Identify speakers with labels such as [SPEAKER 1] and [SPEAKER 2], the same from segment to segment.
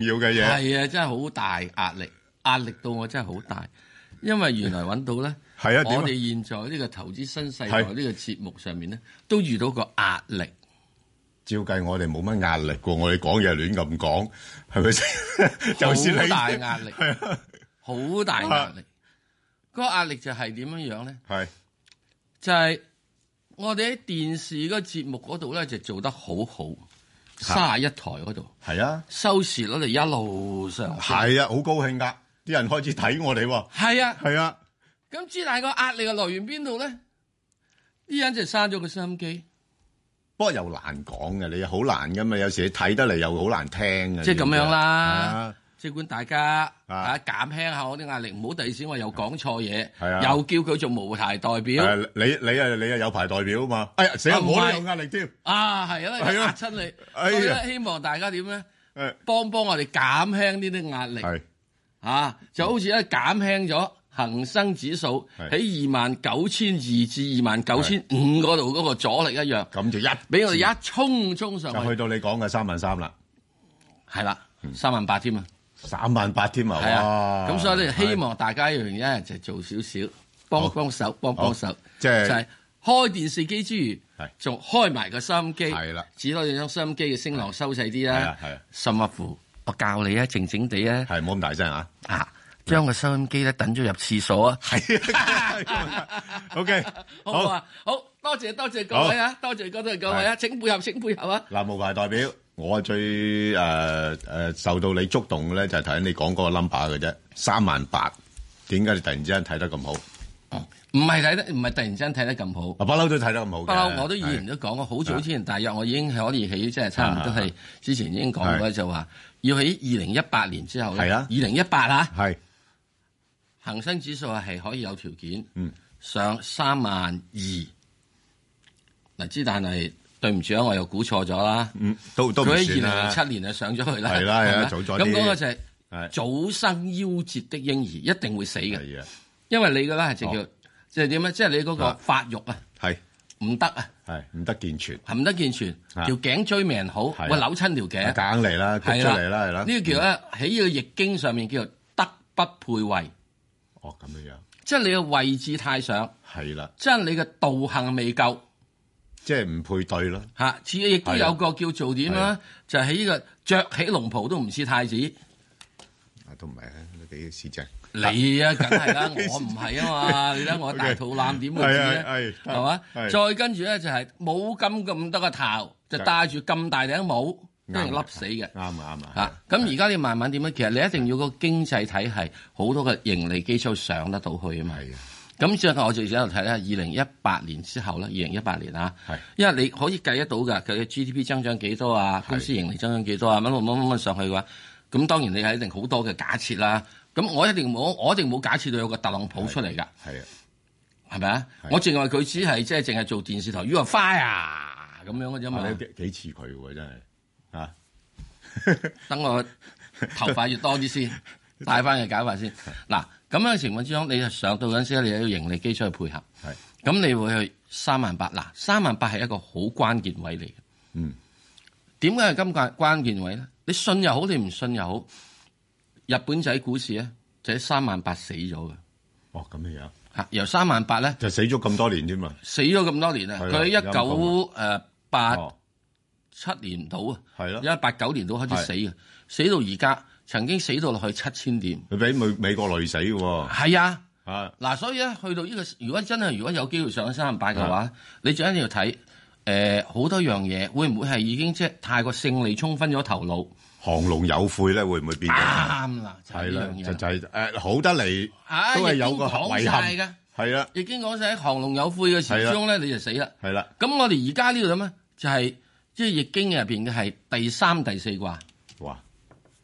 [SPEAKER 1] 要嘅嘢，
[SPEAKER 2] 係啊，真係好大壓力，壓力到我真係好大，因為原來揾到咧，
[SPEAKER 1] 係啊點啊
[SPEAKER 2] 我哋現在呢個投資新世代呢
[SPEAKER 1] 係
[SPEAKER 2] 個節目上面咧，都遇到個壓力。
[SPEAKER 1] 照計我哋冇乜壓力喎，我哋講嘢亂咁講，係咪先？就算你
[SPEAKER 2] 好大壓力
[SPEAKER 1] 係啊，
[SPEAKER 2] 好大壓力。嗰個壓力就係點樣樣咧？
[SPEAKER 1] 係
[SPEAKER 2] 就係、我哋喺電視嗰個節目嗰度咧，就做得好好， 三十一台嗰度
[SPEAKER 1] 係啊，
[SPEAKER 2] 收視率就一路上升。
[SPEAKER 1] 係啊，好高興㗎，啲人開始睇我哋喎，
[SPEAKER 2] 係啊，
[SPEAKER 1] 係啊，
[SPEAKER 2] 咁之但係個壓力嘅來源邊度咧？啲人就刪咗個收音機，
[SPEAKER 1] 不過又難講嘅，你好難㗎嘛，有時你睇得嚟又好難聽嘅，
[SPEAKER 2] 即係咁樣
[SPEAKER 1] 係
[SPEAKER 2] 啦
[SPEAKER 1] 啊。
[SPEAKER 2] 即管大家
[SPEAKER 1] 啊
[SPEAKER 2] 啊減輕下我啲壓力，唔好第二時我又講錯嘢，
[SPEAKER 1] 係啊
[SPEAKER 2] 又叫佢做無牌代表
[SPEAKER 1] 誒你你啊你啊有排代表啊嘛，哎呀死啦，
[SPEAKER 2] 啊唔係
[SPEAKER 1] 我都有壓力添，
[SPEAKER 2] 啊，係啊，
[SPEAKER 1] 係啊
[SPEAKER 2] 嚇親你。
[SPEAKER 1] 哎
[SPEAKER 2] 所
[SPEAKER 1] 呀
[SPEAKER 2] 以咧希望大家點咧，
[SPEAKER 1] 誒
[SPEAKER 2] 幫幫我哋減輕呢啲壓力。
[SPEAKER 1] 係
[SPEAKER 2] 啊，就好似咧減輕咗恒生指數
[SPEAKER 1] 係
[SPEAKER 2] 喺二萬九千二至二萬九千五嗰度嗰個阻力一樣，
[SPEAKER 1] 咁就一
[SPEAKER 2] 俾我哋一衝衝上
[SPEAKER 1] 就去
[SPEAKER 2] 去，
[SPEAKER 1] 到你講嘅三萬三啦，
[SPEAKER 2] 係啦，三萬八添啊，
[SPEAKER 1] 三萬八添啊，
[SPEAKER 2] 係啊，
[SPEAKER 1] 哇
[SPEAKER 2] 咁所以咧
[SPEAKER 1] 係
[SPEAKER 2] 希望大家一樣嘢就做少少，幫
[SPEAKER 1] 好
[SPEAKER 2] 幫手，幫幫手，
[SPEAKER 1] 即係
[SPEAKER 2] 就係開電視機之餘
[SPEAKER 1] 係，
[SPEAKER 2] 仲開埋個收音機，
[SPEAKER 1] 係啦
[SPEAKER 2] 只可以將收音機嘅聲浪收細啲
[SPEAKER 1] 係
[SPEAKER 2] 啦
[SPEAKER 1] 啊係啊，
[SPEAKER 2] 甚或乎我教你啊，靜靜地啊，
[SPEAKER 1] 係冇咁大聲啊。
[SPEAKER 2] 啊，將個收音機咧等咗入廁所啊。
[SPEAKER 1] 係啊，OK，
[SPEAKER 2] 好唔好
[SPEAKER 1] 好
[SPEAKER 2] 啊？好多謝多謝各位啊，多謝多謝各位啊，請配合請配合啊！
[SPEAKER 1] 嗱，無牌代表，我最誒誒受到你觸動嘅咧，就係頭先你講嗰個 number 嘅啫，三萬八。點解你突然之間睇得咁好？啊，
[SPEAKER 2] 唔係睇得唔係突然之間睇得咁好，
[SPEAKER 1] 不嬲都睇得咁好嘅。啊
[SPEAKER 2] 不嬲我都以前都講過，好早之前大約我已經可以起，即係差唔多係之前已經講過
[SPEAKER 1] 係
[SPEAKER 2] 就話要喺二零一八年之後咧，
[SPEAKER 1] 係啊
[SPEAKER 2] 二零一八啊，
[SPEAKER 1] 係
[SPEAKER 2] 恒生指數係可以有條件
[SPEAKER 1] 嗯
[SPEAKER 2] 上三萬二。嗱，之但係對唔住啊，我又估錯咗啦。
[SPEAKER 1] 嗯，都都唔
[SPEAKER 2] 佢
[SPEAKER 1] 算
[SPEAKER 2] 喺
[SPEAKER 1] 啦。
[SPEAKER 2] 二零零七年就上咗去啦，
[SPEAKER 1] 係啦係啦啊
[SPEAKER 2] 咪
[SPEAKER 1] 早咗啲
[SPEAKER 2] 咁嗰個就係
[SPEAKER 1] 係
[SPEAKER 2] 早生夭折的嬰兒，一定會死嘅。
[SPEAKER 1] 係啊，
[SPEAKER 2] 因為你嘅咧係直
[SPEAKER 1] 哦
[SPEAKER 2] 叫，即係點咧？即係你嗰個
[SPEAKER 1] 啊
[SPEAKER 2] 發育啊，
[SPEAKER 1] 係
[SPEAKER 2] 唔得啊，
[SPEAKER 1] 係唔得健全，
[SPEAKER 2] 唔得健全，
[SPEAKER 1] 啊
[SPEAKER 2] 條頸椎命好，
[SPEAKER 1] 係啊
[SPEAKER 2] 會扭親條頸，
[SPEAKER 1] 夾硬嚟啦，焗出嚟啦，係啦。嗯
[SPEAKER 2] 呢個叫咧喺呢個易經上面叫做德不配位，
[SPEAKER 1] 哦咁樣樣，
[SPEAKER 2] 即係你嘅位置太上，
[SPEAKER 1] 係啦，
[SPEAKER 2] 即係你嘅道行未夠
[SPEAKER 1] 即係唔配對啦。
[SPEAKER 2] 嚇。至於亦都
[SPEAKER 1] 係啊
[SPEAKER 2] 有個叫做點
[SPEAKER 1] 係
[SPEAKER 2] 啦，就喺呢個着起龍袍都唔似太子，你
[SPEAKER 1] 啊，都唔係啊，你俾市政。
[SPEAKER 2] 啊梗 係啦，我唔係啊嘛，你睇我大
[SPEAKER 1] OK
[SPEAKER 2] 肚腩點會知
[SPEAKER 1] 係啊係
[SPEAKER 2] 咧？
[SPEAKER 1] 係
[SPEAKER 2] 係嘛？
[SPEAKER 1] 係
[SPEAKER 2] 再跟住咧就係冇咁咁多個頭，就戴住咁大頂帽，一定笠死嘅。
[SPEAKER 1] 啱啊啱啊。
[SPEAKER 2] 啊，咁而家你慢慢點樣？其實你一定要個經濟體系好多嘅盈利基礎上得到去啊嘛。
[SPEAKER 1] 係啊，
[SPEAKER 2] 咁最後我最想度睇咧，二零一八年之後咧，二零一八年啊
[SPEAKER 1] 係，
[SPEAKER 2] 因為你可以計得到㗎，佢嘅 GDP 增長幾多啊，公司盈利增長幾多啊，乜乜乜乜乜上去嘅話，咁當然你係一定好多嘅假設啦。咁我一定冇，我一定冇假設到有個特朗普出嚟㗎，
[SPEAKER 1] 係啊，
[SPEAKER 2] 係咪啊？
[SPEAKER 1] 係
[SPEAKER 2] 我淨係佢只係即係淨係做電視台 You are fire 咁樣嘅啫嘛
[SPEAKER 1] 啊。你幾幾似佢喎，真係啊。
[SPEAKER 2] 等我頭髮越多 啲先，戴翻個假髮先。嗱，咁樣嘅情況之中，你就上到嗰陣時，你有盈利基礎去配合。
[SPEAKER 1] 係
[SPEAKER 2] 咁你會去三萬八。嗱，三萬八係一個好關鍵位嚟嘅。
[SPEAKER 1] 嗯。
[SPEAKER 2] 點解係今關關鍵位咧？你信又好，你唔信又好，日本仔股市咧就喺三萬八死咗嘅。
[SPEAKER 1] 哦咁樣樣。
[SPEAKER 2] 嚇，由三萬八咧
[SPEAKER 1] 就死咗咁多年添嘛，
[SPEAKER 2] 死咗咁多年啦，
[SPEAKER 1] 係啊
[SPEAKER 2] 佢喺一九誒八
[SPEAKER 1] 哦，
[SPEAKER 2] 七年到啊，
[SPEAKER 1] 係咯
[SPEAKER 2] 一八九年到開始死嘅，死到而家曾經死到落去七千點。
[SPEAKER 1] 佢俾美美國累死嘅喎，
[SPEAKER 2] 係啊，
[SPEAKER 1] 啊，
[SPEAKER 2] 嗱，所以咧去到呢、個，如果真係如果有機會上三十八嘅
[SPEAKER 1] 啊
[SPEAKER 2] 話，你就一定要睇誒好多樣嘢，會唔會係已經即係太過勝利沖昏咗頭腦？
[SPEAKER 1] 降龍有悔咧，會唔會變咗？
[SPEAKER 2] 啱啦，就係
[SPEAKER 1] 係啦
[SPEAKER 2] 呢，樣
[SPEAKER 1] 就
[SPEAKER 2] 嘢
[SPEAKER 1] 就
[SPEAKER 2] 啦。
[SPEAKER 1] 係誒好得嚟，
[SPEAKER 2] 啊
[SPEAKER 1] 都係有個
[SPEAKER 2] 已經講
[SPEAKER 1] 遺憾
[SPEAKER 2] 晒㗎，
[SPEAKER 1] 係啦，
[SPEAKER 2] 已經講晒喺降龍有悔嘅時
[SPEAKER 1] 係啦啊
[SPEAKER 2] 鐘咧，你就死啦。
[SPEAKER 1] 係啦，
[SPEAKER 2] 咁我哋而家呢度咧，就係即係易經入邊嘅係第三、第四卦，
[SPEAKER 1] 哇，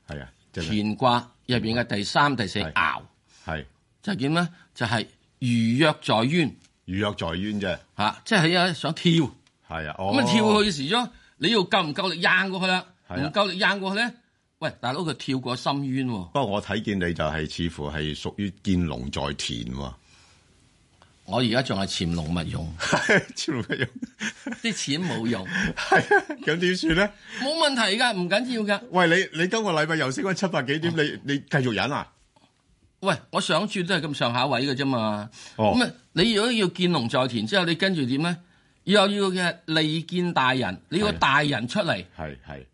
[SPEAKER 1] 係啊，真係
[SPEAKER 2] 乾卦入邊嘅第三、第四
[SPEAKER 1] 係
[SPEAKER 2] 爻，
[SPEAKER 1] 係
[SPEAKER 2] 就係點咧？就係如若在淵
[SPEAKER 1] 如若在淵啫，
[SPEAKER 2] 嚇，即係有想跳。
[SPEAKER 1] 係啊，
[SPEAKER 2] 咁
[SPEAKER 1] 咁
[SPEAKER 2] 啊跳過去嘅時鐘，你要夠唔夠力掗過去啦？唔
[SPEAKER 1] 係啊
[SPEAKER 2] 夠力掗過去咧，喂，大佬佢跳過深淵喎。
[SPEAKER 1] 不過我睇見你就係似乎係屬於見龍在田喎，
[SPEAKER 2] 我而家仲係潛龍勿 用，
[SPEAKER 1] 超唔用，
[SPEAKER 2] 啲錢冇用，
[SPEAKER 1] 係啊，咁點算咧？
[SPEAKER 2] 冇問題㗎，唔緊要㗎。
[SPEAKER 1] 喂，你你今個禮拜又升翻七百幾點，你你繼續忍啊？
[SPEAKER 2] 喂，我上注都係咁上下位嘅啫嘛。
[SPEAKER 1] 哦
[SPEAKER 2] 咁啊、你如果要見龍在田之後，你跟住點咧？又要嘅利見大人，你要個
[SPEAKER 1] 係
[SPEAKER 2] 大人出嚟
[SPEAKER 1] 係係，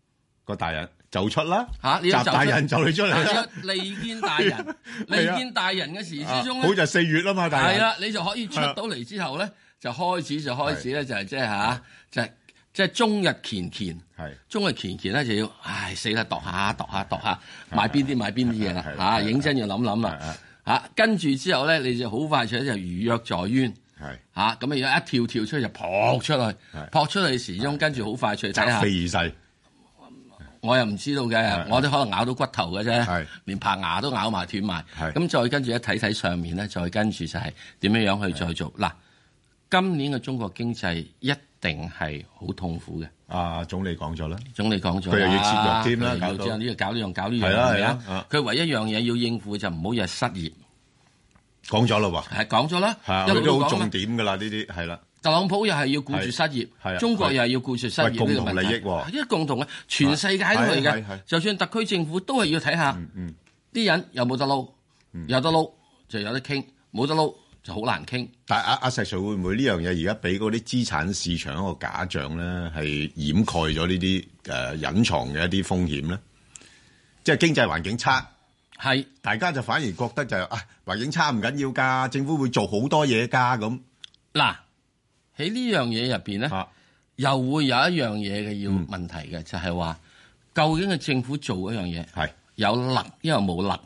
[SPEAKER 1] 個大人就出啦，
[SPEAKER 2] 嚇，你
[SPEAKER 1] 集
[SPEAKER 2] 要就出
[SPEAKER 1] 大人就你出嚟
[SPEAKER 2] 你
[SPEAKER 1] 啦
[SPEAKER 2] 要。利見大人，
[SPEAKER 1] 係啊
[SPEAKER 2] 利見大人嘅時
[SPEAKER 1] 啊
[SPEAKER 2] 之中
[SPEAKER 1] 好
[SPEAKER 2] 咧，
[SPEAKER 1] 就四月啦嘛，大
[SPEAKER 2] 係
[SPEAKER 1] 人。
[SPEAKER 2] 啦，你就可以出到嚟之後咧，就開始就開始咧，就係即係嚇，就係即係中日乾乾。
[SPEAKER 1] 係
[SPEAKER 2] 中日乾乾咧就要，唉死啦，度下度下度下，買邊啲買邊啲嘢啦
[SPEAKER 1] 係
[SPEAKER 2] 嚇，
[SPEAKER 1] 係
[SPEAKER 2] 認真要諗諗
[SPEAKER 1] 係係
[SPEAKER 2] 啦嚇。跟住之後咧，你就好快脆就如約在淵
[SPEAKER 1] 係
[SPEAKER 2] 嚇，咁啊一跳跳出去就撲出去
[SPEAKER 1] 係，
[SPEAKER 2] 撲出去時鐘跟住好快脆睇
[SPEAKER 1] 擇
[SPEAKER 2] 下，
[SPEAKER 1] 非而世。
[SPEAKER 2] 我又唔知道嘅
[SPEAKER 1] 係，
[SPEAKER 2] 我都可能咬到骨頭嘅
[SPEAKER 1] 係
[SPEAKER 2] 啫，連棚牙都咬埋斷埋。
[SPEAKER 1] 係
[SPEAKER 2] 咁再跟住一睇睇上面咧，再跟住就係點樣樣去再做嗱。今年嘅中國經濟一定係好痛苦嘅。
[SPEAKER 1] 啊，總理講咗啦，
[SPEAKER 2] 總理講咗
[SPEAKER 1] 佢
[SPEAKER 2] 啦啊
[SPEAKER 1] 又要節約添啦
[SPEAKER 2] 佢又
[SPEAKER 1] 搞到
[SPEAKER 2] 要呢樣搞呢樣搞呢樣，
[SPEAKER 1] 係啦
[SPEAKER 2] 係咪
[SPEAKER 1] 係啦啊
[SPEAKER 2] 啊？佢唯一一樣嘢要應付就唔好日日失業，
[SPEAKER 1] 講咗啦喎，
[SPEAKER 2] 係講咗啦
[SPEAKER 1] 係，啊，
[SPEAKER 2] 一
[SPEAKER 1] 佢
[SPEAKER 2] 路都
[SPEAKER 1] 都好
[SPEAKER 2] 講啦
[SPEAKER 1] 重。點㗎啦，呢啲係啦，
[SPEAKER 2] 特朗普又係要顧住失
[SPEAKER 1] 係係啊
[SPEAKER 2] 業，中國又係要顧住失業
[SPEAKER 1] 喂
[SPEAKER 2] 呢
[SPEAKER 1] 共
[SPEAKER 2] 個
[SPEAKER 1] 同
[SPEAKER 2] 問題
[SPEAKER 1] 利益喎
[SPEAKER 2] 因為啊共同嘅，全世界都係
[SPEAKER 1] 係係係
[SPEAKER 2] 嘅。就算特區政府都係要睇下
[SPEAKER 1] 嗯，
[SPEAKER 2] 啲人有冇得撈，有得撈就有得傾，冇得撈就好難傾。
[SPEAKER 1] 但係阿阿石 Sir 會唔會呢樣嘢而家俾嗰啲資產市場一個假象咧，係掩蓋咗呢啲誒隱藏嘅一啲風險咧？即係經濟環境差，
[SPEAKER 2] 係
[SPEAKER 1] 大家就反而覺得就係啊環境差唔緊要㗎，政府會做好多嘢㗎咁
[SPEAKER 2] 嗱，喺呢樣嘢入邊咧。
[SPEAKER 1] 啊，嗯
[SPEAKER 2] 又會有一樣嘢嘅要問題嘅，就係話究竟嘅政府做嗰樣嘢
[SPEAKER 1] 係
[SPEAKER 2] 有能，因為冇能，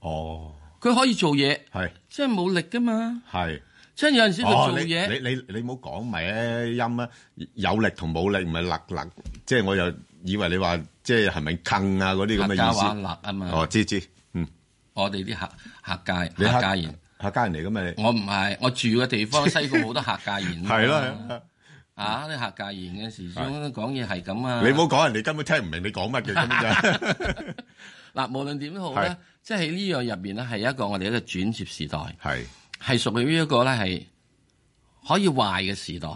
[SPEAKER 1] 哦，
[SPEAKER 2] 佢可以做嘢，
[SPEAKER 1] 係
[SPEAKER 2] 即係冇力噶嘛。
[SPEAKER 1] 係。
[SPEAKER 2] 即係有陣時佢
[SPEAKER 1] 哦，
[SPEAKER 2] 做
[SPEAKER 1] 你-
[SPEAKER 2] 嘢，
[SPEAKER 1] 你-你-你唔好講埋啊，音啊，有力同冇力，唔係勒勒，即係我又以為你話，即係係咪坑啊，嗰啲咁嘅
[SPEAKER 2] 客家
[SPEAKER 1] 意思。
[SPEAKER 2] 話勒啊嘛。
[SPEAKER 1] 哦，知知，嗯，你
[SPEAKER 2] 我哋啲客客家
[SPEAKER 1] 客-
[SPEAKER 2] 客家言，
[SPEAKER 1] 客家人嚟㗎嘛，你。
[SPEAKER 2] 我唔係我住嘅地方西貢好多客家言啊嘛。
[SPEAKER 1] 係啦，係啦，
[SPEAKER 2] 啊啲客家言嘅時鐘講嘢係咁啊。
[SPEAKER 1] 你唔好講，人哋根本聽唔明你講乜嘅，根本就。
[SPEAKER 2] 嗱，無論點都好咧
[SPEAKER 1] 係，
[SPEAKER 2] 即係喺呢樣入邊咧，係一個我哋一個轉接時代，
[SPEAKER 1] 係，
[SPEAKER 2] 係屬於一個咧係可以壞嘅時代，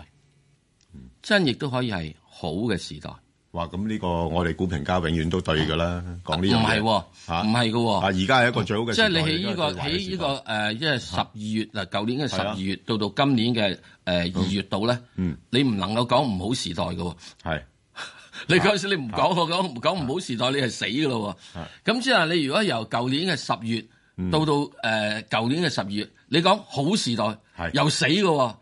[SPEAKER 1] 嗯
[SPEAKER 2] 真亦都可以係好嘅時代。
[SPEAKER 1] 哇，咁呢個我哋股評家永遠都對㗎啦，講呢樣嘢。
[SPEAKER 2] 唔係喎，
[SPEAKER 1] 嚇
[SPEAKER 2] 唔係嘅喎，
[SPEAKER 1] 啊，而家係一個最好嘅
[SPEAKER 2] 即係你
[SPEAKER 1] 時代，
[SPEAKER 2] 喺呢個
[SPEAKER 1] 而家係最壞嘅
[SPEAKER 2] 喺呢個誒，即係十二月嗱，舊年嘅
[SPEAKER 1] 係
[SPEAKER 2] 十
[SPEAKER 1] 啊
[SPEAKER 2] 二月到到今年嘅誒二月度咧
[SPEAKER 1] 嗯，
[SPEAKER 2] 你唔能夠講唔好時代嘅喎。
[SPEAKER 1] 時代。係，係， 啊
[SPEAKER 2] 你嗰陣時你唔講我講唔講唔好時代，你係死嘅咯
[SPEAKER 1] 係
[SPEAKER 2] 喎。咁即係你如果由舊年嘅十月
[SPEAKER 1] 嗯
[SPEAKER 2] 到到誒舊年嘅十二月，你講好時代
[SPEAKER 1] 係
[SPEAKER 2] 又死嘅喎。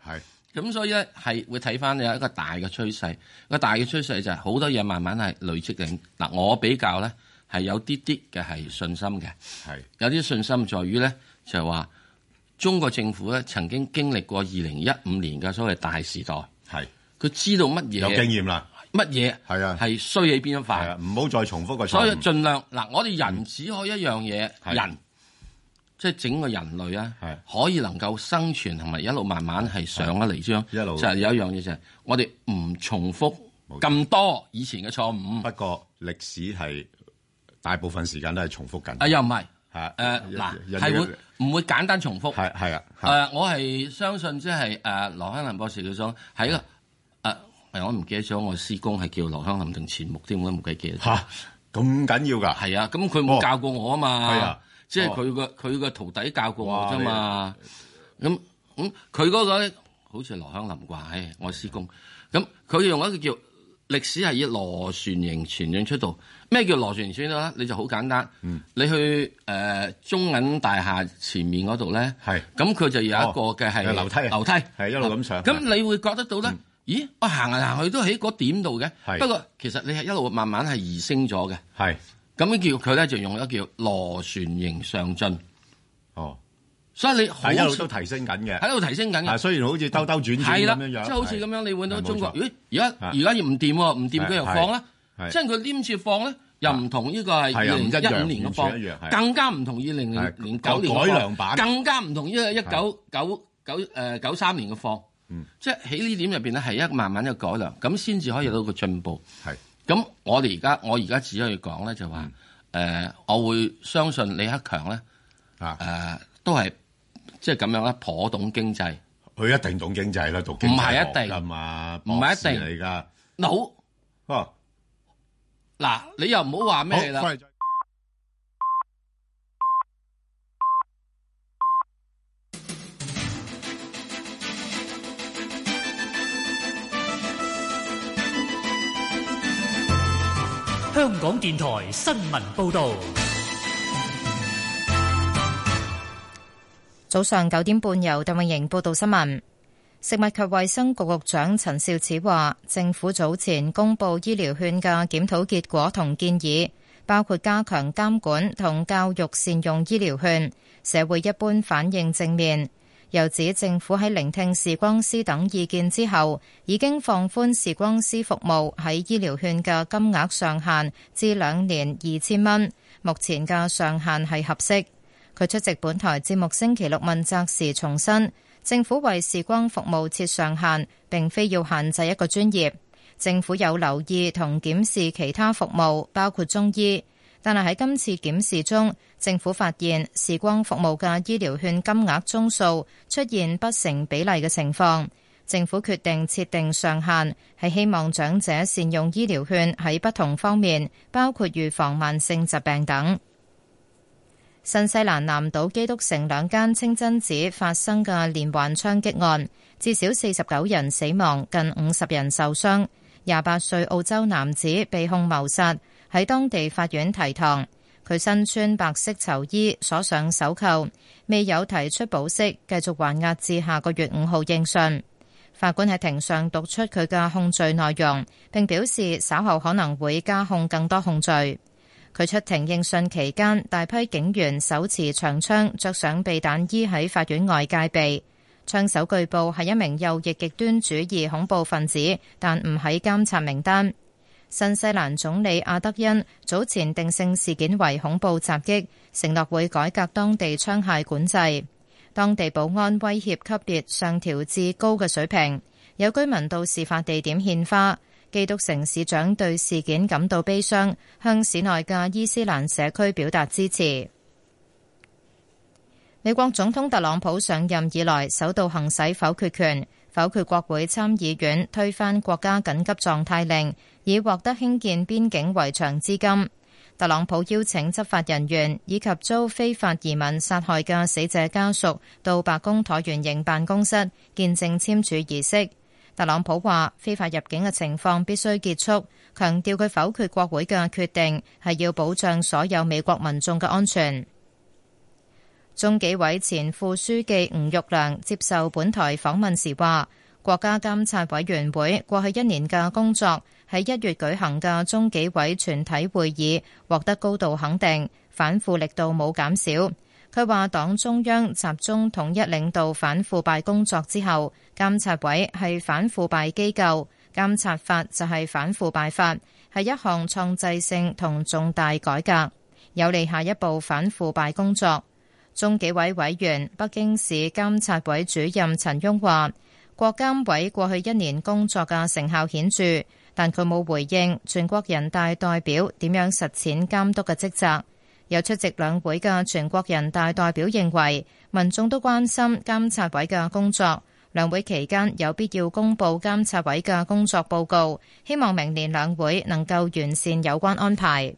[SPEAKER 2] 咁所以咧係會睇翻有一個大嘅趨勢，個大嘅趨勢就係好多嘢慢慢係累積緊。嗱，我比較咧係有啲啲嘅係信心嘅，有啲信心在於咧就係話中國政府咧曾經經歷過二零一五年嘅所謂大時代，
[SPEAKER 1] 係，係，有
[SPEAKER 2] 佢知道乜嘢乜嘢
[SPEAKER 1] 係啊
[SPEAKER 2] 係衰喺邊一
[SPEAKER 1] 經驗啦，
[SPEAKER 2] 塊，
[SPEAKER 1] 係啊，唔好再重複個錯誤。
[SPEAKER 2] 所以盡量嗱，我哋人只可以一樣嘢，
[SPEAKER 1] 係
[SPEAKER 2] 人即係整個人類啊
[SPEAKER 1] 係，
[SPEAKER 2] 可以能夠生存同埋一路慢慢係上咗嚟張，
[SPEAKER 1] 一路
[SPEAKER 2] 就係有一樣嘢就係我哋唔重複
[SPEAKER 1] 冇錯
[SPEAKER 2] 咁多以前嘅錯誤。
[SPEAKER 1] 不過歷史係大部分時間都係重複緊。
[SPEAKER 2] 啊，又唔係
[SPEAKER 1] 係
[SPEAKER 2] 誒嗱，
[SPEAKER 1] 人
[SPEAKER 2] 係
[SPEAKER 1] 人
[SPEAKER 2] 會唔會簡單重複？
[SPEAKER 1] 係係啊，係
[SPEAKER 2] 誒，我係相信即係誒羅香林博士佢講係一個誒，我唔記得咗我師公係叫羅香林定錢穆添，我都冇記記得咗。
[SPEAKER 1] 嚇咁緊要㗎？
[SPEAKER 2] 係啊，咁佢
[SPEAKER 1] 哦
[SPEAKER 2] 冇教過我啊
[SPEAKER 1] 係啊
[SPEAKER 2] 嘛，即係
[SPEAKER 1] 哦
[SPEAKER 2] 佢個佢個徒弟教過我
[SPEAKER 1] 哇
[SPEAKER 2] 啫嘛。咁咁佢嗰個咧，好似係羅香林啩，唉我師公。咁佢用一個叫歷史係以螺旋形傳進出道。咩叫螺旋形傳道咧？你就好簡單，
[SPEAKER 1] 嗯
[SPEAKER 2] 你去誒、呃中銀大廈前面嗰度咧，
[SPEAKER 1] 係
[SPEAKER 2] 咁佢就有一個嘅係
[SPEAKER 1] 哦有樓梯啊
[SPEAKER 2] 樓梯
[SPEAKER 1] 係一路咁上嗯
[SPEAKER 2] 咁你會覺得到咧？咦，我行嚟行去都喺嗰點度嘅
[SPEAKER 1] 係。
[SPEAKER 2] 不過其實你係一路慢慢係移升咗嘅。
[SPEAKER 1] 係
[SPEAKER 2] 咁樣叫佢咧就用一個叫螺旋形上進，
[SPEAKER 1] 哦，
[SPEAKER 2] 所以你好
[SPEAKER 1] 係一路
[SPEAKER 2] 似
[SPEAKER 1] 都提升緊嘅。
[SPEAKER 2] 喺度提升緊
[SPEAKER 1] 啊，
[SPEAKER 2] 嘅，
[SPEAKER 1] 雖然好似兜兜轉轉
[SPEAKER 2] 係啦，
[SPEAKER 1] 咁樣樣，
[SPEAKER 2] 即係好似咁樣，你換到
[SPEAKER 1] 係
[SPEAKER 2] 中國，
[SPEAKER 1] 冇錯
[SPEAKER 2] 咦？而家
[SPEAKER 1] 啊
[SPEAKER 2] 而家又唔掂喎，唔
[SPEAKER 1] 係
[SPEAKER 2] 掂佢又放啦
[SPEAKER 1] 係，
[SPEAKER 2] 即係佢黏住放咧，又唔同呢個係
[SPEAKER 1] 係
[SPEAKER 2] 二
[SPEAKER 1] 啊唔
[SPEAKER 2] 零
[SPEAKER 1] 一
[SPEAKER 2] 一
[SPEAKER 1] 樣
[SPEAKER 2] 五年嘅
[SPEAKER 1] 完全一樣係
[SPEAKER 2] 放，更加唔同二零
[SPEAKER 1] 係
[SPEAKER 2] 零零九年嘅放
[SPEAKER 1] 改良版
[SPEAKER 2] 更加唔同呢個一九九九誒九三年嘅放，即係喺呢點入邊咧係一慢慢嘅改良，咁先至可以有到個進步。
[SPEAKER 1] 係
[SPEAKER 2] 咁我哋而家我而家只可以講咧，就話誒、呃我會相信李克強咧誒、
[SPEAKER 1] 啊，
[SPEAKER 2] 呃都係即係咁樣啦，頗懂經濟，
[SPEAKER 1] 佢一定懂經濟啦，讀經
[SPEAKER 2] 唔
[SPEAKER 1] 濟
[SPEAKER 2] 係一定
[SPEAKER 1] 學㗎嘛，
[SPEAKER 2] 唔係一
[SPEAKER 1] 博士
[SPEAKER 2] 定
[SPEAKER 1] 嚟㗎。
[SPEAKER 2] 好
[SPEAKER 1] 哦，
[SPEAKER 2] 嗱，你又唔好話
[SPEAKER 1] 好
[SPEAKER 2] 咩啦。
[SPEAKER 1] 翻嚟再
[SPEAKER 3] 香港電台新聞報導，
[SPEAKER 4] 早上九點半，由鄧永盈報道新聞。食物及衛生局局長陳肇始話，政府早前公布醫療券嘅檢討結果同建議，包括加強監管同教育善用醫療券，社會一般反應正面。又指政府喺聆聽視光師等意見之後，已經放寬視光師服務喺醫療券嘅金額上限至兩年二千蚊，目前嘅上限係合適。佢出席本台節目星期六問責時重申，政府為視光服務設上限，並非要限制一個專業。政府有留意同檢視其他服務，包括中醫。但係喺今次檢視中，政府發現視光服務嘅醫療券金額宗數出現不成比例嘅情況。政府決定設定上限，係希望長者善用醫療券喺不同方面，包括預防慢性疾病等。新西蘭南島基督城兩間清真寺發生嘅連環槍擊案，至少四十九人死亡，近五十人受傷。廿八歲澳洲男子被控謀殺，喺當地法院提堂。佢身穿白色囚衣，鎖上手扣，未有提出保釋，繼續還押至下個月五號應訊。法官喺庭上讀出佢嘅控罪內容，並表示稍後可能會加控更多控罪。佢出庭應訊期間，大批警員手持長槍，着上避彈衣喺法院外戒備。槍手據報係一名右翼極端主義恐怖分子，但唔喺監察名單。新西蘭總理阿德恩早前定性事件為恐怖襲擊，承諾會改革當地槍械管制。當地保安威脅級別上調至高嘅水平，有居民到事發地點獻花。基督城市長對事件感到悲傷，向市內嘅伊斯蘭社區表達支持。美國總統特朗普上任以來，首度行使否決權，否決國會參議院推翻國家緊急狀態令，以獲得興建邊境圍牆資金。特朗普邀請執法人員以及遭非法移民殺害嘅死者家屬到白宮橢圓形辦公室見證簽署儀式。特朗普話：非法入境嘅情況必須結束，強調佢否決國會嘅決定係要保障所有美國民眾嘅安全。中紀委前副書記吳玉良接受本台訪問時話：國家監察委員會過去一年嘅工作喺一月舉行嘅中紀委全體會議獲得高度肯定，反腐力度冇減少。佢話：黨中央集中統一領導反腐敗工作之後，監察委係反腐敗機構，監察法就係反腐敗法，係一項創制性同重大改革，有利下一步反腐敗工作。中紀委委員、北京市監察委主任陳翁話：國監委過去一年工作嘅成效顯著，但佢冇回應全國人大代表點樣實踐監督嘅職責。有出席兩會嘅全國人大代表認為，民眾都關心監察委嘅工作。兩會期間有必要公布監察委嘅工作報告，希望明年兩會能夠完善有關安排。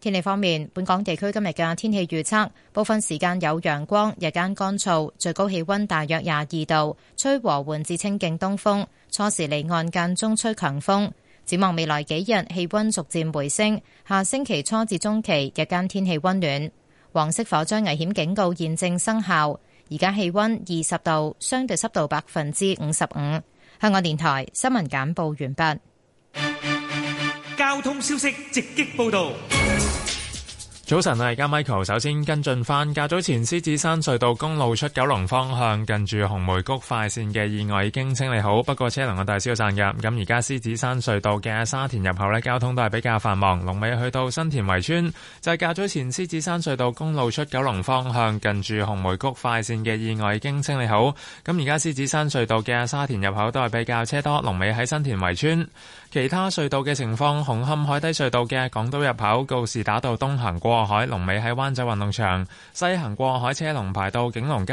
[SPEAKER 4] 天氣方面，本港地區今日嘅天氣預測，部分時間有陽光，日間乾燥，最高氣溫大約廿二度，吹和緩至清勁東風，初時離岸間中吹強風。展望未來幾日，氣溫逐漸回升，下星期初至中期日間天氣溫暖。黃色火災危險警告現正生效，而家氣溫二十度，相對濕度百分之五十五。香港電台新聞簡報完畢。
[SPEAKER 3] 交通消息直擊報導。
[SPEAKER 5] 早晨啊，而家 Michael 首先跟進翻，較早前獅子山隧道公路出九龍方向近住紅梅谷快線嘅意外已經清理好，不過車龍嘅大消散嘅。咁而家獅子山隧道嘅沙田入口呢，交通都係比較繁忙，龍尾去到新田圍村。就係較早前獅子山隧道公路出九龍方向近住紅梅谷快線嘅意外已經清理好，咁而家獅子山隧道嘅沙田入口都係比較車多，龍尾喺新田圍村。其他隧道嘅情況，紅磡海底隧道嘅港島入口告士打道東行過。過海，龍尾喺灣仔運動場；西行過海車龍排到景隆街。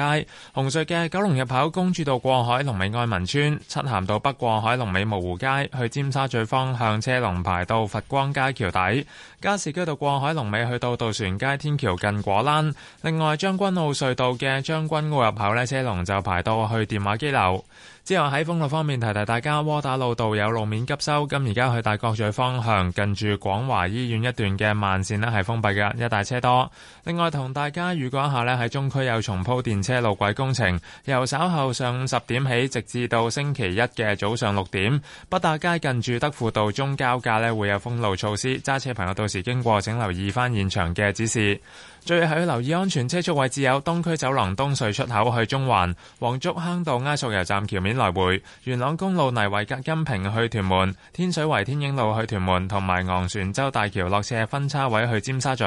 [SPEAKER 5] 紅隧嘅九龍入口公主道過海，龍尾愛民村；漆咸道北過海，龍尾蕪湖街。去尖沙咀方向車龍排到佛光街橋底。加士居道過海，龍尾去到渡船街天橋近果欄。另外，將軍澳隧道嘅將軍澳入口呢，車龍就排到去電話機樓。之後喺封路方面提提大家，窩打老道有路面急修，咁而家去大角咀方向近住廣華醫院一段嘅慢線呢係封閉嘅，一大車多。另外同大家預告一下呢，喺中區有重鋪電車路軌工程，由稍後上午十點起，直至到星期一嘅早上六點，北大街近住德輔道中交界呢會有封路措施，揸車朋友到時經過請留意翻現場嘅指示。最後要留意安全車速位置有東區走廊東隧出口去中環、黃竹坑道埃索油站橋面來回、元朗公路泥圍隔音屏去屯門、天水圍天影路去屯門，同埋昂船洲大橋落斜分叉位去尖沙咀。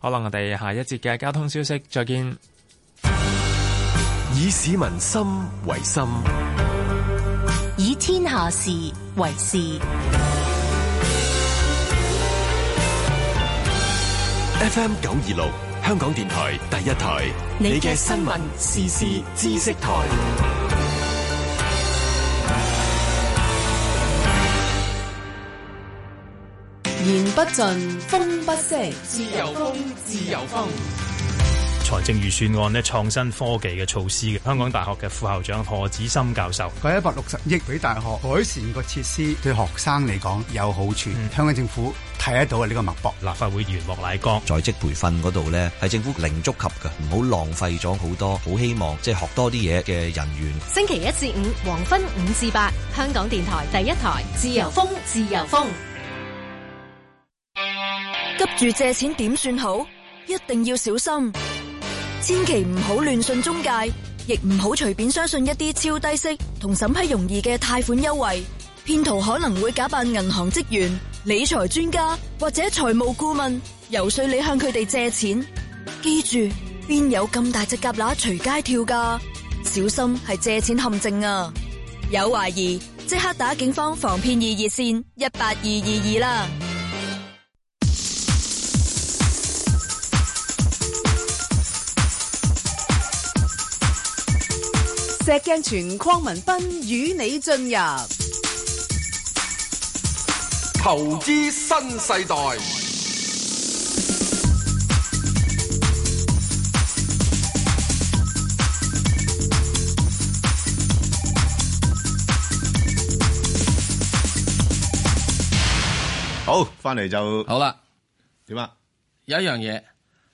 [SPEAKER 5] 好啦，我哋下一節嘅交通消息再見。
[SPEAKER 6] 以市民心為心，
[SPEAKER 7] 以天下事為事。
[SPEAKER 6] FM 九二六，香港電台第一台，你嘅新聞、時事、知識台。
[SPEAKER 8] 言不盡，風不息，自由風，自由風。
[SPEAKER 9] 財政預算案咧創新科技嘅措施嘅，香港大學嘅副校長賀子森教授，
[SPEAKER 10] 佢一百六十億俾大學改善個設施，對學生嚟講有好處。
[SPEAKER 9] 嗯
[SPEAKER 10] 香港政府睇得到啊呢個脈搏。
[SPEAKER 9] 立法會議員莫乃光，
[SPEAKER 11] 在職培訓嗰度呢，係政府零觸及嘅，唔好浪費咗好多，好希望即係學多啲嘢嘅人員。
[SPEAKER 12] 星期一至五黃昏五至八，香港電台第一台，自由風，自由風。
[SPEAKER 13] 急住借錢點算好？一定要小心，千祈唔好亂信中介，亦唔好隨便相信一啲超低息同審批容易嘅貸款優惠。騙徒可能會假扮銀行職員、理財專家或者財務顧問，遊說你向佢哋借錢。記住，邊有咁大隻蛤乸隨街跳㗎？小心係借錢陷阱啊！有懷疑，即刻打警方防騙易熱線一八二二二啦！
[SPEAKER 8] 石鏡泉鄺民彬與你進入
[SPEAKER 14] 投資新世代。
[SPEAKER 1] 好，翻嚟就
[SPEAKER 2] 好啦。
[SPEAKER 1] 點啊？
[SPEAKER 2] 有一樣嘢。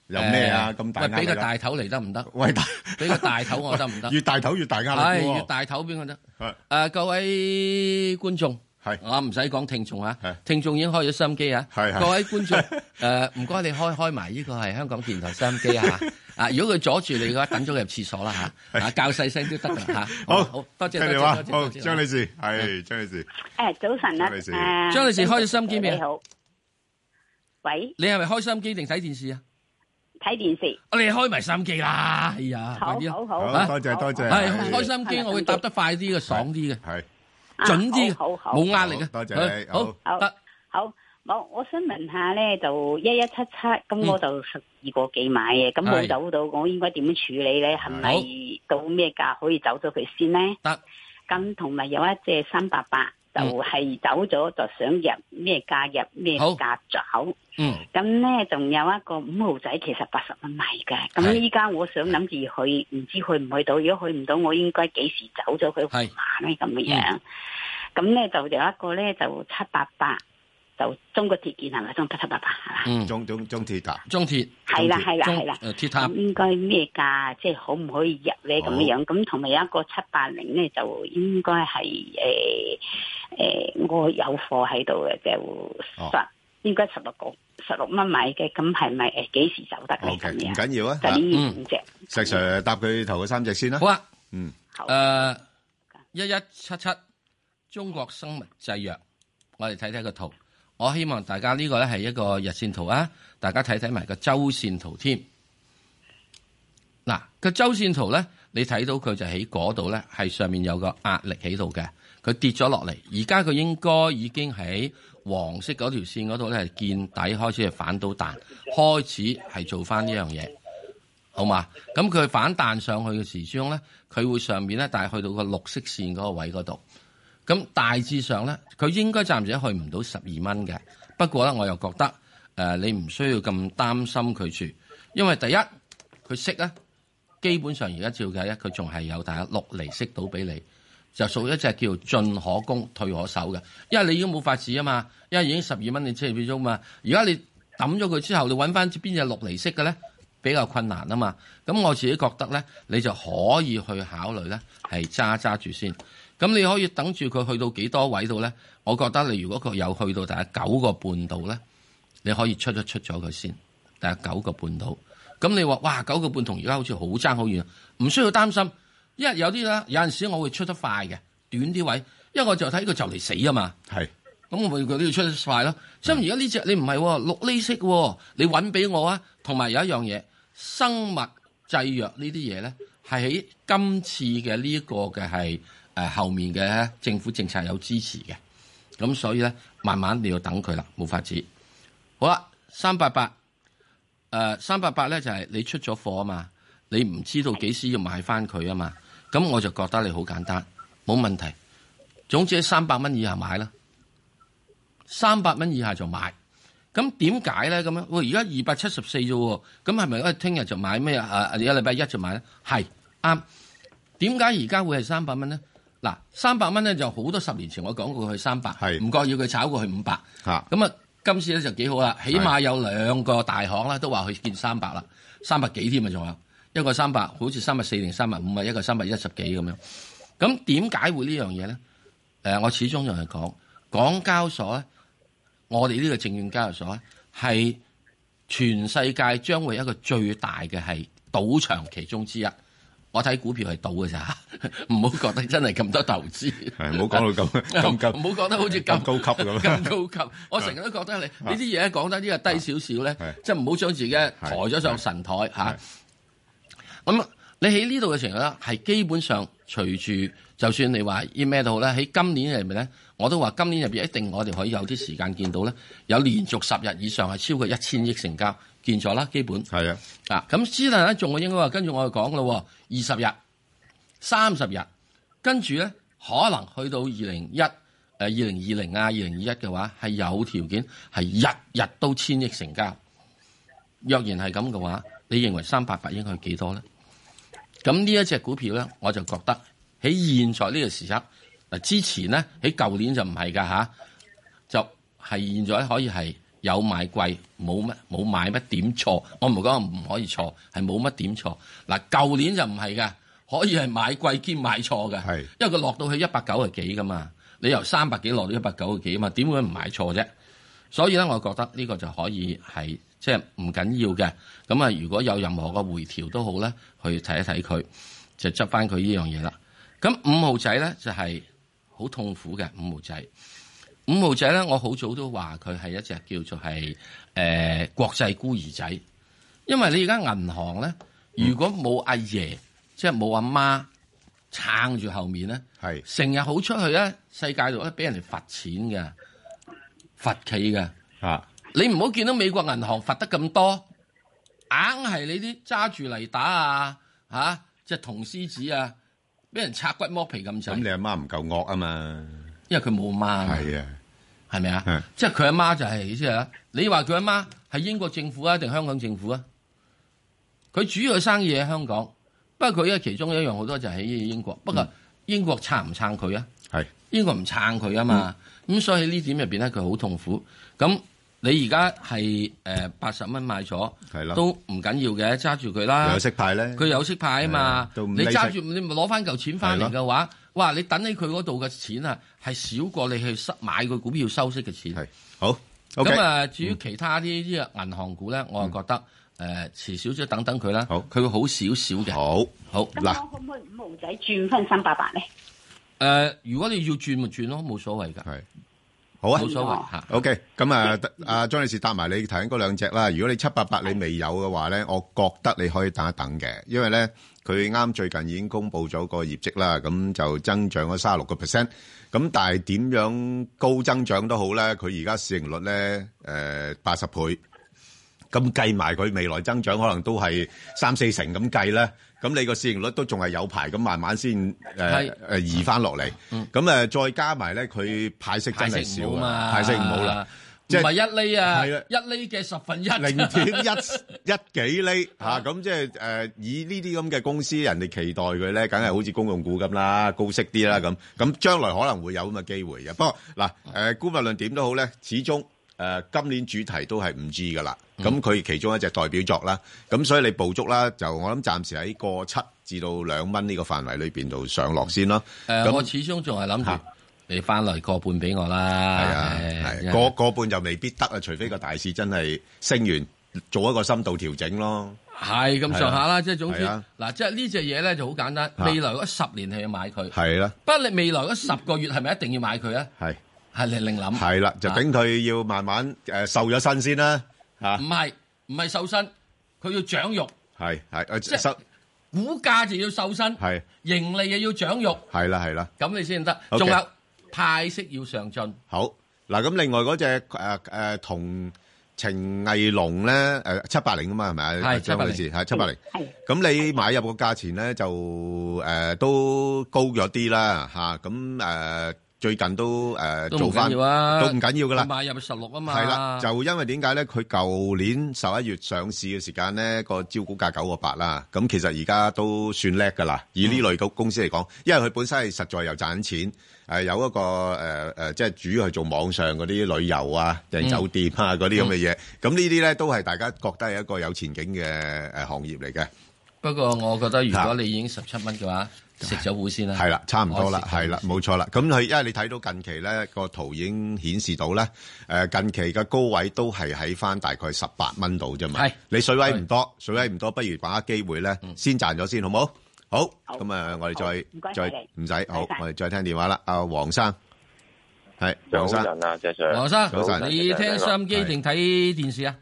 [SPEAKER 1] 有咩啊？咁大
[SPEAKER 2] 喂，俾個
[SPEAKER 1] 壓力啊
[SPEAKER 2] 大頭嚟得唔得？
[SPEAKER 1] 喂大？
[SPEAKER 2] 俾個大頭我得唔得
[SPEAKER 1] 越大頭越大壓力
[SPEAKER 2] 唉
[SPEAKER 1] 喎
[SPEAKER 2] 越大頭邊個得？
[SPEAKER 1] 係
[SPEAKER 2] 誒，各位觀眾，係我唔使講聽眾啊，聽眾已經開咗收音機啊。
[SPEAKER 1] 係係
[SPEAKER 2] 各位觀眾，誒唔該你開開埋呢個係香港電台收音機啊。啊，如果佢阻住你嘅話，等咗佢入廁所啦嚇。啊，較細聲都得㗎嚇。
[SPEAKER 1] 好
[SPEAKER 2] 好多謝
[SPEAKER 1] 聽
[SPEAKER 2] 多
[SPEAKER 1] 電
[SPEAKER 2] 謝
[SPEAKER 1] 話
[SPEAKER 2] 多謝
[SPEAKER 1] 好
[SPEAKER 2] 多謝。
[SPEAKER 1] 張女士
[SPEAKER 2] Ừ.
[SPEAKER 1] 係張女士，
[SPEAKER 15] 誒，早晨啊，
[SPEAKER 1] 張女士
[SPEAKER 15] 誒
[SPEAKER 2] 張女士開咗心機未啊
[SPEAKER 15] 你好，喂，
[SPEAKER 2] 你係咪開收音機定睇電視啊？
[SPEAKER 15] 睇電視。
[SPEAKER 2] 我哋開埋收音機啦。哎呀，快
[SPEAKER 15] 好
[SPEAKER 2] 啲啦
[SPEAKER 15] 好好
[SPEAKER 2] 啊
[SPEAKER 15] 好多謝多謝
[SPEAKER 2] 係
[SPEAKER 15] 係
[SPEAKER 2] 開心機，我會答得快啲嘅，爽啲嘅，
[SPEAKER 1] 係
[SPEAKER 2] 準啲嘅，
[SPEAKER 15] 啊好好好
[SPEAKER 2] 冇壓力嘅。
[SPEAKER 1] 多謝
[SPEAKER 2] 係
[SPEAKER 1] 你
[SPEAKER 2] 好。
[SPEAKER 15] 好，好，我我想問下咧，就一一七七，咁我就十二個幾買嘅，咁冇
[SPEAKER 2] 嗯係
[SPEAKER 15] 走到，我應該點樣處理咧？係
[SPEAKER 2] 好
[SPEAKER 15] 咪到咩價可以走咗佢先咧？
[SPEAKER 2] 得。
[SPEAKER 15] 咁同埋有一隻三八八，就
[SPEAKER 2] 嗯
[SPEAKER 15] 係走咗就想入咩價入咩
[SPEAKER 2] 好
[SPEAKER 15] 價走。
[SPEAKER 2] 嗯，
[SPEAKER 15] 咁咧，仲有一個五號仔，其實八十蚊買嘅。咁
[SPEAKER 2] 係
[SPEAKER 15] 依家我想諗住去，唔知去唔去到？如果去唔到，我應該幾時走咗佢換碼咧？咁
[SPEAKER 1] 嗯
[SPEAKER 2] 嗯
[SPEAKER 15] 樣。咁咧就有一個咧就七八八，就中國鐵建係咪？中七七八八啊係嘛？
[SPEAKER 2] 嗯，
[SPEAKER 1] 中中中鐵啊達，
[SPEAKER 2] 中鐵
[SPEAKER 15] 係啦係啦係啦。
[SPEAKER 2] 誒鐵塔
[SPEAKER 15] 咁應該咩價？即係可唔可以入咧？咁
[SPEAKER 2] 好
[SPEAKER 15] 樣咁同埋有一個七八零咧，就應該係誒誒，我有貨喺度嘅，就
[SPEAKER 1] 哦
[SPEAKER 15] 十應該十六個十六蚊買嘅，咁係咪誒幾時走得咧？
[SPEAKER 1] OK，
[SPEAKER 15] 咁
[SPEAKER 1] 唔
[SPEAKER 15] 樣
[SPEAKER 1] 緊要啊
[SPEAKER 15] 就呢
[SPEAKER 2] 嗯
[SPEAKER 15] 五隻。
[SPEAKER 1] 石 Sir 答佢頭嗰三隻先啦。
[SPEAKER 2] 好啊，
[SPEAKER 1] 嗯，
[SPEAKER 2] 誒呃一一七七中國生物製藥，我哋睇睇個圖。我希望大家呢個咧係一個日線圖啊，大家睇睇埋個周線圖添。嗱，個周線圖咧，你睇到佢就喺嗰度咧，係上面有個壓力喺度嘅，佢跌咗落嚟。而家佢應該已經喺黃色嗰條線嗰度咧係見底開始係反到彈，開始係做翻呢樣嘢，好嘛？咁佢反彈上去嘅時鐘咧，佢會上面咧，但係去到個綠色線嗰個位嗰度。咁大致上咧，佢應該暫時去唔到十二蚊嘅。不過咧，我又覺得誒、呃你唔需要咁擔心佢住，因為第一佢息咧，基本上而家照計咧，佢仲係有大約六厘息到俾你，就屬於一隻叫進可攻退可守嘅。因為你已經冇法子啊嘛，因為已經十二蚊你即係變咗嘛。而家你抌咗佢之後，你揾翻邊隻六厘息嘅咧？比較困難啊嘛，咁我自己覺得咧，你就可以去考慮咧，係揸揸住先。咁你可以等住佢去到幾多位度咧？我覺得你如果佢有去到大概九個半度咧，你可以出一出咗佢先，大概九個半度。咁你話哇，九個半同而家好似好爭好遠，唔需要擔心，因為有啲啦，有陣時我會出得快嘅，短啲位，因為我就睇佢就嚟死啊嘛。
[SPEAKER 1] 係。
[SPEAKER 2] 咁我咪佢都要出得快咯。所以而家呢只你唔係喎，六厘息喎，你揾俾我啊。同埋有一樣嘢，生物製藥呢啲嘢咧，係喺今次嘅呢一個嘅係誒後面嘅政府政策有支持嘅。咁所以咧，慢慢你要等佢啦，冇法子。好啦，三八八，誒三八八咧就係、你出咗貨啊嘛，你唔知道幾時要買翻佢啊嘛。咁我就覺得你好簡單，冇問題。總之喺三百蚊以下買啦。三百蚊以下就買。咁點解咧？咁樣喂，而家二百七十四啫喎，咁係咪誒聽日就買咩啊？啊，一禮拜一就買咧？係啱。點解而家會係三百蚊咧？嗱，三百蚊咧就好多十年前我講過佢三百，唔覺要佢炒過去五百。
[SPEAKER 1] 嚇
[SPEAKER 2] 咁啊，今次咧就幾好啦，起碼有兩個大行啦都話去見三百啦，三百幾添啊，仲有一個三百，好似三百四定三百五啊，一個三百一十幾咁樣。咁點解會呢樣嘢咧？誒、我始終就係講港交所咧。我哋呢個證券交易所咧，係全世界將會一個最大嘅係賭場其中之一。我睇股票係賭嘅咋， 唔好覺得真係咁多投資。
[SPEAKER 1] 係唔好講到 咁咁高，
[SPEAKER 2] 唔好講得好似咁
[SPEAKER 1] 高級咁。 啊
[SPEAKER 2] 咁高級。我成日都覺得你
[SPEAKER 14] 啊
[SPEAKER 2] 呢啲嘢講得呢個低少少咧，即係唔好將自己抬咗上神台嚇。咁你喺呢度嘅情況咧，係基本上隨住，就算你話依咩都好咧，喺今年入面咧，我都話今年入面一定我哋可以有啲時間見到咧，有連續十日以上係超過一千億成交，見咗啦，基本
[SPEAKER 1] 係啊。
[SPEAKER 2] 啊，咁之但咧，仲我應該話跟住我哋講咯，二十日、三十日，跟住咧可能去到二零一誒呃二零二零啊、二零二一嘅話，係有條件係日日都千億成交。若然係咁嘅話，你認為三百八應該係幾多咧？咁呢一隻股票咧，我就覺得喺現在呢個時刻，嗱之前咧喺舊年就唔係㗎吓，就係現在可以係有買貴，冇乜冇買乜點錯。我唔係講唔可以錯，係冇乜點錯。嗱舊年就唔係㗎，可以係買貴兼買錯㗎，因為佢落到去一百九十幾㗎嘛，你由三百幾落到一百九十幾啊嘛，點會唔買錯啫？所以咧，我覺得呢個就可以係即係唔緊要嘅。咁啊，如果有任何嘅回調都好咧，去睇一睇佢，就執翻佢呢樣嘢啦。咁五號仔咧就係、好痛苦嘅五號仔。五號仔咧，我好早都話佢係一隻叫做係誒、呃、國際孤兒仔，因為你而家銀行咧，如果冇阿爺即係冇阿媽撐住後面咧，係成日好出去咧，世界度咧俾人哋罰錢嘅。罰企嘅。
[SPEAKER 1] 啊，
[SPEAKER 2] 你唔好見到美國銀行罰得咁多，硬係你啲揸住嚟打啊嚇，隻、銅獅子啊，俾人拆骨剝皮咁滯。
[SPEAKER 1] 咁你阿媽唔夠惡啊嘛？
[SPEAKER 2] 因為佢冇媽。
[SPEAKER 1] 係啊，
[SPEAKER 2] 係咪啊？即係佢阿媽就係即係啦。你話佢阿媽係英國政府啊，定香港政府啊？佢主要嘅生意喺香港，不過佢嘅其中一樣好多就喺英國。不過英國撐唔撐佢啊？
[SPEAKER 1] 嗯係嗯
[SPEAKER 2] 英國唔撐佢啊嘛。咁、所以呢點入邊咧，佢好痛苦。咁你而家係誒八十蚊買咗，
[SPEAKER 1] 係啦
[SPEAKER 2] 都唔緊要嘅，揸住佢啦。
[SPEAKER 1] 有息派咧，
[SPEAKER 2] 佢有息派啊嘛，
[SPEAKER 1] 係啊都唔
[SPEAKER 2] 你
[SPEAKER 1] 利息
[SPEAKER 2] 揸住你咪攞翻嚿錢翻嚟嘅話，哇！你等喺佢嗰度嘅錢啊，係少過你去收買個股票收息嘅錢。係
[SPEAKER 1] 好。OK
[SPEAKER 2] 咁啊，至於其他啲呢個銀行股咧，我就覺得誒遲少少等等佢啦。
[SPEAKER 1] 好，
[SPEAKER 2] 佢會嗯好少少嘅。
[SPEAKER 1] 好，
[SPEAKER 2] 好嗱。
[SPEAKER 15] 可唔可以五毫仔轉翻三百八咧？
[SPEAKER 2] 呃誒、如果你要轉咪轉咯，冇所謂㗎。係
[SPEAKER 1] 好啊，
[SPEAKER 2] 冇所謂嚇
[SPEAKER 1] O K，咁啊，阿張女士答埋你頭先嗰兩隻啦。如果你七八八你未有嘅話咧，我覺得你可以等一等嘅，因為咧佢啱最近已經公布咗個業績啦，咁就增長咗三十六個 percent。咁但係點樣高增長都好咧，佢而家市盈率咧誒八十倍。咁計埋佢未來增長可能都係三四成咁計咧，咁你個市盈率都仲係有排咁慢慢先誒
[SPEAKER 2] 係
[SPEAKER 1] 誒移翻落嚟。
[SPEAKER 2] 嗯
[SPEAKER 1] 咁誒、再加埋咧，佢派息真係少
[SPEAKER 2] 派息唔好
[SPEAKER 1] 啊，
[SPEAKER 2] 嘛
[SPEAKER 1] 派息唔好啦，
[SPEAKER 2] 唔係一厘啊，
[SPEAKER 1] 係啊
[SPEAKER 2] 一厘嘅十分一，
[SPEAKER 1] 零點一一幾 厘嚇，咁即係誒以呢啲咁嘅公司，人哋期待佢咧，梗係好似公用股咁啦，高息啲啦咁。咁將來可能會有咁嘅機會嘅。不過嗱，誒估無論點都好咧，始終誒、呃今年主題都係五 G 噶啦。咁佢其中一隻代表作啦，咁所以你捕捉啦，就我諗暫時喺個七至到兩蚊呢個範圍裏邊度上落先咯。
[SPEAKER 2] 誒
[SPEAKER 1] 咁
[SPEAKER 2] 我始終仲係諗住你翻嚟個半俾我啦。
[SPEAKER 1] 係啊，
[SPEAKER 2] 誒
[SPEAKER 1] 係啊個個半就未必得啊，除非個大市真係升完做一個深度調整咯。
[SPEAKER 2] 係咁上下
[SPEAKER 1] 係
[SPEAKER 2] 啦，
[SPEAKER 1] 啊
[SPEAKER 2] 即係總之
[SPEAKER 1] 係啊
[SPEAKER 2] 嗱，即係呢隻嘢咧就好簡單，
[SPEAKER 1] 嚇
[SPEAKER 2] 未來嗰十年係要買佢。
[SPEAKER 1] 係啦，
[SPEAKER 2] 不過你未來嗰十個月係咪一定要買佢啊？
[SPEAKER 1] 係
[SPEAKER 2] 係你另諗。
[SPEAKER 1] 係啦，就等佢要慢慢誒瘦咗身先啦。嚇，
[SPEAKER 2] 唔係唔係瘦身，佢要長肉，
[SPEAKER 1] 係係
[SPEAKER 2] 即
[SPEAKER 1] 誒
[SPEAKER 2] 係
[SPEAKER 1] 瘦
[SPEAKER 2] 股價就要瘦身，
[SPEAKER 1] 係
[SPEAKER 2] 盈利又要長肉，
[SPEAKER 1] 係啦係啦。
[SPEAKER 2] 咁你先得。
[SPEAKER 1] OK
[SPEAKER 2] 仲有派息要上進。
[SPEAKER 1] 好嗱，咁另外嗰只誒誒同程藝龍咧誒七八零啊嘛，係咪啊？
[SPEAKER 2] 係
[SPEAKER 1] 張女士
[SPEAKER 2] 780
[SPEAKER 1] 係七八零
[SPEAKER 2] 係。
[SPEAKER 1] 咁你買入個價錢咧就誒都高咗啲啦嚇，咁誒最近都誒
[SPEAKER 2] 都
[SPEAKER 1] 做
[SPEAKER 2] 唔
[SPEAKER 1] 翻
[SPEAKER 2] 緊要啊，
[SPEAKER 1] 都唔緊要噶啦
[SPEAKER 2] 佢。買入十六啊嘛。
[SPEAKER 1] 係啦，就因為點解咧？佢舊年十一月上市嘅時間咧，個招股價九個八啦。咁其實而家都算叻㗎啦。以呢類嘅公司嚟講，因為佢本身係實在又賺緊錢，誒有一個誒誒、呃即係主要係做網上嗰啲旅遊啊、訂酒店啊嗰啲咁嘅嘢。咁呢啲咧都係大家覺得係一個有前景嘅誒行業嚟嘅。
[SPEAKER 2] 不過我覺得如果你已經十七蚊嘅話，食咗糊先啦。
[SPEAKER 1] 係啦，差唔多啦，
[SPEAKER 2] 我食咗
[SPEAKER 1] 係啦，冇錯啦。咁佢因為你睇到近期咧個圖已經顯示到咧，誒、近期嘅高位都係喺翻大概十八蚊度啫嘛。
[SPEAKER 2] 係
[SPEAKER 1] 你水位唔多，水位唔多，不如把握機會咧，先賺咗先，好冇？好，咁啊，我哋
[SPEAKER 16] 唔該
[SPEAKER 1] 再
[SPEAKER 16] 晒
[SPEAKER 1] 再
[SPEAKER 16] 你
[SPEAKER 1] 唔使，好
[SPEAKER 16] 唔該，晒
[SPEAKER 1] 我哋再聽電話啦。阿黃生，係黃生，
[SPEAKER 17] 早晨啊，石 Sir。
[SPEAKER 2] 黃
[SPEAKER 1] 早晨
[SPEAKER 2] 生，你聽收音機
[SPEAKER 17] 係
[SPEAKER 2] 定睇電視啊？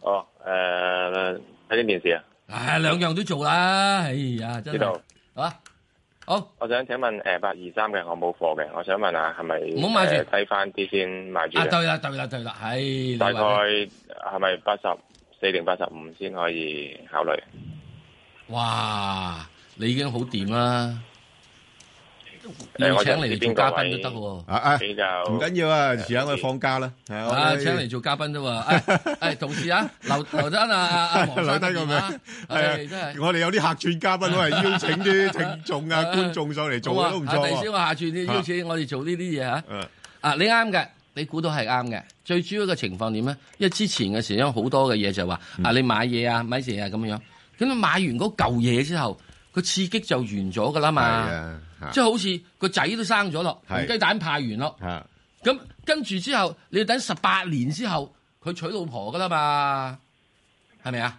[SPEAKER 17] 哦，誒睇啲電視啊。
[SPEAKER 2] 唉，兩樣都做啦。哎呀，真
[SPEAKER 17] 知道
[SPEAKER 2] 係啊！好，
[SPEAKER 17] 我想請問誒八二三嘅我冇貨嘅，我想問下係咪
[SPEAKER 2] 唔好買住
[SPEAKER 17] 誒睇翻啲先買住
[SPEAKER 2] 啊
[SPEAKER 17] 呢
[SPEAKER 2] 對啦，對啦，對啦，唉，你
[SPEAKER 17] 大概
[SPEAKER 2] 話咩
[SPEAKER 17] 係咪八十四定八十五先可以考慮？
[SPEAKER 2] 哇，你已經好掂啦。
[SPEAKER 17] 誒
[SPEAKER 2] 要
[SPEAKER 17] 我
[SPEAKER 2] 請
[SPEAKER 17] 想
[SPEAKER 2] 嚟
[SPEAKER 17] 知
[SPEAKER 2] 做
[SPEAKER 17] 邊
[SPEAKER 2] 嘉
[SPEAKER 17] 個
[SPEAKER 2] 賓
[SPEAKER 17] 位
[SPEAKER 2] 都得喎。
[SPEAKER 1] 啊啊，
[SPEAKER 17] 比較
[SPEAKER 1] 唔緊要啊，而家我哋放假啦，係我
[SPEAKER 2] 啊，
[SPEAKER 1] 哋
[SPEAKER 2] 請嚟做嘉賓啫喎。 唉唉，同事啊，留留得啊啊啊黃
[SPEAKER 1] 留
[SPEAKER 2] 生
[SPEAKER 1] 低個
[SPEAKER 2] 個
[SPEAKER 1] 名，
[SPEAKER 2] 唉，
[SPEAKER 1] 係
[SPEAKER 2] 真
[SPEAKER 1] 啊
[SPEAKER 2] 係！。
[SPEAKER 1] 我哋有啲客串嘉賓，我係邀請啲聽眾啊、觀眾上嚟做
[SPEAKER 2] 好啊
[SPEAKER 1] 都唔
[SPEAKER 2] 啊
[SPEAKER 1] 錯
[SPEAKER 2] 第
[SPEAKER 1] 喎
[SPEAKER 2] 先我下次你
[SPEAKER 1] 啊
[SPEAKER 2] 邀請我哋做呢啲嘢嚇。啊，你啱嘅，你估到係啱嘅。最主要嘅情況點咧？因為之前嘅時候，因為好多嘅嘢就話
[SPEAKER 1] 嗯
[SPEAKER 2] 啊，你買嘢啊，買嘢啊咁樣。咁你買完嗰嚿嘢之後，個刺激就完咗㗎啦
[SPEAKER 1] 係
[SPEAKER 2] 嘛
[SPEAKER 1] 啊嚇。
[SPEAKER 2] 即係好似個仔都生咗咯，
[SPEAKER 1] 係
[SPEAKER 2] 紅雞蛋派完咯。
[SPEAKER 1] 嚇
[SPEAKER 2] 咁跟住之後，你要等十八年之後，佢娶老婆㗎啦嘛，係咪啊？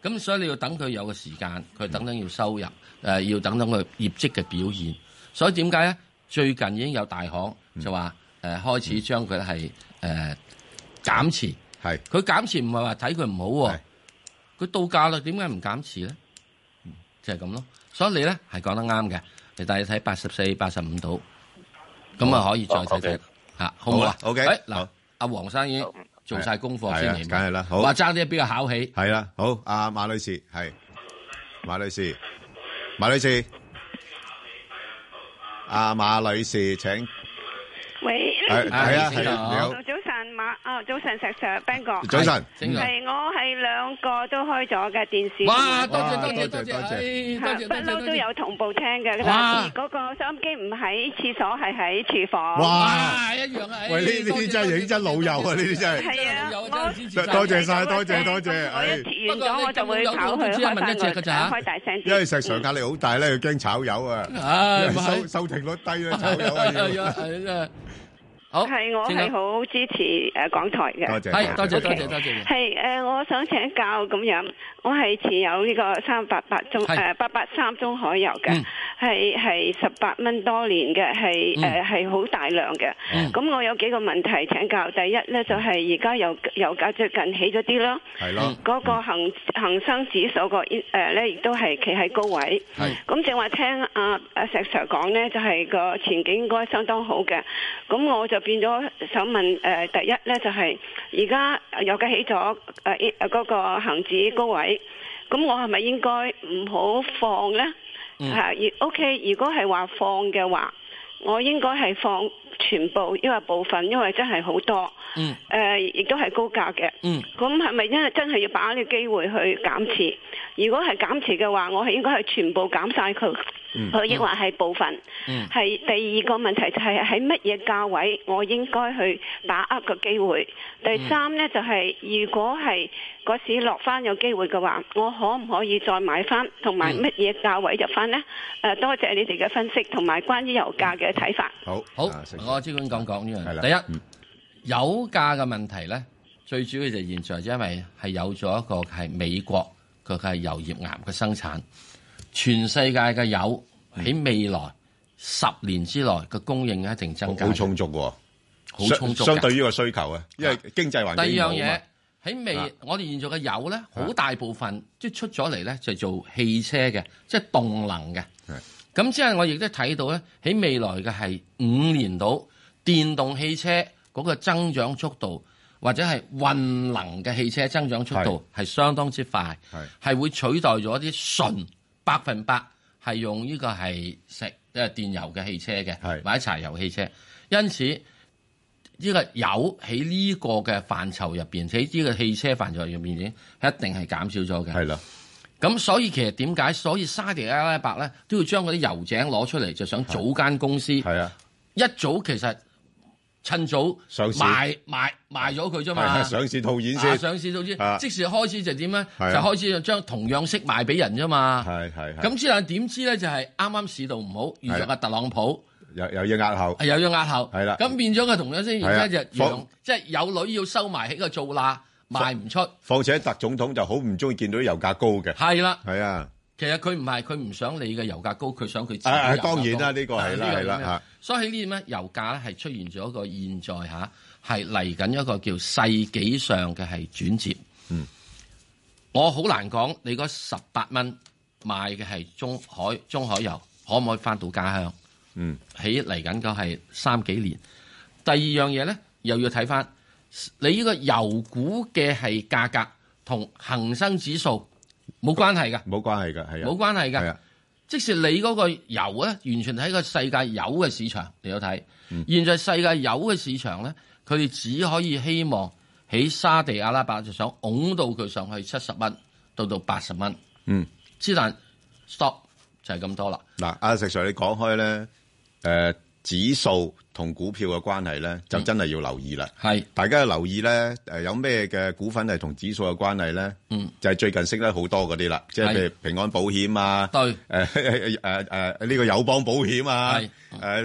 [SPEAKER 2] 咁所以你要等佢有個時間，佢等等要收入，誒、
[SPEAKER 1] 嗯
[SPEAKER 2] 要等等佢業績嘅表現。所以點解咧？最近已經有大行就話誒、開始將佢係誒減持，
[SPEAKER 1] 係
[SPEAKER 2] 佢減持唔係話睇佢唔好喎、佢到價啦，點解唔減持咧？就係咁咯。所以你咧係講得啱嘅，你大約睇八十四、八十五度，咁啊可以再睇睇嚇，好唔好
[SPEAKER 1] 好
[SPEAKER 2] 啊
[SPEAKER 1] 啦，OK，
[SPEAKER 2] 誒嗱，阿黃生已經做晒功課
[SPEAKER 1] 係
[SPEAKER 2] 先
[SPEAKER 1] 啊
[SPEAKER 2] 嚟，
[SPEAKER 1] 梗係啦好
[SPEAKER 2] 話爭啲比較考起。
[SPEAKER 1] 係啦，好，阿馬女士係，馬女士，馬女士，阿馬女士，請
[SPEAKER 18] 喂，
[SPEAKER 1] 係係啊係啊你好
[SPEAKER 18] 早晨馬啊，早晨石 Sir Ben 哥，
[SPEAKER 1] 早晨正常
[SPEAKER 18] 係我係兩個都開咗嘅電視，
[SPEAKER 2] 哇多謝多謝多謝哎多謝
[SPEAKER 18] 嚇不嬲都有同步聽嘅，
[SPEAKER 2] 哇
[SPEAKER 18] 但係嗰個收音機唔喺廁所，係喺廚房。
[SPEAKER 1] 哇
[SPEAKER 2] 一樣啊
[SPEAKER 1] 喂，呢呢啲真係認真老友啊，呢啲真係，
[SPEAKER 18] 係啊，
[SPEAKER 1] 多謝晒，多謝多謝，
[SPEAKER 18] 我
[SPEAKER 1] 唉
[SPEAKER 18] 一切完咗我就會
[SPEAKER 2] 不過你咁
[SPEAKER 18] 跑
[SPEAKER 2] 有
[SPEAKER 18] 去
[SPEAKER 2] 只
[SPEAKER 18] 開
[SPEAKER 2] 係問
[SPEAKER 18] 翻個
[SPEAKER 2] 一隻㗎咋
[SPEAKER 18] 開大聲啲，
[SPEAKER 1] 因為石 Sir 壓力好大咧，佢驚炒魷啊，
[SPEAKER 2] 唉
[SPEAKER 1] 因為
[SPEAKER 2] 咪係
[SPEAKER 1] 收 收聽率低咧，炒魷啊要。
[SPEAKER 2] 係啊，好，
[SPEAKER 19] 係我係好支持誒港台嘅，
[SPEAKER 2] 多謝係多謝多謝
[SPEAKER 19] OK
[SPEAKER 2] 多謝
[SPEAKER 19] 係誒，我想請教咁樣，我係持有呢個三八八中
[SPEAKER 2] 係
[SPEAKER 19] 誒八八三中海油嘅，係係十八蚊多年嘅，係誒
[SPEAKER 15] 嗯
[SPEAKER 19] 係好大量嘅
[SPEAKER 15] 嗯。
[SPEAKER 19] 咁我有幾個問題請教，第一咧就係而家油油價最近起咗啲啦，
[SPEAKER 15] 係咯
[SPEAKER 19] 嗰個恒恒生指數個誒咧亦都係企喺高位。
[SPEAKER 15] 係
[SPEAKER 19] 咁正話聽阿阿石 Sir 講呢，就係、個前景應該相當好嘅。咁我就變咗想問誒、呃第一呢，就係而家有嘅起咗誒嗰個恆指高位，咁我係咪應該唔好放呢？
[SPEAKER 15] 嗯
[SPEAKER 19] 嚇、如 OK，如果係話放嘅話，我應該係放全部，因為部分，因為真係好多。
[SPEAKER 15] 嗯
[SPEAKER 19] 誒、呃亦都係高價嘅。
[SPEAKER 15] 嗯
[SPEAKER 19] 咁係咪因為真係要把握呢個機會去減持？如果係減持嘅話，我係應該係全部減晒佢，
[SPEAKER 15] 嗯
[SPEAKER 19] 佢抑或係部分？
[SPEAKER 15] 嗯
[SPEAKER 19] 係第二個問題就係喺乜嘢價位我應該去把握個機會？第
[SPEAKER 15] 嗯
[SPEAKER 19] 三呢，就係、如果係個市落翻有機會嘅話，我可唔可以再買翻？同埋
[SPEAKER 15] 嗯
[SPEAKER 19] 乜嘢價位入翻呢？誒、呃多謝你哋嘅分析同埋關於油價嘅睇法。
[SPEAKER 1] 好，啊
[SPEAKER 2] 好，我只管講講呢樣
[SPEAKER 1] 啦嗯
[SPEAKER 2] 嘢。第一，油價嘅問題咧，最主要就係現在因為係有咗一個係美國佢係油頁岩嘅生產，全世界嘅油喺未來十年之內嘅供應一定增加，
[SPEAKER 1] 好充足喎，
[SPEAKER 2] 好充足
[SPEAKER 1] 相
[SPEAKER 2] 㗎
[SPEAKER 1] 相對於個需求啊，因為經濟環境
[SPEAKER 2] 第二
[SPEAKER 1] 唔
[SPEAKER 2] 樣
[SPEAKER 1] 好嘛
[SPEAKER 2] 嘢喺
[SPEAKER 1] 啊
[SPEAKER 2] 未，我哋現在嘅油咧，好大部分即係出咗嚟咧，就做汽車嘅，即係動能嘅。咁之後我亦都睇到咧，喺未來嘅係五年度電動汽車嗰個增長速度，或者係混能嘅汽車增長速度係相當之快，係會取代咗啲純百分百係用呢個係石即係電油嘅汽車嘅，或者柴油汽車。因此呢個油喺呢個嘅範疇入邊，喺呢個汽車範疇入邊已經一定係減少咗嘅。係
[SPEAKER 1] 啦。
[SPEAKER 2] 咁所以其實點解？所以沙地阿拉伯咧都要將嗰啲油井攞出嚟，就想早間公司。係
[SPEAKER 1] 啊，
[SPEAKER 2] 一早其實趁早
[SPEAKER 1] 上市
[SPEAKER 2] 賣賣賣咗佢啫
[SPEAKER 1] 係啊
[SPEAKER 2] 嘛。
[SPEAKER 1] 上市套現先
[SPEAKER 2] 啊上市套現
[SPEAKER 1] 啊，
[SPEAKER 2] 即時開始就點咧？就
[SPEAKER 1] 係啊
[SPEAKER 2] 開始就將同樣式賣俾人啫嘛。
[SPEAKER 1] 係係係
[SPEAKER 2] 咁之但點知咧就係啱啱市道唔好，遇
[SPEAKER 1] 係
[SPEAKER 2] 着
[SPEAKER 1] 啊
[SPEAKER 2] 阿特朗普。
[SPEAKER 1] 又又要壓後，
[SPEAKER 2] 係又要壓後，
[SPEAKER 1] 係啦，
[SPEAKER 2] 咁變咗佢同樣先，而家
[SPEAKER 1] 係啊
[SPEAKER 2] 就
[SPEAKER 1] 放
[SPEAKER 2] 羊，即係有女要收埋喺個做罅，賣唔出。
[SPEAKER 1] 況且特總統就好唔中意見到啲油價高嘅，
[SPEAKER 2] 係啦，
[SPEAKER 1] 係啊，
[SPEAKER 2] 其實佢唔係佢唔想你嘅油價高，佢想佢自己
[SPEAKER 1] 啊啊
[SPEAKER 2] 油價高
[SPEAKER 1] 當然啦呢個係啦
[SPEAKER 2] 啊呢
[SPEAKER 1] 係啦
[SPEAKER 2] 咁樣
[SPEAKER 1] 嚇
[SPEAKER 2] 所以喺呢點咧，油價咧係出現咗一個現在嚇係嚟緊一個叫世紀上嘅係轉折。
[SPEAKER 1] 嗯，
[SPEAKER 2] 我好難講你嗰十八蚊買嘅係中海中海油，可唔可以翻到家鄉？
[SPEAKER 1] 嗯，
[SPEAKER 2] 喺嚟緊個係三幾年。第二樣嘢咧，又要睇翻你呢個油股嘅係價格同恒生指數冇關係㗎，
[SPEAKER 1] 冇關係㗎，係啊，
[SPEAKER 2] 冇關
[SPEAKER 1] 係
[SPEAKER 2] 係㗎
[SPEAKER 1] 啊。
[SPEAKER 2] 即使你嗰個油咧，完全喺個世界油嘅市場你有睇。
[SPEAKER 1] 嗯
[SPEAKER 2] 現在世界油嘅市場咧，佢哋只可以希望喺沙地阿拉伯就想拱到佢上去七十蚊到到八十蚊。
[SPEAKER 1] 嗯。
[SPEAKER 2] 之但 stop 就係咁多啦。
[SPEAKER 1] 嗱，阿石 Sir 你講開咧，誒、呃指數同股票嘅關係咧，
[SPEAKER 2] 嗯
[SPEAKER 1] 就真係要留意啦。
[SPEAKER 2] 係、
[SPEAKER 1] 大家要留意咧，誒、有咩嘅股份係同指數嘅關係咧？
[SPEAKER 2] 嗯，
[SPEAKER 1] 就係最近升得好多嗰啲啦，即係譬如
[SPEAKER 2] 係
[SPEAKER 1] 平安保險啊，對，誒 誒誒呃呢個友邦保險啊，誒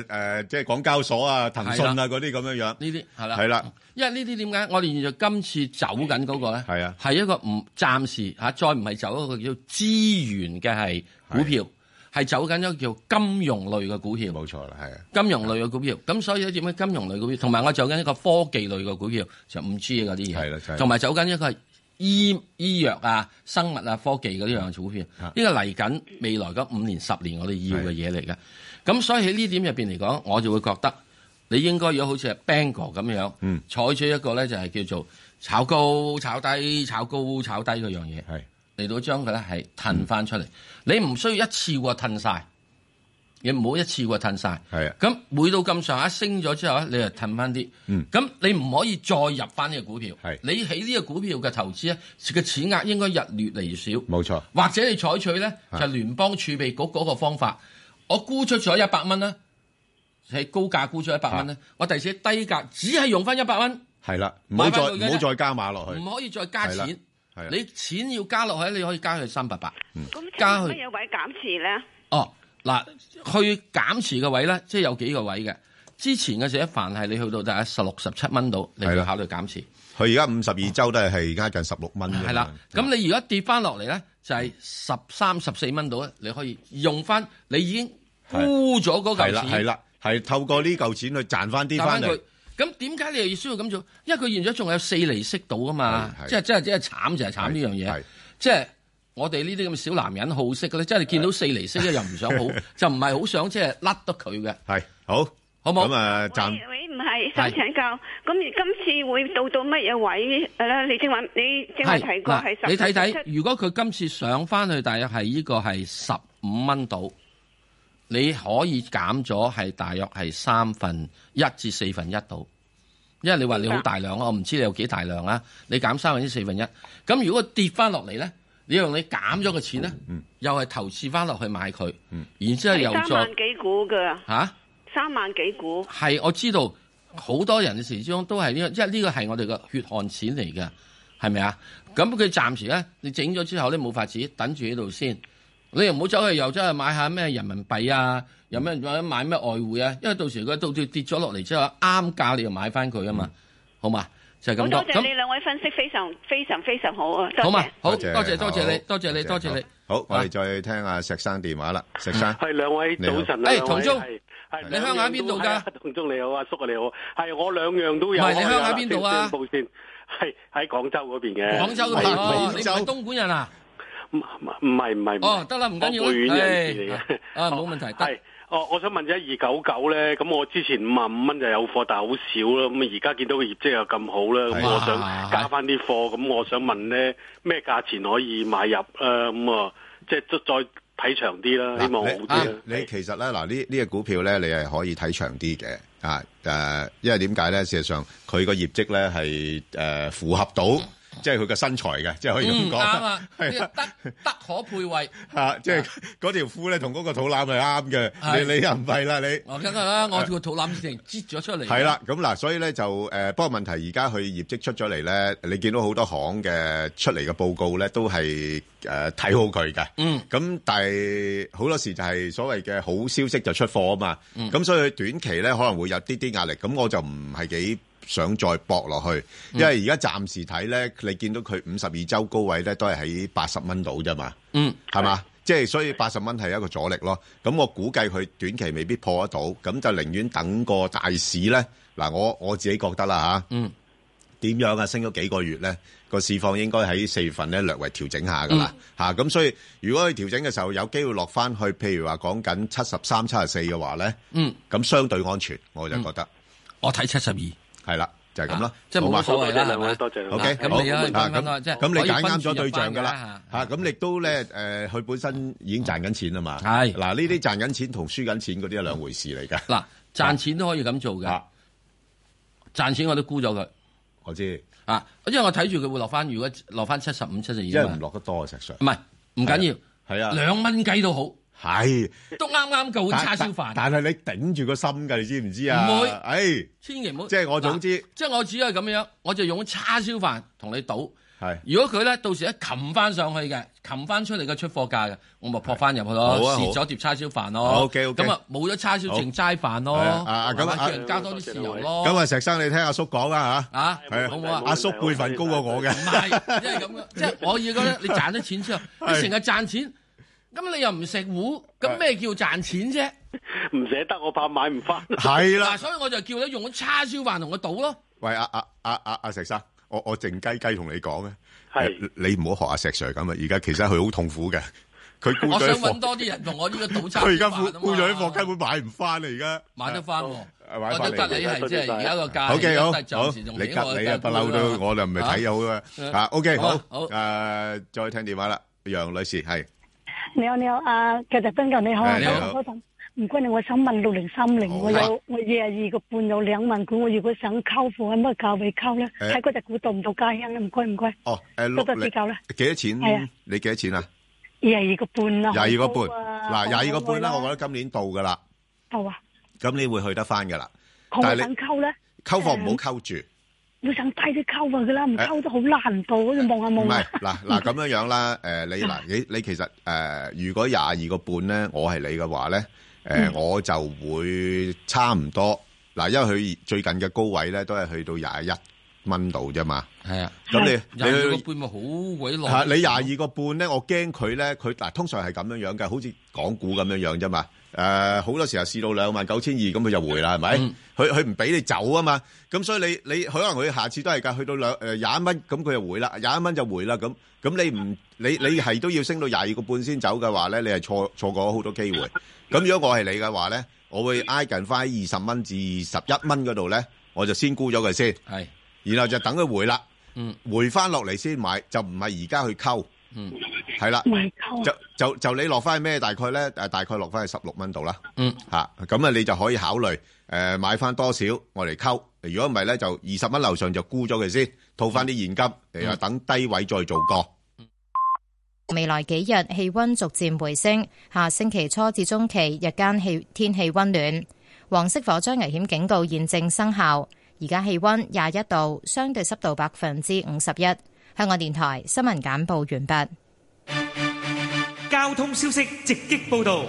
[SPEAKER 1] 誒、即係港交所啊、騰訊
[SPEAKER 2] 係
[SPEAKER 1] 啊
[SPEAKER 2] 啦
[SPEAKER 1] 嗰啲咁樣樣。呢
[SPEAKER 2] 啲係啦
[SPEAKER 1] 係啦，
[SPEAKER 2] 因為呢啲點解我哋現在今次走緊嗰個咧？係
[SPEAKER 1] 啊，
[SPEAKER 2] 係一個唔暫時嚇，再唔係走一個叫資源嘅係股票，係走緊一個叫金融類嘅股票。
[SPEAKER 1] 冇錯啦，係啊，
[SPEAKER 2] 金融類嘅股票。咁所以咧點解金融類股票，同埋我走緊一個科技類嘅股票，就五 G 嗰啲嘢，係
[SPEAKER 1] 啦
[SPEAKER 2] 同埋走緊一個醫醫藥啊、生物啊、科技嗰啲樣嘅股票。
[SPEAKER 1] 啊
[SPEAKER 2] 呢個嚟緊未來嗰五年、十年我哋要嘅嘢嚟嘅。咁所以喺呢點入邊嚟講，我就會覺得。你應該要好似係 Bangor 咁樣，
[SPEAKER 1] 嗯
[SPEAKER 2] 採取一個咧就係叫做炒高、炒低、炒高、炒低嗰樣嘢，嚟到將佢咧係褪翻出嚟。你唔需要一次過褪晒，你唔好一次過褪晒。
[SPEAKER 1] 係啊，
[SPEAKER 2] 咁每到咁上下升咗之後咧，你就褪翻啲。
[SPEAKER 1] 嗯
[SPEAKER 2] 咁你唔可以再入翻呢個股票。係，你喺呢個股票嘅投資咧，嘅錢額應該日越嚟越少。
[SPEAKER 1] 冇錯。啊
[SPEAKER 2] 或者你採取咧
[SPEAKER 1] 係
[SPEAKER 2] 就聯邦儲備局嗰個方法，我沽出咗一百蚊啦，係高價沽出一百蚊咧，我第時低價只係用翻一百蚊，
[SPEAKER 1] 係啦，啊唔好再
[SPEAKER 2] 買返佢嘅啫
[SPEAKER 1] 唔好再加碼落去，
[SPEAKER 2] 唔可以再加錢
[SPEAKER 1] 係啦係啦。啊嗯
[SPEAKER 2] 你錢要加落去，你可以加去三百八，加
[SPEAKER 19] 咁
[SPEAKER 2] 去
[SPEAKER 19] 請問乜嘢位減持呢？
[SPEAKER 2] 哦，嗱，去減持嘅位咧，即係有幾個位嘅。之前嘅時候，凡係你去到大概十六十七蚊度，你
[SPEAKER 1] 係
[SPEAKER 2] 要
[SPEAKER 1] 啦
[SPEAKER 2] 考慮減持。
[SPEAKER 1] 佢而家五十二周都係係而家近十六蚊嘅。
[SPEAKER 2] 係啦，咁你而家跌翻落嚟咧，就
[SPEAKER 1] 嗯
[SPEAKER 2] 係十三十四蚊度咧，你可以用翻你已經沽咗嗰
[SPEAKER 1] 係
[SPEAKER 2] 嚿
[SPEAKER 1] 啦
[SPEAKER 2] 錢。
[SPEAKER 1] 係啦，係透過呢嚿錢去賺翻啲
[SPEAKER 2] 打
[SPEAKER 1] 翻
[SPEAKER 2] 翻
[SPEAKER 1] 嚟
[SPEAKER 2] 佢。。咁點解你又要需要咁做？因為佢現咗仲有四厘息到啊嘛，即係即係即係慘就係慘呢樣嘢。即係我哋呢啲咁嘅小男人好色嘅咧，即係你見到四厘息咧又唔想好，就唔係好想即係甩得佢嘅。
[SPEAKER 1] 係好，
[SPEAKER 2] 好冇
[SPEAKER 1] 咁啊暫
[SPEAKER 18] 喂，唔係想請教，咁而今次會到到乜嘢位
[SPEAKER 19] ờ,
[SPEAKER 18] 咧？你正話你正話提過係十
[SPEAKER 2] 嗱，你睇睇，如果佢今次上翻去，大約係呢個係十五蚊度，你可以減咗係大約係三分一至四分一度，因為你話你好大量啊，我唔知你有幾大量啊，你減三分之四分一，咁如果跌翻落嚟咧，你用你減咗個錢咧，又係投資翻落去買佢，然之後又
[SPEAKER 18] 三
[SPEAKER 2] 再
[SPEAKER 18] 萬幾股㗎，
[SPEAKER 2] 嚇。
[SPEAKER 18] 三萬幾股。
[SPEAKER 2] 係我知道好多人嘅時鐘都係呢、個，因為呢個係我哋嘅血汗錢嚟嘅，係咪啊？咁佢暫時咧，你整咗之後咧冇法子，等住喺度先。你又唔好走去又走去買下咩人民幣啊，有咩買咩外匯啊？因為到時佢到到跌咗落嚟之後，啱價你又買翻佢啊嘛，好嘛？就係
[SPEAKER 18] 嗯好
[SPEAKER 2] 咁
[SPEAKER 18] 多
[SPEAKER 2] 多。
[SPEAKER 18] 謝
[SPEAKER 2] 咁
[SPEAKER 18] 你兩位分析，非常非常非常好啊！多謝
[SPEAKER 2] 好嘛？好多
[SPEAKER 1] 多謝
[SPEAKER 2] 謝多謝你，
[SPEAKER 1] 好
[SPEAKER 2] 多謝你，多謝你。啊
[SPEAKER 1] 好，我哋再聽下石生電話啦，石生。
[SPEAKER 16] 系兩位
[SPEAKER 1] 啊你好
[SPEAKER 16] 早晨啊，
[SPEAKER 1] 哎
[SPEAKER 16] 兩位
[SPEAKER 1] 同宗
[SPEAKER 16] 係係
[SPEAKER 2] 你鄉下邊度㗎
[SPEAKER 16] 兩樣都係同宗你好啊，叔啊你好，係我兩樣都有。
[SPEAKER 2] 唔係你鄉下邊度啊
[SPEAKER 16] 先報先，係喺廣州嗰邊嘅。
[SPEAKER 2] 廣州嗰邊哦，你唔係東莞 人啊？
[SPEAKER 16] 唔唔係唔係唔係
[SPEAKER 2] 哦，得啦，唔緊要
[SPEAKER 16] 我背
[SPEAKER 2] 啦
[SPEAKER 16] 遠人士嚟
[SPEAKER 2] 唉
[SPEAKER 16] 嘅。
[SPEAKER 2] 啊，冇問題，得。
[SPEAKER 16] 哦，我想問一二九九咧，咁我之前五萬五蚊就有貨，但係好少啦。咁而家見到個業績又咁好啦，咁
[SPEAKER 2] 哇
[SPEAKER 16] 我想加翻啲貨。咁我想問咧，咩價錢可以買入啊？咁啊，即係再睇長啲啦，希望好啲
[SPEAKER 2] 啊
[SPEAKER 16] 啊啦。
[SPEAKER 1] 你啊你其實咧，嗱呢呢只股票咧，你係可以睇長啲嘅啊誒，因為點解咧？事實上佢個業績咧係誒符合到，即係佢個身材嘅，即係可以咁
[SPEAKER 2] 嗯嗯，啱
[SPEAKER 1] 講。
[SPEAKER 2] 啊，呢個德德可配位。
[SPEAKER 1] 嚇，即係嗰條褲咧同嗰個肚腩係啱
[SPEAKER 2] 係
[SPEAKER 1] 嘅，你你又唔係啦，你
[SPEAKER 2] 哦我梗係啦，我個肚腩已經擠咗出嚟。
[SPEAKER 1] 係啦，咁嗱，所以咧就誒，不過問題而家佢業績出咗嚟咧，你見到好多行嘅出嚟嘅報告咧，都係誒睇好佢嘅。
[SPEAKER 2] 嗯。
[SPEAKER 1] 咁但係好多時就係所謂嘅好消息就出貨啊嘛。
[SPEAKER 20] 嗯
[SPEAKER 1] 咁所以佢短期咧可能會有啲啲壓力，咁我就唔係幾想再搏落去，
[SPEAKER 2] 嗯
[SPEAKER 1] 因為而家暫時睇咧，你見到佢五十二周高位咧都係喺八十蚊度啫嘛。
[SPEAKER 2] 嗯，
[SPEAKER 1] 係嘛？即係所以八十蚊係一個阻力咯。咁我估計佢短期未必破得到，咁就寧願等個大市咧。嗱，我我自己覺得啦吓，
[SPEAKER 2] 嗯，
[SPEAKER 1] 點樣啊？升咗幾個月咧，個市況應該喺四月份咧略為調整下噶啦吓。咁、所以如果佢調整嘅時候有機會落翻去，譬如話講緊七十三、七十四嘅話咧，
[SPEAKER 2] 嗯，
[SPEAKER 1] 咁相對安全，我就覺得。
[SPEAKER 2] 我睇七十二，
[SPEAKER 1] 係啦，就係咁啦
[SPEAKER 2] 啊。即係冇乜所謂啦係嘛
[SPEAKER 1] 多謝
[SPEAKER 2] 多謝
[SPEAKER 1] OK，
[SPEAKER 2] 咁
[SPEAKER 1] 好
[SPEAKER 2] 你啊
[SPEAKER 1] 啊
[SPEAKER 2] 分分啊即係
[SPEAKER 1] 咁咁
[SPEAKER 2] 可
[SPEAKER 1] 你
[SPEAKER 2] 以
[SPEAKER 1] 揀
[SPEAKER 2] 分
[SPEAKER 1] 啱
[SPEAKER 2] 住
[SPEAKER 1] 咗對
[SPEAKER 2] 入班
[SPEAKER 1] 象㗎
[SPEAKER 2] 㗎
[SPEAKER 1] 啦
[SPEAKER 2] 啦。
[SPEAKER 1] 嚇，咁亦都咧誒，佢本身已經賺緊錢啊嘛。係。嗱，呢啲賺緊錢同輸緊錢嗰啲係兩回事嚟㗎。
[SPEAKER 2] 嗱，賺錢都可以咁做嘅，賺錢我都沽咗佢。
[SPEAKER 1] 啊我知
[SPEAKER 2] 啊，因為我睇住佢會落翻，如果落翻七十五、七十二，
[SPEAKER 1] 因為唔落得多啊，石 Sir。
[SPEAKER 2] 唔係唔緊
[SPEAKER 1] 要，係啊，
[SPEAKER 2] 兩蚊雞都好。
[SPEAKER 1] 係。
[SPEAKER 2] 都啱啱夠
[SPEAKER 1] 但
[SPEAKER 2] 叉燒飯，
[SPEAKER 1] 但但係你頂住個心㗎，你知唔知啊？
[SPEAKER 2] 唔會
[SPEAKER 1] 誒，
[SPEAKER 2] 千祈唔好。
[SPEAKER 1] 即係我總之
[SPEAKER 2] 嗱即係我只係咁樣，我就用叉燒飯同你賭。
[SPEAKER 1] 係。
[SPEAKER 2] 如果佢咧到時一擒翻上去嘅，擒翻出嚟嘅出貨價嘅，我咪撲翻入去咯，
[SPEAKER 1] 好啊好
[SPEAKER 2] 蝕咗碟叉燒飯咯。
[SPEAKER 1] 好，OK，OK
[SPEAKER 2] 咁啊冇咗叉燒，
[SPEAKER 1] 好
[SPEAKER 2] 淨齋飯咯。
[SPEAKER 1] 係啊啊咁啊
[SPEAKER 2] 叫人加多啲豉油咯。
[SPEAKER 1] 咁啊，石生你聽阿叔講啦嚇。
[SPEAKER 2] 啊，
[SPEAKER 1] 係
[SPEAKER 2] 好唔好啊
[SPEAKER 1] 阿叔輩份高過我嘅。
[SPEAKER 2] 唔係，即係咁嘅，即係我要覺得你賺咗錢之後，你
[SPEAKER 1] 係
[SPEAKER 2] 成日賺錢，咁你又唔食糊，咁咩叫賺錢啫？
[SPEAKER 16] 唔捨得，我怕買唔翻。
[SPEAKER 1] 係啦
[SPEAKER 2] 嗱所以我就叫你用咗叉燒飯同我賭咯。
[SPEAKER 1] 喂，阿阿阿阿阿石生，我我靜雞雞同你講咧，
[SPEAKER 2] 係
[SPEAKER 1] 你你唔好學阿石 Sir 咁啊！而家其實佢好痛苦嘅，佢沽
[SPEAKER 2] 我
[SPEAKER 1] 咗
[SPEAKER 2] 想
[SPEAKER 1] 啲
[SPEAKER 2] 揾
[SPEAKER 1] 貨，
[SPEAKER 2] 多啲人同我呢個賭叉
[SPEAKER 1] 佢而
[SPEAKER 2] 燒
[SPEAKER 1] 家
[SPEAKER 2] 飯
[SPEAKER 1] 沽
[SPEAKER 2] 啊
[SPEAKER 1] 沽咗啲貨
[SPEAKER 2] 嘛。
[SPEAKER 1] 根本買唔翻啦，而家
[SPEAKER 2] 買得翻喎，
[SPEAKER 1] 啊買
[SPEAKER 2] 我
[SPEAKER 1] 翻
[SPEAKER 2] 覺得你係即係而家個價
[SPEAKER 1] O K，好
[SPEAKER 2] 而家
[SPEAKER 1] 好，
[SPEAKER 2] 暫時仲
[SPEAKER 1] 你
[SPEAKER 2] 起我
[SPEAKER 1] 吉你啊，
[SPEAKER 2] 價
[SPEAKER 1] 不嬲
[SPEAKER 2] 高啦
[SPEAKER 1] 都我就唔係睇好啊
[SPEAKER 2] 啊
[SPEAKER 1] 啊 O K，
[SPEAKER 2] 好
[SPEAKER 1] 好
[SPEAKER 2] 啊好
[SPEAKER 1] 誒，再聽電話啦，楊女士係
[SPEAKER 21] 你好，你好，啊，其實斌哥你好，
[SPEAKER 1] 係你好
[SPEAKER 21] 我想唔該你，我想問六零三零，我
[SPEAKER 1] 好
[SPEAKER 21] 有我廿二個半有兩萬股，我如果想溝貨，喺乜價位溝咧？
[SPEAKER 1] 誒
[SPEAKER 21] 睇嗰只股到唔到家鄉咧？唔該唔該，
[SPEAKER 1] 哦誒
[SPEAKER 21] 多多
[SPEAKER 1] 六
[SPEAKER 21] 指教啦。
[SPEAKER 1] 幾多
[SPEAKER 21] 係啊
[SPEAKER 1] 錢？你幾多錢啊？
[SPEAKER 21] 廿二個半啊，
[SPEAKER 1] 廿二個
[SPEAKER 21] 好
[SPEAKER 1] 半
[SPEAKER 21] 高啊
[SPEAKER 1] 嗱，廿二個半啦，
[SPEAKER 21] 好
[SPEAKER 1] 我覺得今年到噶啦，
[SPEAKER 21] 好啊，
[SPEAKER 1] 咁你會去得翻噶啦。
[SPEAKER 21] 好啊
[SPEAKER 1] 但係
[SPEAKER 21] 想
[SPEAKER 1] 你
[SPEAKER 21] 溝咧，
[SPEAKER 1] 溝貨唔好溝住。
[SPEAKER 21] 要想低啲溝啊噶啦，唔溝都好難度，好似望下
[SPEAKER 1] 唔
[SPEAKER 21] 望
[SPEAKER 1] 係
[SPEAKER 21] 下。
[SPEAKER 1] 嗱嗱咁樣樣啦，誒、你
[SPEAKER 21] 啊
[SPEAKER 1] 嗱你你其實誒、如果廿二個半咧，我係你嘅話咧，誒、
[SPEAKER 21] 嗯
[SPEAKER 1] 我就會差唔多嗱，因為佢最近嘅高位咧都係去到廿一蚊度啫嘛。
[SPEAKER 2] 係啊，
[SPEAKER 1] 咁你你
[SPEAKER 2] 廿二個
[SPEAKER 1] 去
[SPEAKER 2] 半咪好鬼耐。
[SPEAKER 1] 係你廿二個半咧，我驚佢咧，佢嗱通常係咁樣樣嘅，好似港股咁樣樣啫嘛。誒、好多時候試到兩萬九千二，咁佢就回啦，係咪？佢佢唔俾你走啊嘛，咁所以你你可能佢下次都係㗎，去到兩誒廿一蚊，咁佢就回啦，廿一蚊就回啦，咁咁你唔你你係都要升到廿二個半先走嘅話咧，你係錯錯過好多機會。咁如果我係你嘅話咧，我會挨近翻二十蚊至二十一蚊嗰度咧，我就先沽咗佢先，
[SPEAKER 2] 係，
[SPEAKER 1] 然後就等佢回啦。
[SPEAKER 2] 嗯，
[SPEAKER 1] 回翻落嚟先買，就唔係而家去溝。
[SPEAKER 2] 嗯，
[SPEAKER 1] 係啦，
[SPEAKER 21] 就
[SPEAKER 1] 就就你落翻去咩？大概咧誒，大概落翻去十六蚊度啦。
[SPEAKER 2] 嗯，
[SPEAKER 1] 嚇咁啊，你就可以考慮誒、買翻多少我嚟溝。如果唔係咧，就二十蚊樓上就沽咗佢先，套翻啲現金，然後等低位再做過。
[SPEAKER 4] 未來幾日氣温逐漸回升，下星期初至中期日間氣天氣温暖。黃色火災危險警告現正生效，而家氣温廿一度，相對濕度百分之五十一。香港電台新聞簡報完畢。
[SPEAKER 3] 交通消息直擊報道。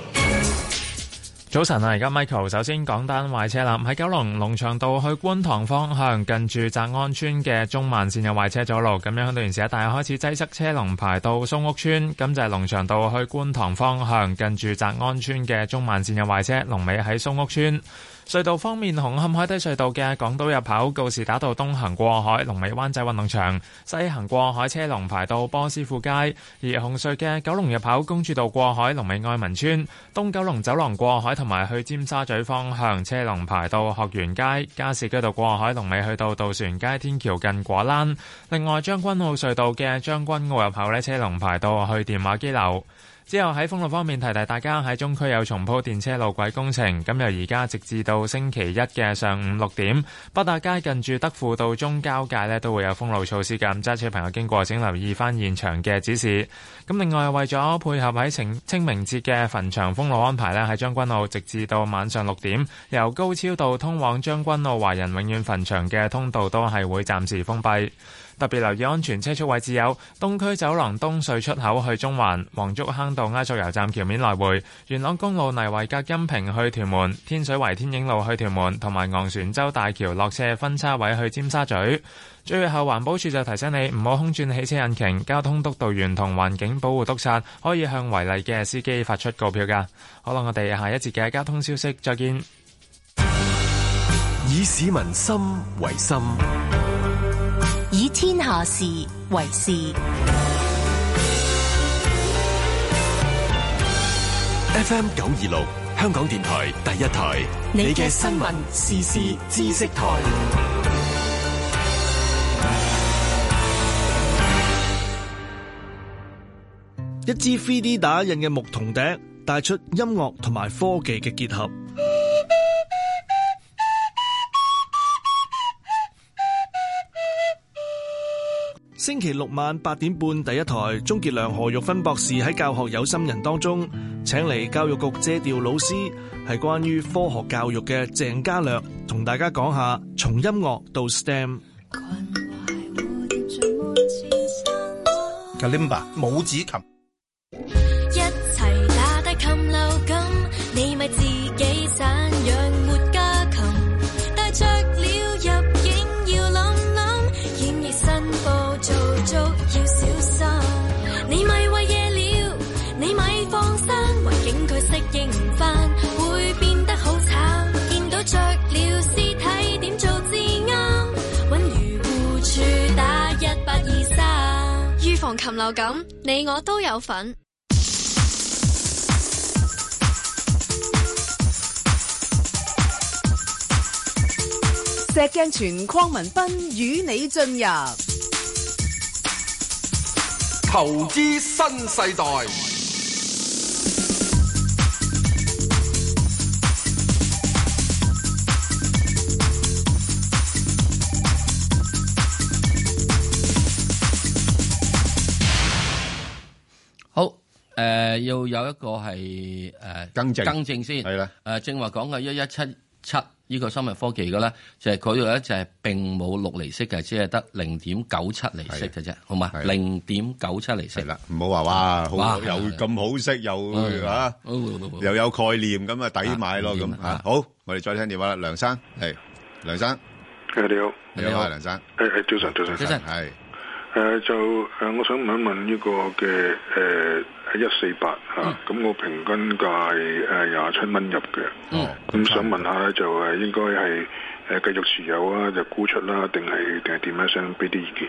[SPEAKER 5] 早晨啊，而家 Michael 首先講單壞車啦，喺九龍龍翔道去觀塘方向近住澤安村嘅中慢線有壞車阻路，咁樣響到現時一帶開始擠塞車龍排到松屋村，咁就係龍翔道去觀塘方向近住澤安村嘅中慢線有壞車，龍尾喺松屋村。隧道方面，紅磡海底隧道嘅港島入口告士打道東行過海，龍尾灣仔運動場；西行過海車龍排到波斯富街。而紅隧嘅九龍入口公主道過海，龍尾愛民村；東九龍走廊過海同埋去尖沙咀方向車龍排到學園街。加士居道過海龍尾去到渡船街天橋近果欄。另外，將軍澳隧道嘅將軍澳入口呢，車龍排到去電話機樓。之後喺封路方面提提大家，喺中區有重鋪電車路軌工程，咁由而家直至到星期一嘅上午六點，北大街近住德輔道中交界呢都會有封路措施㗎，咁揸車朋友經過請留意翻現場嘅指示。咁另外為咗配合喺清清明節嘅墳場封路安排呢，喺將軍澳直至到晚上六點，由高超道通往將軍澳華人永遠墳場嘅通道都係會暫時封閉。特別留意安全車速位置有東區走廊東隧出口去中環、黃竹坑道埃索油站橋面來回、元朗公路泥圍隔音屏去屯門、天水圍天影路去屯門，同埋昂船洲大橋落斜分叉位去尖沙咀。最後，環保署就提醒你唔好空轉汽車引擎，交通督導員同環境保護督察可以向違例嘅司機發出告票㗎。好啦，我哋下一節嘅交通消息再見。
[SPEAKER 6] 以市民心為心，
[SPEAKER 7] 以天下事為事。
[SPEAKER 6] FM 九二六，香港電台第一台，你嘅新聞時事知識台。
[SPEAKER 20] 一支 3D 打印嘅木桶笛，帶出音樂同埋科技嘅結合。星期六晚八點半，第一台鍾傑良、何玉芬博士喺教學有心人當中，請嚟教育局借調老師，係關於科學教育嘅鄭家略，同大家講下從音樂到 STEM。
[SPEAKER 22] Kalimba 拇指琴，
[SPEAKER 23] 一齊打得禽流感，你咪自己散養活家禽。帶着了入境要諗諗，染疫申報做足要小心。你咪餵夜鳥，你咪放生，環境佢適應唔返，會變得好慘。見到着了屍體點做至啱？揾漁護處打一八二三。
[SPEAKER 24] 預防禽流感，你我都有份。
[SPEAKER 8] 石鏡泉鄺民彬與你進入
[SPEAKER 14] 投資新世代，
[SPEAKER 2] 誒、呃要有一個係誒、更正更正先係啦。誒、正話講嘅一一七七呢個生物科技嘅咧，就係佢咧就係並冇六厘息嘅，只係得零點九七厘息嘅
[SPEAKER 1] 啊
[SPEAKER 2] 啫，好嘛？零點九七厘息。
[SPEAKER 1] 啦，唔好話哇，好
[SPEAKER 2] 哇
[SPEAKER 1] 又咁好息，又
[SPEAKER 2] 嗯
[SPEAKER 1] 啊
[SPEAKER 2] 嗯
[SPEAKER 1] 又有概念咁啊，抵買咯
[SPEAKER 2] 啊
[SPEAKER 1] 咁
[SPEAKER 2] 嗯
[SPEAKER 1] 啊。好，我哋再聽電話啦，梁生係梁生，
[SPEAKER 9] 你好，
[SPEAKER 1] 你好啊，梁生，
[SPEAKER 9] 誒誒，早晨，早晨，
[SPEAKER 1] 早晨係。
[SPEAKER 9] 誒、就誒、我想問一問呢個嘅誒一四八嚇，咁、我平均價係誒廿七蚊入嘅，
[SPEAKER 10] 嗯
[SPEAKER 9] 哦咁、想問下咧就誒應該係誒繼續持有啊，就沽出啦，定係定係點咧？想俾啲意
[SPEAKER 1] 誒
[SPEAKER 9] 見。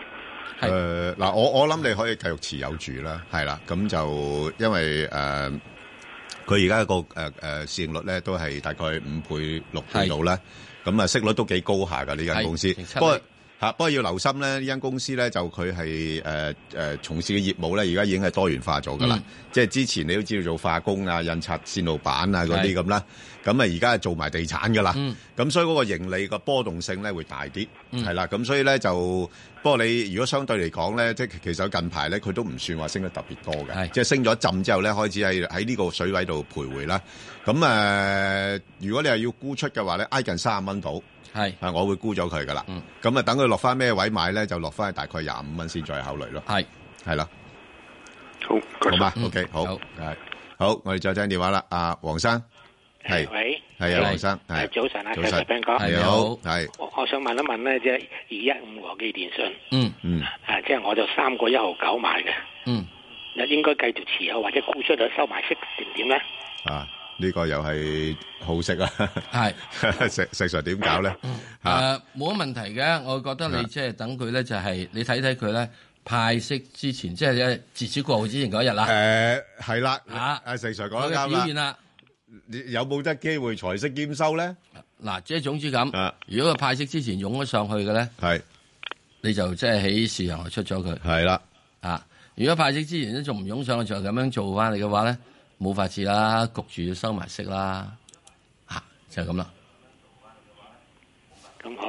[SPEAKER 1] 呃嗱、我我諗你可以繼續持有住啦，係啦，咁就因為誒佢而家個誒誒市盈率咧都係大概五倍六倍到啦，咁啊息率都幾高下㗎呢間
[SPEAKER 9] 係
[SPEAKER 1] 公司，
[SPEAKER 9] 零七
[SPEAKER 1] 不過。嚇，不過要留心咧，呢間公司咧就佢係呃誒誒從事嘅業務咧，而家已經係多元化咗㗎啦。
[SPEAKER 9] 嗯
[SPEAKER 1] 即係之前你都知道做化工啊、印刷線路板啊嗰啲
[SPEAKER 9] 係
[SPEAKER 1] 咁啦，咁啊而家係做埋地產㗎啦。咁、所以嗰個盈利個波動性咧會大啲，係、
[SPEAKER 9] 嗯
[SPEAKER 1] 啦。咁所以咧就不過你如果相對嚟講咧，即係其實近排咧佢都唔算話升得特別多嘅，即係升咗一浸之後咧開始係喺呢個水位度徘徊啦。咁誒、呃如果你係要沽出嘅話咧，挨近三十蚊到。
[SPEAKER 2] 係
[SPEAKER 1] 啊，我會沽咗佢噶啦。咁啊，等佢落翻咩位買咧，就落翻去大概廿五蚊先再考慮咯。
[SPEAKER 2] 係
[SPEAKER 1] 係啦，
[SPEAKER 9] 好，
[SPEAKER 1] 好嘛，OK，好，係好，我哋再聽電話啦。阿黃生，係
[SPEAKER 22] 喂，
[SPEAKER 1] 係啊，黃生，係
[SPEAKER 22] 係早晨啊，
[SPEAKER 1] 早
[SPEAKER 22] 石石
[SPEAKER 1] 晨
[SPEAKER 22] 彬哥，
[SPEAKER 1] 你好，係
[SPEAKER 22] 我我想問一問咧，即係二一五和記電信
[SPEAKER 2] 嗯
[SPEAKER 1] 嗯
[SPEAKER 22] 啊，即係我就三個一毫九買嘅，
[SPEAKER 2] 嗯，
[SPEAKER 22] 應該繼續持有或者沽出咗收埋息定點咧？
[SPEAKER 1] 啊，呢個又係好食啊，
[SPEAKER 2] 係
[SPEAKER 1] 石石 Sir 點搞咧？嚇
[SPEAKER 2] 誒呃冇乜問題嘅，我覺
[SPEAKER 1] 啊
[SPEAKER 2] 得你即係等佢咧，就係你睇睇佢咧派息之前，即係截止過號之前嗰一日啦。
[SPEAKER 1] 誒係啦，
[SPEAKER 2] 啊
[SPEAKER 1] 阿石 Sir 講
[SPEAKER 2] 佢
[SPEAKER 1] 得
[SPEAKER 2] 嘅
[SPEAKER 1] 啱
[SPEAKER 2] 表
[SPEAKER 1] 啦
[SPEAKER 2] 現。啦。
[SPEAKER 1] 有冇得機會財息兼收咧？
[SPEAKER 2] 嗱，即係總之咁，如果佢派息之前湧咗上去嘅咧，
[SPEAKER 1] 啊係
[SPEAKER 2] 你就即係喺市場出咗佢。
[SPEAKER 1] 係啦，
[SPEAKER 2] 啊，如果派息之前都仲唔湧上去，就咁樣做翻嚟嘅話咧，冇法子啦，焗住要收埋息啦，啊，就係咁啦。
[SPEAKER 22] 咁好，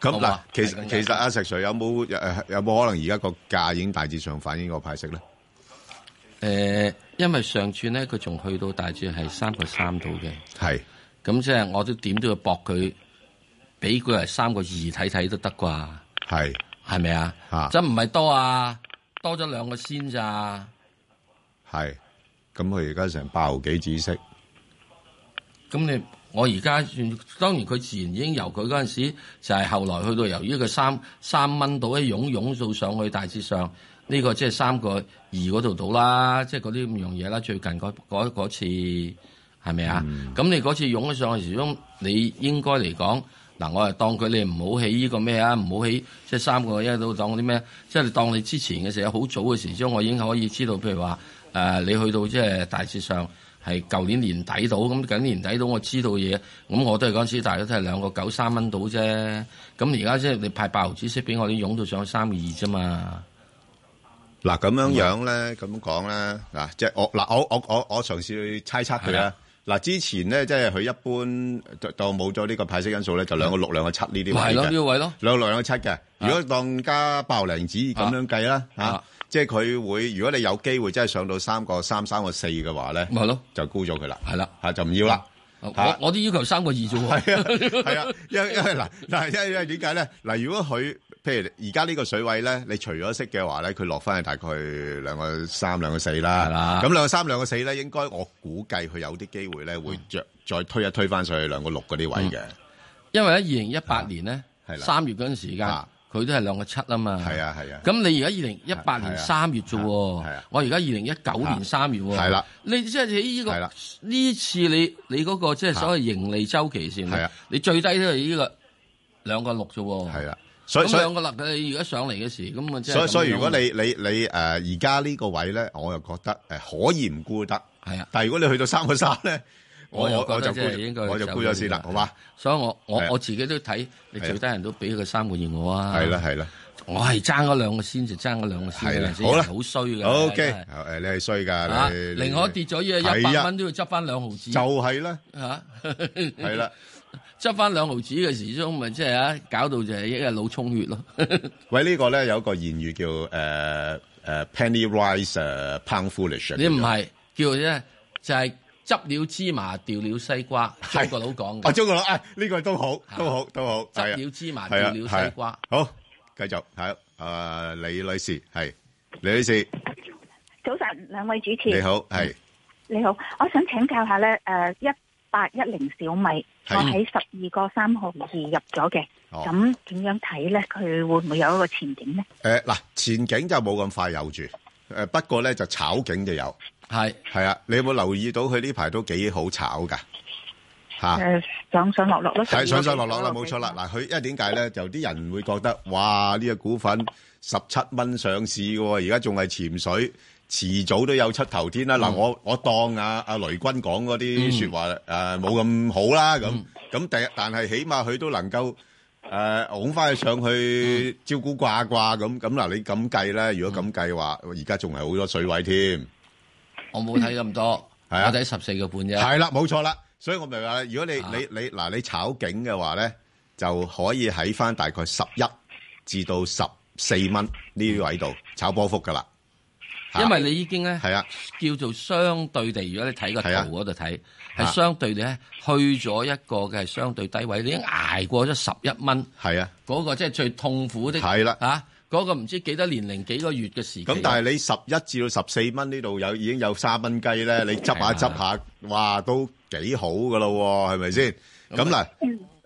[SPEAKER 1] 咁
[SPEAKER 2] 好
[SPEAKER 1] 嗱
[SPEAKER 2] 嘛，
[SPEAKER 1] 其
[SPEAKER 2] 係咁
[SPEAKER 1] 實其實阿石 Sir 有冇誒有冇可能而家個價已經大致上反映個派息咧？
[SPEAKER 2] 誒，因為上轉咧，佢仲去到大致係三個三度嘅，
[SPEAKER 1] 係，
[SPEAKER 2] 咁即係我都點都要搏佢，俾佢係三個二睇睇都得啩，
[SPEAKER 1] 係
[SPEAKER 2] 係咪啊？真唔係多啊，多咗兩個先咋，
[SPEAKER 1] 係，咁佢而家成八毫幾紫色，
[SPEAKER 2] 咁你。我而家算，當然佢自然已經由佢嗰陣時，就係、後來去到由於佢三三蚊到一湧湧到上去，大致上呢、個即係三個二嗰度到啦，即係嗰啲咁樣嘢啦。最近嗰嗰嗰次係咪啊？
[SPEAKER 1] 嗯
[SPEAKER 2] 咁、你嗰次湧咗上去時鐘，你應該嚟講嗱，我係當佢你唔好起呢個咩啊，唔好起即係三個一到當啲咩，即係你當你之前嘅時候好早嘅時鐘，我已經可以知道，譬如話誒、呃你去到即係大致上。係舊年年底到，咁緊年底到我知道嘢，咁我都係嗰陣時大約都係兩個九三蚊到啫。咁而家即係你派八毫子息俾我，你湧到上去三個二啫嘛。
[SPEAKER 1] 嗱咁樣
[SPEAKER 2] 啊
[SPEAKER 1] 樣咧，咁講咧，嗱即係我嗱我我我我嘗試去猜測佢
[SPEAKER 2] 係
[SPEAKER 1] 啦
[SPEAKER 2] 啊。
[SPEAKER 1] 嗱之前咧，即係佢一般當當冇咗呢個派息因素咧，就兩個六兩個七呢啲位
[SPEAKER 2] 嗯咪係咯
[SPEAKER 1] 嘅
[SPEAKER 2] 呢個位啊咯
[SPEAKER 1] 兩個六兩個七嘅。如果當加爆零子咁樣計啦，
[SPEAKER 2] 啊
[SPEAKER 1] 嚇，即係佢會如果你有機會真係上到三個三三個四嘅話咧，
[SPEAKER 2] 咪係咯，
[SPEAKER 1] 就沽咗佢啦，
[SPEAKER 2] 係啦，啊
[SPEAKER 1] 嚇就唔要啦。
[SPEAKER 2] 我我都要求三個二啫喎。
[SPEAKER 1] 係啊，係啊，因為因 為嗱嗱，因為因為點解咧？嗱，如果佢譬如而家呢個水位咧，你除咗息嘅話咧，佢落翻去大概兩個三、兩個四啦。係啦，咁兩個三、兩個四咧，應該我估計佢有啲機會咧，會着再推一推翻上去兩個六嗰啲位嘅。
[SPEAKER 2] 因為咧，二零一八年咧
[SPEAKER 1] 啊係啦啊
[SPEAKER 2] 三月嗰陣時間，佢都係兩個七啊嘛。
[SPEAKER 1] 係啊係啊
[SPEAKER 2] 咁你而家二零一八年
[SPEAKER 1] 係啊啊
[SPEAKER 2] 三月啫喎，我而家二零一九年三月喎。
[SPEAKER 1] 係啦，
[SPEAKER 2] 你即係喺呢個呢次你你嗰個即係所謂盈利周期線
[SPEAKER 1] 啊係
[SPEAKER 2] 咧
[SPEAKER 1] 啊，
[SPEAKER 2] 你最低都係呢個兩個六啫喎。係
[SPEAKER 1] 啦，所以
[SPEAKER 2] 咁
[SPEAKER 1] 所以
[SPEAKER 2] 兩個六你而家上嚟嘅時，咁啊即係
[SPEAKER 1] 所以所以
[SPEAKER 2] 咁樣
[SPEAKER 1] 如果你你你誒而家呢個位咧，我又覺得誒可以唔沽得。
[SPEAKER 2] 係啊，
[SPEAKER 1] 但係如果你去到三個三咧，我
[SPEAKER 2] 又
[SPEAKER 1] 我
[SPEAKER 2] 覺
[SPEAKER 1] 我
[SPEAKER 2] 得
[SPEAKER 1] 就
[SPEAKER 2] 即
[SPEAKER 1] 沽
[SPEAKER 2] 係應該
[SPEAKER 1] 我就沽咗先啦，好嘛？？
[SPEAKER 2] 所以我我
[SPEAKER 1] 係啊
[SPEAKER 2] 我自己都睇，你
[SPEAKER 1] 係啊
[SPEAKER 2] 最低人都俾佢三個月我啊。
[SPEAKER 1] 係啦係啦，
[SPEAKER 2] 我係爭嗰兩個先就爭嗰兩個先
[SPEAKER 1] 係啦
[SPEAKER 2] 嘅，，
[SPEAKER 1] 好啦，
[SPEAKER 2] 好衰嘅。
[SPEAKER 1] O
[SPEAKER 2] 真
[SPEAKER 1] K，
[SPEAKER 2] 係
[SPEAKER 1] 誒你係衰㗎，
[SPEAKER 2] 啊
[SPEAKER 1] 你你
[SPEAKER 2] 寧可跌咗呢個一
[SPEAKER 1] 係
[SPEAKER 2] 百
[SPEAKER 1] 啊
[SPEAKER 2] 蚊都要執翻兩毫子，
[SPEAKER 1] 就係啦，
[SPEAKER 2] 嚇
[SPEAKER 1] 係
[SPEAKER 2] 係
[SPEAKER 1] 啦，
[SPEAKER 2] 執翻兩毫子嘅時鐘咪即係啊，搞到就係一日腦充 血咯。
[SPEAKER 1] 喂，呢個咧有一個諺語叫呃誒誒 penny wise 誒 pound 呃 foolish，啊
[SPEAKER 2] 你唔係叫啫，就係執了芝麻，掉了西瓜，中國佬講嘅。
[SPEAKER 1] 啊，中國佬，哦啊，呢個都好，都好，都好。
[SPEAKER 2] 執了芝麻，
[SPEAKER 1] 啊
[SPEAKER 2] 掉了啊西瓜。
[SPEAKER 1] 好，繼續係啊，李女士係，李女士
[SPEAKER 10] 早晨，兩位主持。
[SPEAKER 1] 你好，係
[SPEAKER 10] 你好，我想請教下咧，誒一八一零小米，我
[SPEAKER 1] 係
[SPEAKER 10] 喺十二個三毫二入咗嘅，
[SPEAKER 1] 哦
[SPEAKER 10] 咁點樣睇咧？佢會唔會有一個前景咧？
[SPEAKER 1] 誒嗱，前景就冇咁快有住，誒不過咧就炒景就有。
[SPEAKER 2] 係
[SPEAKER 1] 係啊，你有冇留意到佢呢排都幾好炒㗎？嚇！
[SPEAKER 10] 誒呃上上落落咯，
[SPEAKER 1] 係啊上上落落啦，冇
[SPEAKER 10] 12.3
[SPEAKER 1] 錯啦。嗱，佢因為點解咧？就啲人會覺得哇，呢、個股份十七蚊上市嘅喎，而家仲係潛水，遲早都有出頭天啦。嗱、我我當啊阿雷軍講嗰啲説話誒冇咁好啦，咁咁第但係起碼佢都能夠誒拱翻佢上去招股掛掛咁咁嗱，你咁計咧？如果咁計話，而家仲係好多水位添。
[SPEAKER 2] 我冇睇咁多，
[SPEAKER 1] 係啊，
[SPEAKER 2] 我睇十四個半啫。啊
[SPEAKER 1] 係啦，冇錯啦。所以我咪話，如果你你你嗱，你炒景嘅話咧，就可以喺翻大概十一至到十四蚊呢啲位度炒波幅噶啦。
[SPEAKER 2] 因為你已經咧
[SPEAKER 1] 係啊，
[SPEAKER 2] 叫做相對地，如果你睇個圖
[SPEAKER 1] 係啊
[SPEAKER 2] 嗰度睇，
[SPEAKER 1] 啊
[SPEAKER 2] 係相對地咧去咗一個嘅相對低位，你已經捱過咗十一蚊。
[SPEAKER 1] 係啊，
[SPEAKER 2] 嗰個即係最痛苦的。
[SPEAKER 1] 係啦
[SPEAKER 2] 嚇嗰個唔知幾多年零幾個月嘅時期。啊
[SPEAKER 1] 咁但係你十一至到十四蚊呢度有已經有三蚊雞咧，你執下執下，哇都幾好噶咯喎，係咪先？咁嗱。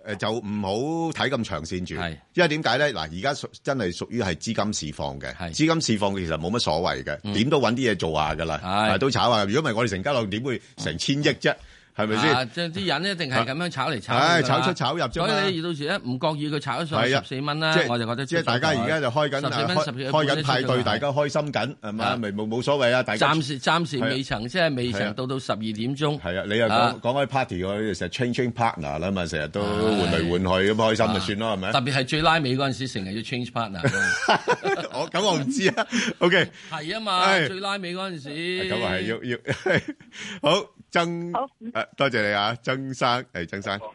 [SPEAKER 1] 誒就唔好睇咁長線住，因為點解咧？嗱，而家屬真係屬於係資金市況嘅，資金市況其實冇乜所謂嘅，點都揾啲嘢做下噶啦，係都炒下。如果唔係，我哋成交量點會成千億啫？係咪
[SPEAKER 2] 啊
[SPEAKER 1] 先？啊
[SPEAKER 2] 即係啲人一定係咁樣炒嚟炒去㗎啦。
[SPEAKER 1] 唉炒出炒入啫嘛
[SPEAKER 2] 所以你到時咧唔覺意佢炒咗上
[SPEAKER 1] 係啊
[SPEAKER 2] 十四蚊啦
[SPEAKER 1] 即係，
[SPEAKER 2] 我就覺得
[SPEAKER 1] 即係大家而家就啊開緊
[SPEAKER 2] 十四蚊
[SPEAKER 1] 開
[SPEAKER 2] 十四
[SPEAKER 1] 開緊派對，大家開心緊係嘛？
[SPEAKER 2] 啊
[SPEAKER 1] 咪冇冇所謂啊！大家
[SPEAKER 2] 暫時暫時
[SPEAKER 1] 係啊
[SPEAKER 2] 未曾即係未
[SPEAKER 1] 係啊
[SPEAKER 2] 曾到到十二點鐘。
[SPEAKER 1] 係啊，你又
[SPEAKER 2] 啊
[SPEAKER 1] 講講開 party，我哋成日 changing partner 啦嘛，成日都換嚟換去咁開心就算咯，係咪？
[SPEAKER 2] 特別係最拉尾嗰陣時，成日要 change partner。
[SPEAKER 1] 我咁我唔知啊。OK，
[SPEAKER 2] 係啊嘛，
[SPEAKER 1] 係
[SPEAKER 2] 最拉尾嗰陣時。
[SPEAKER 1] 咁啊係要 要好曾誒，多謝你啊，曾生係曾生，
[SPEAKER 2] 好，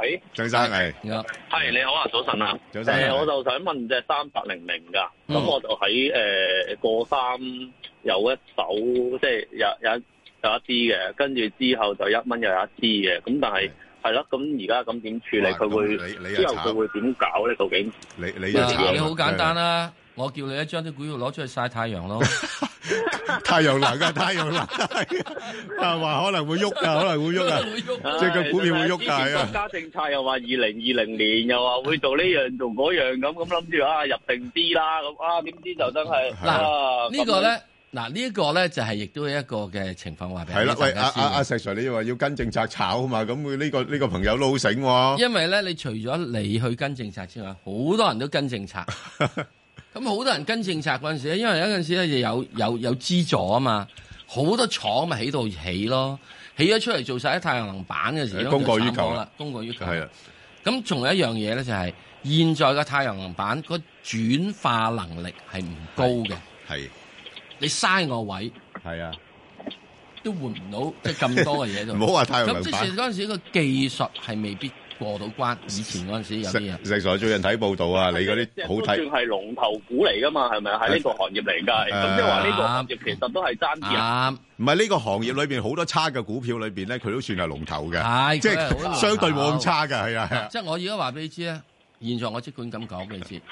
[SPEAKER 17] 喂，
[SPEAKER 1] 曾生係，
[SPEAKER 17] 係你好啊，早晨啊，
[SPEAKER 1] 早晨
[SPEAKER 17] 誒
[SPEAKER 1] 係
[SPEAKER 17] 我就想問只三八零零㗎，咁
[SPEAKER 1] 嗯
[SPEAKER 17] 我就喺誒過三有一手，即係有有有一支嘅，跟住之後就一蚊又有一支嘅，咁但係係咯，咁而家咁點處理？
[SPEAKER 1] 嗯哇
[SPEAKER 17] 佢
[SPEAKER 1] 咁你
[SPEAKER 17] 會
[SPEAKER 1] 你又
[SPEAKER 17] 之後
[SPEAKER 1] 炒
[SPEAKER 17] 佢會點搞咧？究竟？
[SPEAKER 1] 你你
[SPEAKER 2] 你
[SPEAKER 1] 一炒
[SPEAKER 2] 好簡單啦，我叫你一將啲股票攞出去曬太陽咯。
[SPEAKER 1] 太陽能啊， 太陽能啊，話可能會喐 啊，可能會喐啊，即係個股票會喐㗎，係
[SPEAKER 17] 國
[SPEAKER 1] 啊，
[SPEAKER 17] 家政策又話二零二零年又話會做呢樣做嗰樣咁，咁諗住啊入定啲啦，咁啊點知就真係啊
[SPEAKER 2] 嗱，呢
[SPEAKER 17] 咁
[SPEAKER 2] 個咧，嗱呢個咧就係亦都係一個嘅情況話俾
[SPEAKER 1] 係啦
[SPEAKER 2] 大，
[SPEAKER 1] 喂，啊
[SPEAKER 2] 家
[SPEAKER 1] 阿
[SPEAKER 2] 知
[SPEAKER 1] 阿
[SPEAKER 2] 嘅
[SPEAKER 1] 阿石 Sir，你話要跟政策炒啊嘛，咁佢呢個呢個朋友都好醒喎，
[SPEAKER 2] 因為咧，你除咗你去跟政策之外，好多人都 跟政策。咁好多人跟政策嗰陣時咧，因為有陣時咧就有有有資助啊嘛，好多廠咪喺度起咯，起咗出嚟做晒啲太陽能板嘅時候，
[SPEAKER 1] 供過於
[SPEAKER 2] 就散
[SPEAKER 1] 求
[SPEAKER 2] 網
[SPEAKER 1] 啦，
[SPEAKER 2] 供過於求。
[SPEAKER 1] 係啊，
[SPEAKER 2] 咁仲有一樣嘢咧，就係現在嘅太陽能板個轉化能力係唔高嘅，
[SPEAKER 1] 係
[SPEAKER 2] 你嘥我位，
[SPEAKER 1] 係啊，
[SPEAKER 2] 都換唔到即係咁多嘅嘢喺度。
[SPEAKER 1] 唔好話太陽能板
[SPEAKER 2] 咁即係嗰陣時個技術係未必過到關，以前嗰陣時有啲嘢
[SPEAKER 1] 石。石 Sir 最近睇報道啊，你嗰
[SPEAKER 17] 即係
[SPEAKER 1] 啲好
[SPEAKER 17] 都算
[SPEAKER 1] 睇。
[SPEAKER 17] 係龍頭股嚟噶嘛，係咪？喺呢個行業嚟㗎，咁即係話呢個行業其實都係爭啲人。
[SPEAKER 2] 啊
[SPEAKER 1] 唔係呢個行業裏邊好多差嘅股票裏邊咧，佢都算係龍頭嘅，
[SPEAKER 2] 係
[SPEAKER 1] 即
[SPEAKER 2] 佢係好龍頭
[SPEAKER 1] 係相對冇咁差嘅，係啊係啊，
[SPEAKER 2] 即係我而家話俾你知咧，現在我即管咁講俾你知，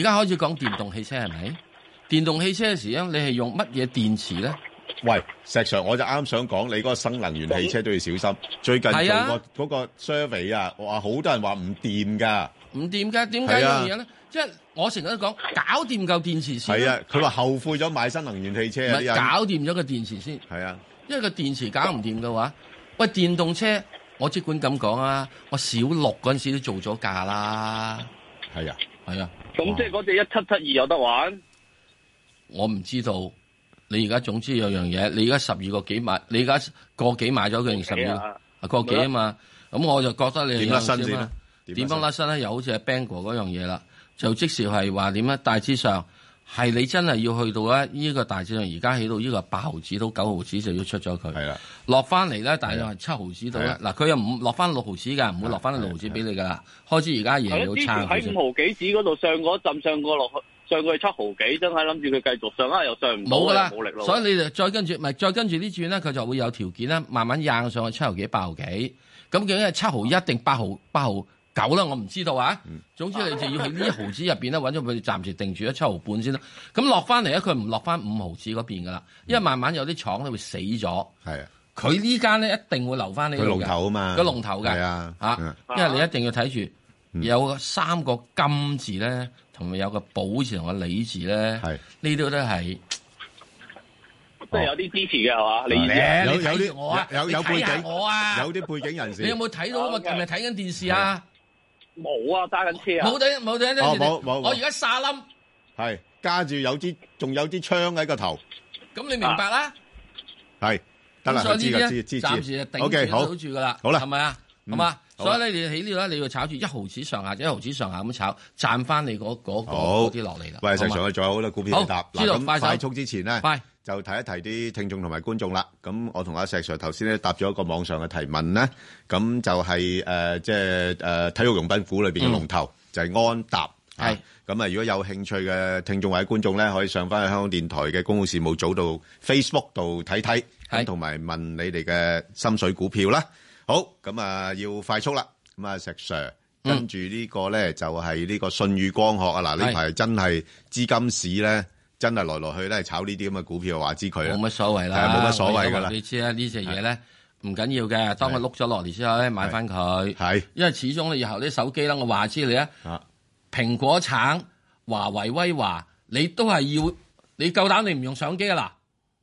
[SPEAKER 2] 而家開始講電動汽車係咪？電動汽車嘅時候，你係用乜嘢電池咧？
[SPEAKER 1] 喂，石 Sir，我就啱想講，你嗰個新能源汽車都要小心。最近做
[SPEAKER 2] 係啊
[SPEAKER 1] 個嗰個 survey 啊，哇，好多人話唔掂㗎。
[SPEAKER 2] 唔掂㗎，點解
[SPEAKER 1] 係
[SPEAKER 2] 呢
[SPEAKER 1] 啊
[SPEAKER 2] 樣嘢咧？即係我成日都講，搞掂嚿電池先
[SPEAKER 1] 係
[SPEAKER 2] 啦。
[SPEAKER 1] 啊，佢話後悔咗買新能源汽車啊
[SPEAKER 2] 唔
[SPEAKER 1] 啲
[SPEAKER 2] 係
[SPEAKER 1] 人。
[SPEAKER 2] 搞掂咗個電池先。
[SPEAKER 1] 係啊，
[SPEAKER 2] 因為個電池搞唔掂嘅話，喂，電動車我即管咁講啊，我小六嗰陣時都做咗價啦。
[SPEAKER 1] 係啊，
[SPEAKER 2] 係啊。
[SPEAKER 17] 咁即係嗰只一七七二有得玩，
[SPEAKER 2] 我唔知道。你而家總之有樣嘢，你而家十二個幾買，你而家個幾買咗佢，十
[SPEAKER 17] 個幾
[SPEAKER 2] 二
[SPEAKER 17] 啊
[SPEAKER 2] 啊個幾啊嘛。咁我就覺得你
[SPEAKER 1] 點甩身先
[SPEAKER 2] 啦
[SPEAKER 1] 啦，
[SPEAKER 2] 點樣甩身咧？又好似係 Bang 哥嗰樣嘢啦，就即時係話點咧？啊大致上係你真係要去到咧，呢個大致上而家起到呢個八毫子到九毫子就要出咗佢。
[SPEAKER 1] 係啦，
[SPEAKER 2] 落翻嚟咧，大約係七毫子到啦。
[SPEAKER 17] 係
[SPEAKER 2] 嗱，佢又唔落翻六毫子㗎，唔會落翻六毫子俾你㗎啦。開始而家
[SPEAKER 17] 係
[SPEAKER 2] 嘢
[SPEAKER 17] 咯
[SPEAKER 2] 要
[SPEAKER 17] 之前
[SPEAKER 2] 撐佢
[SPEAKER 17] 喺
[SPEAKER 2] 啫
[SPEAKER 17] 五毫幾子嗰度上過一浸，上過落去，上過去七毫幾，真係諗住佢繼續上啊，又上唔到，
[SPEAKER 2] 冇噶啦
[SPEAKER 17] 又冇力，咯。
[SPEAKER 2] 所以你就再跟住，咪再跟住呢轉咧，佢就會有條件咧，慢慢硬上去七毫幾、八毫幾。咁究竟係七毫一定八毫八毫九啦？我唔知道啊。
[SPEAKER 1] 嗯
[SPEAKER 2] 總之你就要喺呢一毫子入邊咧，揾咗佢暫時定住咗七毫半先啦。咁落翻嚟咧，佢唔落翻五毫子嗰邊噶啦，因為慢慢有啲廠咧會死咗。
[SPEAKER 1] 係啊，
[SPEAKER 2] 佢呢間咧一定會留翻呢
[SPEAKER 1] 佢
[SPEAKER 2] 度
[SPEAKER 1] 龍
[SPEAKER 2] 嘅
[SPEAKER 1] 頭啊嘛，
[SPEAKER 2] 佢龍頭嘅
[SPEAKER 1] 係啊，嗯
[SPEAKER 2] 嚇，因為你一定要睇住有三個金字咧，同埋有個寶字同個李字咧，呢啲都係。
[SPEAKER 17] 即係有
[SPEAKER 2] 哦
[SPEAKER 17] 啲支持嘅係嘛？啊你意
[SPEAKER 2] 咧
[SPEAKER 17] 思
[SPEAKER 2] 你睇住我啊
[SPEAKER 1] 有有
[SPEAKER 2] 你
[SPEAKER 1] 有
[SPEAKER 2] 睇
[SPEAKER 1] 背
[SPEAKER 2] 下
[SPEAKER 1] 景
[SPEAKER 2] 我啊
[SPEAKER 1] 有啲背景人士，
[SPEAKER 2] 你有冇睇到啊？係咪睇緊電視啊？
[SPEAKER 17] 冇啊，揸緊車啊！
[SPEAKER 2] 冇睇冇睇
[SPEAKER 1] 哦
[SPEAKER 2] 電
[SPEAKER 1] 冇
[SPEAKER 2] 視
[SPEAKER 1] 冇冇
[SPEAKER 2] 我而家撒冧，
[SPEAKER 1] 係加住有支仲有支槍喺個頭，
[SPEAKER 2] 咁你明白
[SPEAKER 1] 啊
[SPEAKER 2] 啦？
[SPEAKER 1] 係得啦，
[SPEAKER 2] 咁所
[SPEAKER 1] 知
[SPEAKER 2] 以
[SPEAKER 1] 㗎
[SPEAKER 2] 呢
[SPEAKER 1] 知
[SPEAKER 2] 啲
[SPEAKER 1] 知
[SPEAKER 2] 咧，
[SPEAKER 1] 知
[SPEAKER 2] 暫時就頂
[SPEAKER 1] OK，好
[SPEAKER 2] 住住噶啦，
[SPEAKER 1] 好啦，
[SPEAKER 2] 係咪啊？
[SPEAKER 1] 嗯
[SPEAKER 2] 係嘛？
[SPEAKER 1] 好啦
[SPEAKER 2] 所以咧，你喺呢度咧，你要炒住一毫子上下，一毫子上下咁炒，賺翻你嗰嗰嗰
[SPEAKER 1] 好
[SPEAKER 2] 嗰啲落嚟啦。
[SPEAKER 1] 喂，
[SPEAKER 2] 好
[SPEAKER 1] 石
[SPEAKER 2] 嘛
[SPEAKER 1] Sir，我仲有好多股票要答。
[SPEAKER 2] 好
[SPEAKER 1] 嗱，
[SPEAKER 2] 知道
[SPEAKER 1] 咁
[SPEAKER 2] 快手
[SPEAKER 1] 快速之前咧，就提一提啲聽眾同埋觀眾啦。咁我同阿石 Sir 頭先咧答咗一個網上嘅提問咧，咁就係誒即係誒體育用品股裏邊嘅龍頭就係安踏。係咁啊！如果有興趣嘅聽眾或者觀眾咧，可以上翻去香港電台嘅公共事務組度 Facebook 度睇睇，咁同埋問你哋嘅心水股票啦。好，咁啊要快速啦。咁啊石 Sir，跟住呢個咧就係呢個信宇光學啊！嗱，呢
[SPEAKER 2] 係
[SPEAKER 1] 排真係資金市咧，真係來來去咧炒呢啲咁嘅股票，話知佢啦
[SPEAKER 2] 冇乜所謂
[SPEAKER 1] 係
[SPEAKER 2] 啦，
[SPEAKER 1] 啊冇乜所謂㗎啦
[SPEAKER 2] 我話。你知啦，呢隻嘢咧唔緊要嘅。當佢碌咗落嚟之後咧，買翻佢。
[SPEAKER 1] 係，
[SPEAKER 2] 因為始終你以後啲手機啦，我話知你啊，蘋果橙、華為、威華，你都係要你夠膽，你唔用相機㗎啦。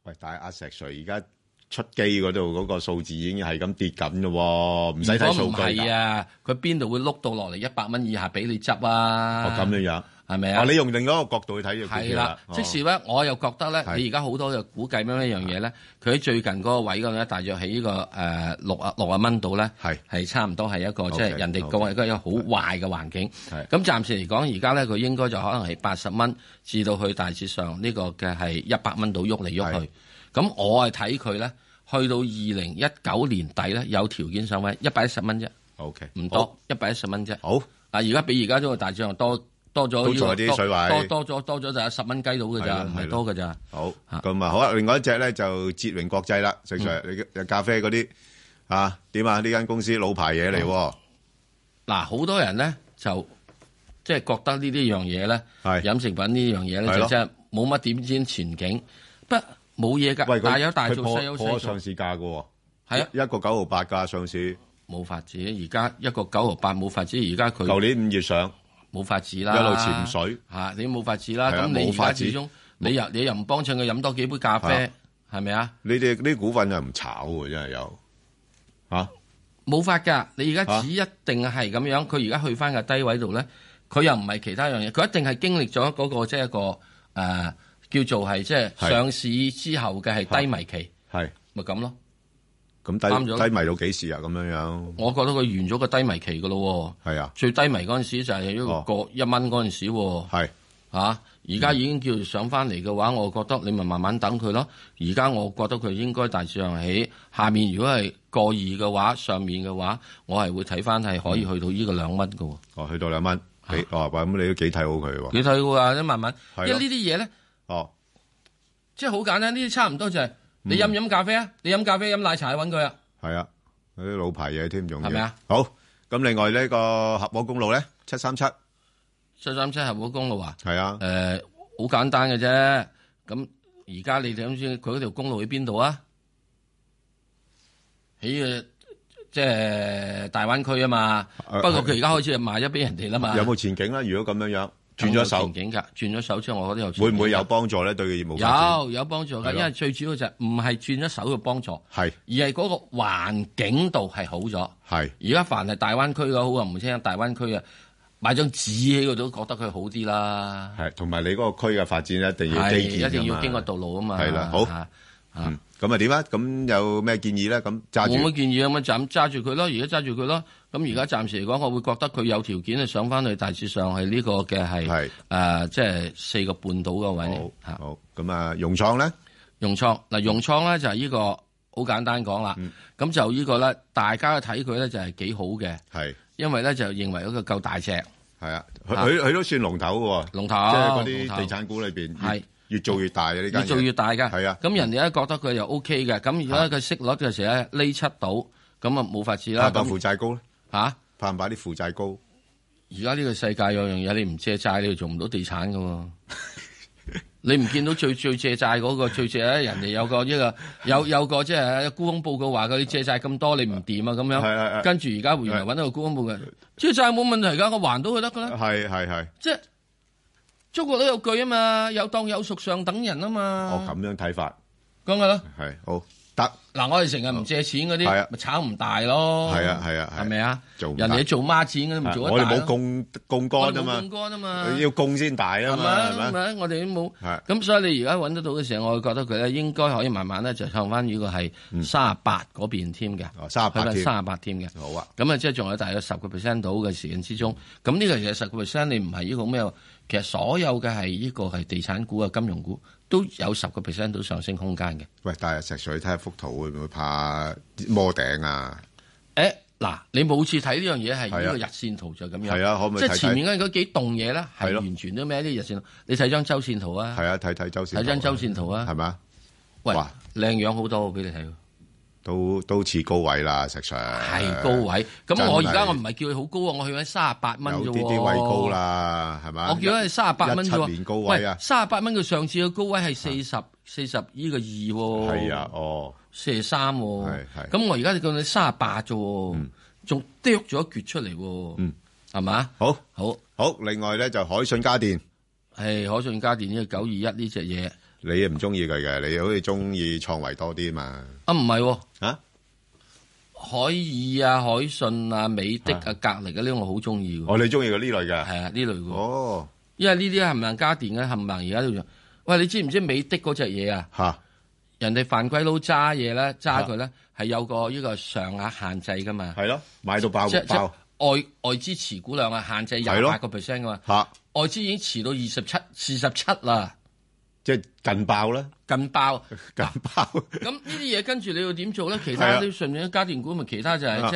[SPEAKER 1] 喂，但係阿石 Sir 而家出機嗰度嗰個數字已經係咁跌緊咯喎，唔使睇數
[SPEAKER 2] 如果唔
[SPEAKER 1] 據
[SPEAKER 2] 係
[SPEAKER 1] 㗎。
[SPEAKER 2] 啊，佢邊度會碌到落嚟一百蚊以下俾你執啊？
[SPEAKER 1] 哦，咁樣樣
[SPEAKER 2] 係咪啊？
[SPEAKER 1] 哦，你用另一個角度去睇呢個股
[SPEAKER 2] 係
[SPEAKER 1] 票
[SPEAKER 2] 啦
[SPEAKER 1] 啦，。
[SPEAKER 2] 即
[SPEAKER 1] 哦
[SPEAKER 2] 時咧，我又覺得咧，你而家好多嘅估計咩一樣嘢咧，佢喺最近嗰個位嗰度咧，大約喺呢個誒六啊六啊蚊度咧，
[SPEAKER 1] 係
[SPEAKER 2] 係差唔多係一個
[SPEAKER 11] OK，
[SPEAKER 2] 即係人哋講係一個好壞嘅環境。
[SPEAKER 11] 係
[SPEAKER 2] 咁暫時嚟講，而家咧佢應該就可能係八十蚊至到去大致上呢個嘅係一百蚊度喐嚟喐去。咁我係睇佢咧，去到二零一九年底咧，有條件上位一百一十蚊啫。
[SPEAKER 1] OK，
[SPEAKER 2] 唔多一百一十蚊啫。
[SPEAKER 1] 好
[SPEAKER 2] 啊，而家比而家都大致上多多咗
[SPEAKER 1] 都
[SPEAKER 2] 呢
[SPEAKER 1] 仲
[SPEAKER 2] 個
[SPEAKER 1] 有啲
[SPEAKER 2] 多
[SPEAKER 1] 水位
[SPEAKER 2] 多多咗多咗就係十蚊雞到嘅
[SPEAKER 1] 係
[SPEAKER 2] 咋，
[SPEAKER 1] 啦
[SPEAKER 2] 唔
[SPEAKER 1] 係
[SPEAKER 2] 係
[SPEAKER 1] 啦
[SPEAKER 2] 多嘅咋。
[SPEAKER 1] 好，咁啊好啊，另外一隻咧就捷榮國際啦，石 Sir，你嘅咖啡嗰啲啊點啊？呢間公司老牌嘢嚟喎，
[SPEAKER 2] 嗱，好多人咧就即係覺得呢啲樣嘢咧，飲食品呢樣嘢咧
[SPEAKER 1] 係
[SPEAKER 2] 就
[SPEAKER 1] 咯
[SPEAKER 2] 真係冇乜點先前景，不冇嘢㗎，
[SPEAKER 1] 喂，佢
[SPEAKER 2] 大有大
[SPEAKER 1] 佢
[SPEAKER 2] 做，
[SPEAKER 1] 破
[SPEAKER 2] 細有
[SPEAKER 1] 破
[SPEAKER 2] 細
[SPEAKER 1] 咗上
[SPEAKER 2] 做。
[SPEAKER 1] 市價嘅喎，
[SPEAKER 2] 係啊
[SPEAKER 1] 一個九毫八價上市，
[SPEAKER 2] 冇法子，而家一個九毫八冇法子，而家佢
[SPEAKER 1] 舊年五月上，
[SPEAKER 2] 冇法子啦，
[SPEAKER 1] 一路潛水
[SPEAKER 2] 嚇，你冇法子啦。
[SPEAKER 1] 係啊
[SPEAKER 2] 咁你
[SPEAKER 1] 冇
[SPEAKER 2] 而
[SPEAKER 1] 法
[SPEAKER 2] 家
[SPEAKER 1] 子
[SPEAKER 2] 始終你又你又唔幫襯佢飲多幾杯咖
[SPEAKER 1] 係啊
[SPEAKER 2] 啡，係咪啊？
[SPEAKER 1] 呢啲呢啲股份又唔炒喎，真係有嚇，
[SPEAKER 2] 冇法㗎，你而
[SPEAKER 1] 啊
[SPEAKER 2] 家只一定係咁樣，佢而家去翻個低位度咧，佢又唔係其他樣嘢，佢一定係經歷咗嗰個即係一個誒、呃叫做係即係
[SPEAKER 1] 係
[SPEAKER 2] 上市之後嘅係低迷期，
[SPEAKER 1] 係
[SPEAKER 2] 咪咁咯。
[SPEAKER 1] 咁
[SPEAKER 2] 啱
[SPEAKER 1] 低
[SPEAKER 2] 咗
[SPEAKER 1] 低迷到幾時啊？咁樣樣，
[SPEAKER 2] 我覺得佢完咗個低迷期㗎咯
[SPEAKER 1] 喎。係啊，哦
[SPEAKER 2] 最低迷嗰陣時就係一個過一蚊嗰陣時喎。
[SPEAKER 1] 係嗯
[SPEAKER 2] 嚇，而家已經叫上翻嚟嘅話，我覺得你咪慢慢等佢咯。而家我覺得佢應該大致上喺下面，如果係過二嘅話，上面嘅話，我係會睇翻係可以去到呢個兩蚊嘅喎。
[SPEAKER 1] 嗯哦，去到兩蚊，幾哦，喂咁你都幾睇好佢喎，
[SPEAKER 2] 幾睇好啊！啲慢慢，因
[SPEAKER 1] 係
[SPEAKER 2] 為
[SPEAKER 1] 咯
[SPEAKER 2] 呢啲嘢咧，
[SPEAKER 1] 哦，
[SPEAKER 2] 即係好簡單，呢啲差唔多就係
[SPEAKER 1] 嗯
[SPEAKER 2] 你飲唔飲咖啡啊，你飲咖啡飲奶茶去揾佢啊，
[SPEAKER 1] 係啊，嗰啲老牌嘢添，仲要
[SPEAKER 2] 係咪啊？
[SPEAKER 1] 好，咁另外呢個合和公路咧，七三七
[SPEAKER 2] 七三七合和公路啊，
[SPEAKER 1] 係啊，
[SPEAKER 2] 誒好簡單嘅啫。咁而家你諗先，佢嗰條公路喺邊度啊？喺誒即係大灣區啊嘛。
[SPEAKER 1] 誒
[SPEAKER 2] 不過佢而家開始係賣咗俾人哋啦嘛。
[SPEAKER 1] 呃有冇前景咧？如果咁樣樣轉咗手
[SPEAKER 2] 有，前景㗎？轉咗手之後，我覺得有前景
[SPEAKER 1] 會唔會有幫助咧？對佢業務發展
[SPEAKER 2] 有有幫助
[SPEAKER 1] 係
[SPEAKER 2] 㗎，
[SPEAKER 1] 咯
[SPEAKER 2] 因為最主要就係唔係轉咗手嘅幫助，
[SPEAKER 1] 係
[SPEAKER 2] 而係嗰個環境度係好咗。
[SPEAKER 1] 係
[SPEAKER 2] 而家凡係大灣區嘅好啊，唔聽大灣區啊，買張紙喺嗰度都覺得佢好啲啦。
[SPEAKER 1] 係同埋你嗰個區嘅發展一定要
[SPEAKER 2] 係
[SPEAKER 1] 基建㗎嘛
[SPEAKER 2] 一定要經過道路啊嘛。
[SPEAKER 1] 係啦，好
[SPEAKER 2] 嚇，
[SPEAKER 1] 嗯，咁啊點啊？咁有咩建議咧？咁揸
[SPEAKER 2] 冇
[SPEAKER 1] 住
[SPEAKER 2] 乜建議啊嘛，就咁揸住佢咯，而家揸住佢咯。咁而家
[SPEAKER 1] 嗯
[SPEAKER 2] 暫時嚟講，我會覺得佢有條件係上翻去大致上係呢個嘅係誒，即係四個半到嘅位。好，
[SPEAKER 1] 好咁啊，融創咧，
[SPEAKER 2] 融創嗱，融創咧就係呢個好簡單講啦。
[SPEAKER 1] 嗯
[SPEAKER 2] 咁就呢個咧，大家去睇佢咧就係幾好嘅，
[SPEAKER 1] 係
[SPEAKER 2] 因為咧就認為嗰個夠大隻，
[SPEAKER 1] 係啊，佢佢佢都算龍頭嘅喎，
[SPEAKER 2] 龍頭
[SPEAKER 1] 即係嗰啲
[SPEAKER 2] 龍頭
[SPEAKER 1] 地產股裏邊，
[SPEAKER 2] 係
[SPEAKER 1] 越做越大嘅呢間嘢，
[SPEAKER 2] 越做越大嘅。
[SPEAKER 1] 係啊，
[SPEAKER 2] 咁人哋咧覺得佢又 O K 嘅，咁而家佢息率嘅時候咧，呢七度，咁啊冇法子
[SPEAKER 1] 怕
[SPEAKER 2] 啦。
[SPEAKER 1] 唔怕
[SPEAKER 2] 咁
[SPEAKER 1] 負債高咧？
[SPEAKER 2] 嚇，
[SPEAKER 1] 怕唔怕啲負債高？
[SPEAKER 2] 而家呢個世界有樣嘢，你唔借債，你就做唔到地產嘅喎。你唔見到最最借債嗰、個最借咧，人哋有個呢個有有個即係呃沽空報告話佢借債咁多，你唔掂啊咁
[SPEAKER 1] 係係
[SPEAKER 2] 樣。
[SPEAKER 1] 係
[SPEAKER 2] 跟住而家原來揾到個沽空報告，借債冇問題㗎，我還到佢得㗎啦。
[SPEAKER 1] 係係係，
[SPEAKER 2] 即係中國都有句啊嘛，有當有屬上等人啊嘛。
[SPEAKER 1] 我哦咁樣睇法，
[SPEAKER 2] 講㗎啦。
[SPEAKER 1] 係好得。
[SPEAKER 2] 嗱，我哋成日唔借錢嗰
[SPEAKER 1] 係啊
[SPEAKER 2] 啲，咪炒唔大咯。
[SPEAKER 1] 係啊係啊，係咪
[SPEAKER 2] 啊？
[SPEAKER 1] 做唔
[SPEAKER 2] 人
[SPEAKER 1] 大
[SPEAKER 2] 哋做孖展嗰啲唔做
[SPEAKER 1] 我
[SPEAKER 2] 得
[SPEAKER 1] 哋
[SPEAKER 2] 大
[SPEAKER 1] 冇
[SPEAKER 2] 咯
[SPEAKER 1] 供供
[SPEAKER 2] 我
[SPEAKER 1] 幹
[SPEAKER 2] 哋
[SPEAKER 1] 啊
[SPEAKER 2] 冇
[SPEAKER 1] 嘛
[SPEAKER 2] 槓，桿啊嘛，
[SPEAKER 1] 要供先大啊
[SPEAKER 2] 係
[SPEAKER 1] 嘛，係
[SPEAKER 2] 咪？
[SPEAKER 1] 咪？
[SPEAKER 2] 係咪？我哋都冇。
[SPEAKER 1] 係
[SPEAKER 2] 咁所以你而家揾得到嘅時候，我會覺得佢咧應該可以慢慢咧就向翻呢個係
[SPEAKER 1] 嗯
[SPEAKER 2] 三十八嗰邊添嘅，
[SPEAKER 1] 38添
[SPEAKER 2] 三十八添嘅。
[SPEAKER 1] 好啊。
[SPEAKER 2] 咁啊，即係仲有大約十個 percent 到嘅時間之中，咁呢個嘢十個 percent 你唔係呢個咩？其實所有嘅係呢個係地產股啊、金融股都有十個 percent 到上升空間嘅。
[SPEAKER 1] 喂，但係石水睇下幅圖會唔會怕摸頂啊？
[SPEAKER 2] 誒嗱，你冇次睇呢樣嘢
[SPEAKER 1] 係
[SPEAKER 2] 係呢
[SPEAKER 1] 啊
[SPEAKER 2] 個日線圖就咁樣，
[SPEAKER 1] 係啊可唔可以
[SPEAKER 2] 即
[SPEAKER 1] 睇
[SPEAKER 2] 係
[SPEAKER 1] 睇
[SPEAKER 2] 前面嗰幾棟嘢咧
[SPEAKER 1] 係
[SPEAKER 2] 係
[SPEAKER 1] 咯
[SPEAKER 2] 完全都咩啲日線圖？你睇張周線圖啊，
[SPEAKER 1] 係啊，睇睇周線圖啊，
[SPEAKER 2] 睇張周線圖啊，
[SPEAKER 1] 係嘛？
[SPEAKER 2] 喂
[SPEAKER 1] 哇，
[SPEAKER 2] 靚樣好多俾你睇喎，
[SPEAKER 1] 都都似高位啦，石 Sir。
[SPEAKER 2] 係高位。咁我而家我唔係叫佢好高啊，我去緊三十八
[SPEAKER 1] 真
[SPEAKER 2] 蚊
[SPEAKER 1] 係
[SPEAKER 2] 啫
[SPEAKER 1] 有
[SPEAKER 2] 喎，
[SPEAKER 1] 啲啲位高。啦，係嘛？
[SPEAKER 2] 我叫佢三十八蚊啫
[SPEAKER 1] 一
[SPEAKER 2] 喎，
[SPEAKER 1] 七年高位啊，
[SPEAKER 2] 三十八蚊佢上次嘅高位係四十四十依個二喎，
[SPEAKER 1] 係啊，哦，
[SPEAKER 2] 四十三喎，
[SPEAKER 1] 係
[SPEAKER 2] 咁我而家就叫你三十八啫喎，仲剁咗一橛出嚟喎，
[SPEAKER 1] 嗯，
[SPEAKER 2] 係嘛？
[SPEAKER 1] 好，
[SPEAKER 2] 好，
[SPEAKER 1] 好。另外咧就海信家電，
[SPEAKER 2] 係海信家電呢九二一呢只嘢，
[SPEAKER 1] 你唔中意佢嘅，你好似中意創維多啲嘛？
[SPEAKER 2] 啊唔係喎，
[SPEAKER 1] 啊
[SPEAKER 2] 海爾啊、海信啊、美的啊、格力嗰啲我好中意喎，
[SPEAKER 1] 哦，你中意佢呢類嘅？
[SPEAKER 2] 係啊，呢類嘅，
[SPEAKER 1] 哦，
[SPEAKER 2] 因為呢啲冚唪唥家電嘅冚唪唥而家都用。喂，你知唔知美的嗰只嘢啊？
[SPEAKER 1] 嚇，
[SPEAKER 2] 人哋犯鬼佬揸嘢咧，揸佢咧係有個呢個上額限制噶嘛。
[SPEAKER 1] 係咯，買到爆
[SPEAKER 2] 即即
[SPEAKER 1] 爆，
[SPEAKER 2] 外外資持股量啊，限制
[SPEAKER 1] 係
[SPEAKER 2] 廿
[SPEAKER 1] 咯
[SPEAKER 2] 八個 percent 噶嘛。
[SPEAKER 1] 嚇，
[SPEAKER 2] 外資已經持到二十七、四十七啦，
[SPEAKER 1] 即係近爆啦，
[SPEAKER 2] 近爆。
[SPEAKER 1] 近爆。
[SPEAKER 2] 咁呢啲嘢跟住你要點做咧？其
[SPEAKER 1] 係
[SPEAKER 2] 他
[SPEAKER 1] 啊
[SPEAKER 2] 啲順便家電股咪其他就係
[SPEAKER 1] 啊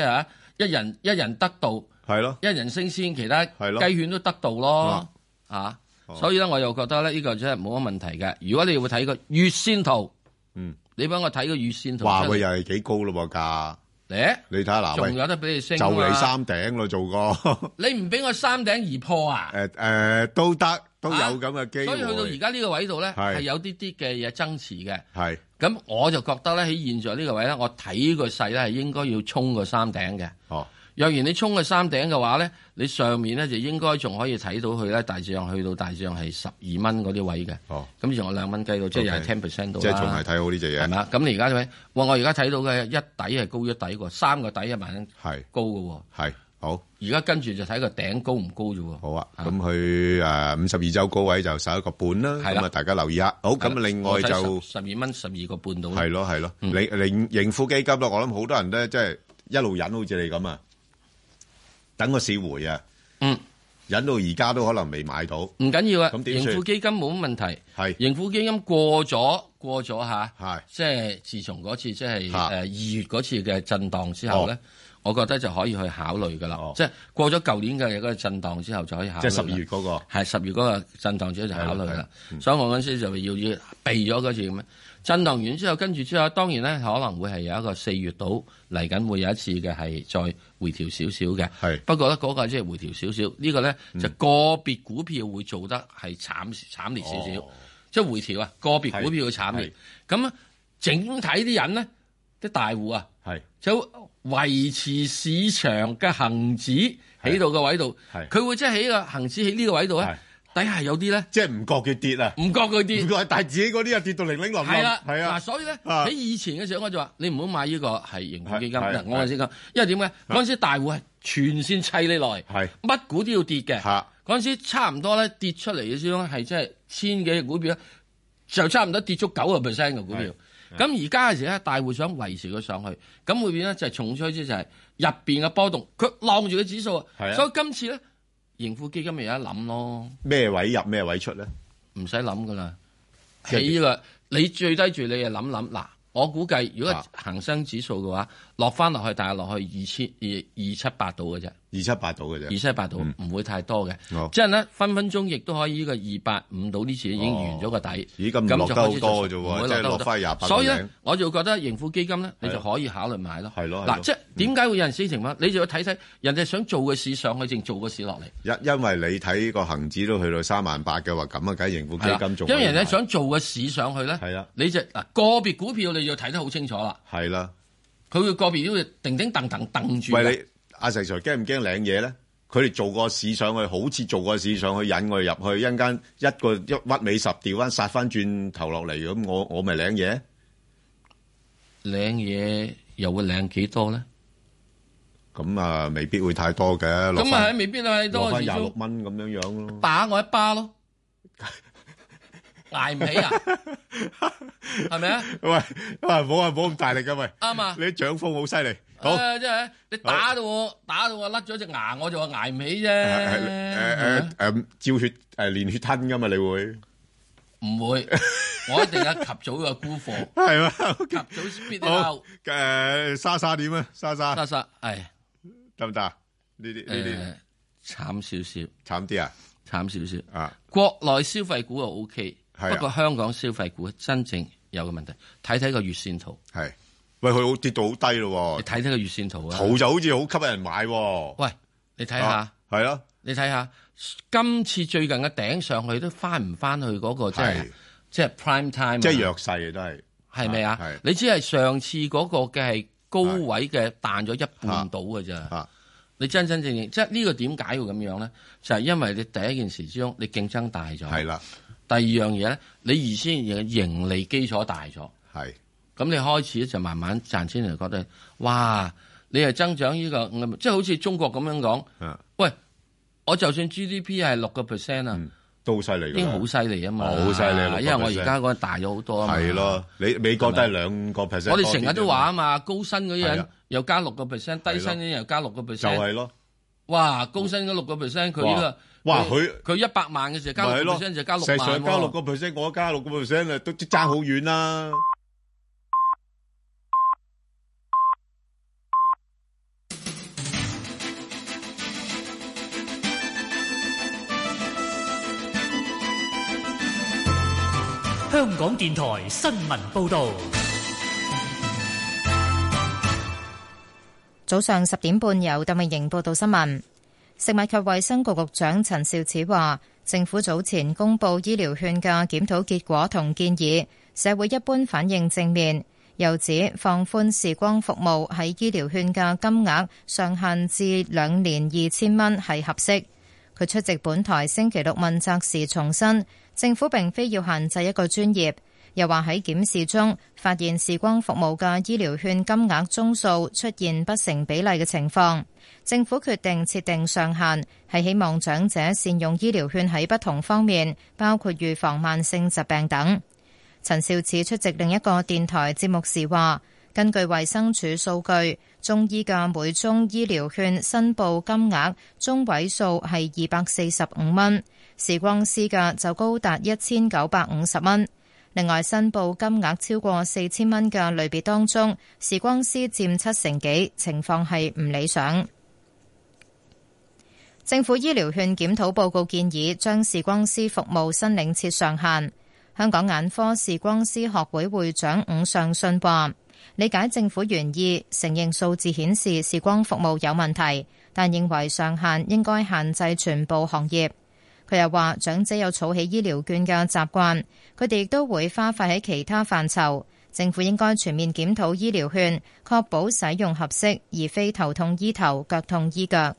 [SPEAKER 2] 即係嚇一人一人得道，
[SPEAKER 1] 係咯，
[SPEAKER 2] 一人升先，其他
[SPEAKER 1] 咯啊哦
[SPEAKER 2] 雞犬都得道咯嚇。所以咧，我又覺得咧，呢個真係冇乜問題嘅。如果你會睇個月線圖，
[SPEAKER 1] 嗯，
[SPEAKER 2] 你幫我睇個月線圖出
[SPEAKER 1] 話佢
[SPEAKER 2] 嚟，
[SPEAKER 1] 又係幾高咯喎價。
[SPEAKER 2] 咧
[SPEAKER 1] 你睇下嗱，喂
[SPEAKER 2] 仲有得俾你升
[SPEAKER 1] 就
[SPEAKER 2] 啊
[SPEAKER 1] 嚟
[SPEAKER 2] 嘛
[SPEAKER 1] 三頂咯，做過
[SPEAKER 2] 你唔俾我三頂而破啊！
[SPEAKER 1] 誒誒都得，都有咁嘅機
[SPEAKER 2] 所以去到而
[SPEAKER 1] 會。
[SPEAKER 2] 家呢個位度咧，
[SPEAKER 1] 係
[SPEAKER 2] 係有啲啲嘅嘢爭持嘅。
[SPEAKER 1] 係
[SPEAKER 2] 咁我就覺得咧，喺現在呢個位咧，我睇個勢咧係應該要衝個三頂嘅。
[SPEAKER 1] 哦，
[SPEAKER 2] 若然你衝個三頂嘅話咧，你上面咧就應該仲可以睇到佢咧，大致上去到大致上係十二蚊嗰啲位嘅。
[SPEAKER 1] 哦，
[SPEAKER 2] 咁仲有兩蚊雞到，即係又係
[SPEAKER 1] OK
[SPEAKER 2] ten percent 到
[SPEAKER 1] 即係仲係睇好呢只嘢。
[SPEAKER 2] 係嘛？咁你而家就睇，哇！我而家睇到嘅一底係高一底喎，三個底一萬
[SPEAKER 1] 係
[SPEAKER 2] 高嘅喎。
[SPEAKER 1] 係好，
[SPEAKER 2] 而家跟住就睇個頂高唔高啫喎。
[SPEAKER 1] 好啊，咁佢誒五十二周高位就十一個半啦，
[SPEAKER 2] 係啦
[SPEAKER 1] 咁啊大家留意下。好，咁另外就
[SPEAKER 2] 十二蚊十二個半到啦。
[SPEAKER 1] 係咯係咯，零零盈富基金咯，我諗好多人咧，即係一路忍好似你咁啊，等個市回啊，
[SPEAKER 2] 嗯，
[SPEAKER 1] 忍到而家都可能未買到，唔
[SPEAKER 2] 唔緊要啊，
[SPEAKER 1] 咁點
[SPEAKER 2] 盈
[SPEAKER 1] 算
[SPEAKER 2] 富基金冇乜問題。
[SPEAKER 1] 係
[SPEAKER 2] 盈富基金過咗過咗下，
[SPEAKER 1] 係
[SPEAKER 2] 即係自從嗰次即係誒二月嗰次嘅震盪之後咧，
[SPEAKER 1] 哦
[SPEAKER 2] 我覺得就可以去考慮噶啦。即係過咗舊年嘅嗰個震盪之後就可以考慮
[SPEAKER 1] 即
[SPEAKER 2] 啦。
[SPEAKER 1] 係十二月嗰個
[SPEAKER 2] 係十月嗰個震盪之後就考慮
[SPEAKER 1] 係啦係
[SPEAKER 2] 啦
[SPEAKER 1] 啦嗯。
[SPEAKER 2] 所以我嗰陣時就要要避咗嗰次咁樣震盪完之後，跟住之後當然咧可能會係有一個四月度嚟緊會有一次嘅係再回調少少嘅。
[SPEAKER 1] 係
[SPEAKER 2] 不過咧嗰個即係回調少少，呢個咧就個別股票會做得係慘慘烈少
[SPEAKER 1] 哦
[SPEAKER 2] 少，即係回調啊，個別股票會慘烈。咁啊整體啲人咧，啲大户啊，
[SPEAKER 1] 係
[SPEAKER 2] 就維持市場嘅恒指喺度嘅位度，佢會即係喺個恒指喺呢個位度咧，底下有啲咧，
[SPEAKER 1] 即係唔覺佢跌啊，
[SPEAKER 2] 唔覺佢跌，
[SPEAKER 1] 覺，但係自己嗰啲又跌到零零落落，
[SPEAKER 2] 係啦，
[SPEAKER 1] 係啊
[SPEAKER 2] 嗱，，所以咧
[SPEAKER 1] 啊
[SPEAKER 2] 喺以前嘅時候，我就話你唔好買呢個係盈富基金。
[SPEAKER 1] 係係啊
[SPEAKER 2] 嗱，我先講，因為點咧？嗰陣時大户係全線砌你來，乜股都要跌嘅。嗰陣時差唔多咧跌出嚟嘅先係即係千幾隻股票咧，就差唔多跌足九個 percent 嘅股票。咁而家嘅時咧，大户想維持佢上去，咁會變咧就係重吹之就係入邊嘅波動，佢浪住個指數
[SPEAKER 1] 係
[SPEAKER 2] 啊。
[SPEAKER 1] 啊
[SPEAKER 2] 所以今次咧，盈富基金咪有得諗咯。
[SPEAKER 1] 咩位入咩位出咧？
[SPEAKER 2] 唔使諗噶啦，
[SPEAKER 1] 即係
[SPEAKER 2] 起呢個你最低住你就諗諗嗱，我估
[SPEAKER 1] 啊
[SPEAKER 2] 計如果恒生指數嘅話，落翻落去，大係落去二千二二七八度嘅啫，
[SPEAKER 1] 二七八度嘅啫，嗯哦
[SPEAKER 2] 二七八度唔會太多嘅，即係咧分分鐘亦都可以呢個二八五度呢次已經完咗個底，
[SPEAKER 1] 哦咦咁唔落得好多嘅啫喎
[SPEAKER 2] 唔會
[SPEAKER 1] 即係
[SPEAKER 2] 得好
[SPEAKER 1] 落返28
[SPEAKER 2] 所以
[SPEAKER 1] 個
[SPEAKER 2] 咧
[SPEAKER 1] 零，
[SPEAKER 2] 我就覺得盈富基金咧，你
[SPEAKER 1] 係
[SPEAKER 2] 就可以考慮買咯。
[SPEAKER 1] 係咯，嗯係
[SPEAKER 2] 嗱，
[SPEAKER 1] 咯
[SPEAKER 2] 即係點解會有陣時情況？你就要睇睇人哋想做嘅市上去，定做嘅市落嚟。
[SPEAKER 1] 因因為你睇個恒指都去到三萬八嘅話，咁啊，梗係盈富基
[SPEAKER 2] 係啦
[SPEAKER 1] 金仲
[SPEAKER 2] 因為人哋想做嘅市上去咧，係啦，你就嗱個別股票你要睇得好清楚啦。
[SPEAKER 1] 係啦，
[SPEAKER 2] 佢會個別都要定定掟掟掟住㗎。
[SPEAKER 1] 喂你阿石 Sir 驚唔驚領嘢咧？佢哋做個市上去，好似做個市上去引我哋入去，一陣間一個一屈尾十調翻，殺翻轉頭落嚟咁，我我咪領嘢。
[SPEAKER 2] 領嘢又會領幾多咧？
[SPEAKER 1] 咁啊，未必會太多嘅。落
[SPEAKER 2] 咁啊
[SPEAKER 1] 返
[SPEAKER 2] 係未必啊係多
[SPEAKER 1] 落翻
[SPEAKER 2] 始
[SPEAKER 1] 廿
[SPEAKER 2] 終
[SPEAKER 1] 六蚊咁樣樣咯。
[SPEAKER 2] 打我一巴 咯，捱唔起啊？係咪啊？
[SPEAKER 1] 喂，喂，唔好啊，唔好咁大力噶喂。
[SPEAKER 2] 啱啊
[SPEAKER 1] 你啲掌風好犀利。好，
[SPEAKER 2] 誒即係你打到我，打到我甩咗隻牙，我就話捱唔
[SPEAKER 1] 呃誒誒誒，
[SPEAKER 2] 起啫。
[SPEAKER 1] 呃嗯照血誒連血吞噶嘛，你會
[SPEAKER 2] 唔 會？我一定係及早嘅沽貨，
[SPEAKER 1] 係嘛？
[SPEAKER 2] 及早 spit it
[SPEAKER 1] 好
[SPEAKER 2] out。
[SPEAKER 1] 誒，莎莎點啊？莎莎，莎
[SPEAKER 2] 莎，係
[SPEAKER 1] 得唔得啊？呢啲呢
[SPEAKER 2] 啲呃慘少
[SPEAKER 1] 少，慘啲啊，
[SPEAKER 2] 慘少少
[SPEAKER 1] 啊！
[SPEAKER 2] 國內消費股啊 OK，
[SPEAKER 1] 係啊
[SPEAKER 2] 不過香港消費股真正有個問題，睇睇個月線圖。
[SPEAKER 1] 係，喂，佢好跌到好低咯喎。你
[SPEAKER 2] 睇睇個月線圖啊
[SPEAKER 1] 圖就好似好吸引人買喎。啊
[SPEAKER 2] 喂，你睇下，
[SPEAKER 1] 係咯，
[SPEAKER 2] 你睇下今次最近嘅頂上去都翻唔翻去嗰個即係
[SPEAKER 1] 係
[SPEAKER 2] 即係 prime time，啊
[SPEAKER 1] 即係弱勢啊，都係。
[SPEAKER 2] 係咪啊
[SPEAKER 1] 係？
[SPEAKER 2] 你只係上次嗰個嘅係高位嘅彈咗一
[SPEAKER 1] 啊
[SPEAKER 2] 半到嘅咋。你真真正正即係呢個點解會咁樣咧？就係因為你第一件事之中，你競爭大咗。係
[SPEAKER 1] 啦。
[SPEAKER 2] 第二樣嘢咧，你而先嘅盈利基礎大咗。
[SPEAKER 1] 係。
[SPEAKER 2] 咁你開始就慢慢賺錢嚟覺得，哇！你係增長呢、個，嗯即係好似中國咁樣講
[SPEAKER 1] 啊。
[SPEAKER 2] 喂，我就算 GDP 係六個 percent 啊，
[SPEAKER 1] 嗯都好犀利㗎
[SPEAKER 2] 已
[SPEAKER 1] 啦
[SPEAKER 2] 經好犀利啊嘛，
[SPEAKER 1] 好犀利啊
[SPEAKER 2] 因為我而
[SPEAKER 1] 6%
[SPEAKER 2] 家嗰個大咗好多啊嘛。
[SPEAKER 1] 係咯，你美國都係
[SPEAKER 2] 係咪
[SPEAKER 1] 兩個 percent。
[SPEAKER 2] 我哋成日都話啊嘛，高薪嗰啲
[SPEAKER 1] 係
[SPEAKER 2] 人
[SPEAKER 1] 啊
[SPEAKER 2] 又加六個 percent，低薪嗰啲人又加六個 percent，
[SPEAKER 1] 就係咯。
[SPEAKER 2] 哇，高薪嗰六個 percent，佢呢個
[SPEAKER 1] 哇佢
[SPEAKER 2] 佢一百萬嘅時候加
[SPEAKER 1] 咪係
[SPEAKER 2] 六
[SPEAKER 1] 咯
[SPEAKER 2] percent 就加六
[SPEAKER 1] 石
[SPEAKER 2] 萬
[SPEAKER 1] Sir 加六
[SPEAKER 2] 喎，
[SPEAKER 1] 個 percent，我加六個 percent 啊，都爭好遠啦。
[SPEAKER 3] 香港電台新聞報道，
[SPEAKER 4] 早上十點半由鄧慧瑩報道新聞。食物及衛生局局長陳肇始話，政府早前公布醫療券嘅檢討結果同建議，社會一般反應正面。又指放寬時光服務喺醫療券嘅金額上限至兩年二千蚊係合適。佢出席本台星期六問責時重申，政府並非要限制一個專業，又話喺檢視中發現時光服務嘅醫療券金額宗數出現不成比例嘅情況，政府決定設定上限，係希望長者善用醫療券喺不同方面，包括預防慢性疾病等。陳肇始出席另一個電台節目時話，根據衛生署數據，中醫嘅每宗醫療券申報金額中位數係二百四十五蚊，時光師嘅就高達一千九百五十蚊。另外，申報金額超過四千蚊嘅類別當中，時光師佔七成幾，情況係唔理想。政府醫療券檢討報告建議將視光師服務申領設上限。香港眼科視光師學會會長伍尚信話：理解政府原意，承認數字顯示視光服務有問題，但認為上限應該限制全部行業。佢又話：長者有儲起醫療券嘅習慣，佢哋亦都會花費喺其他範疇。政府應該全面檢討醫療券，確保使用合適，而非頭痛醫頭、腳痛醫腳。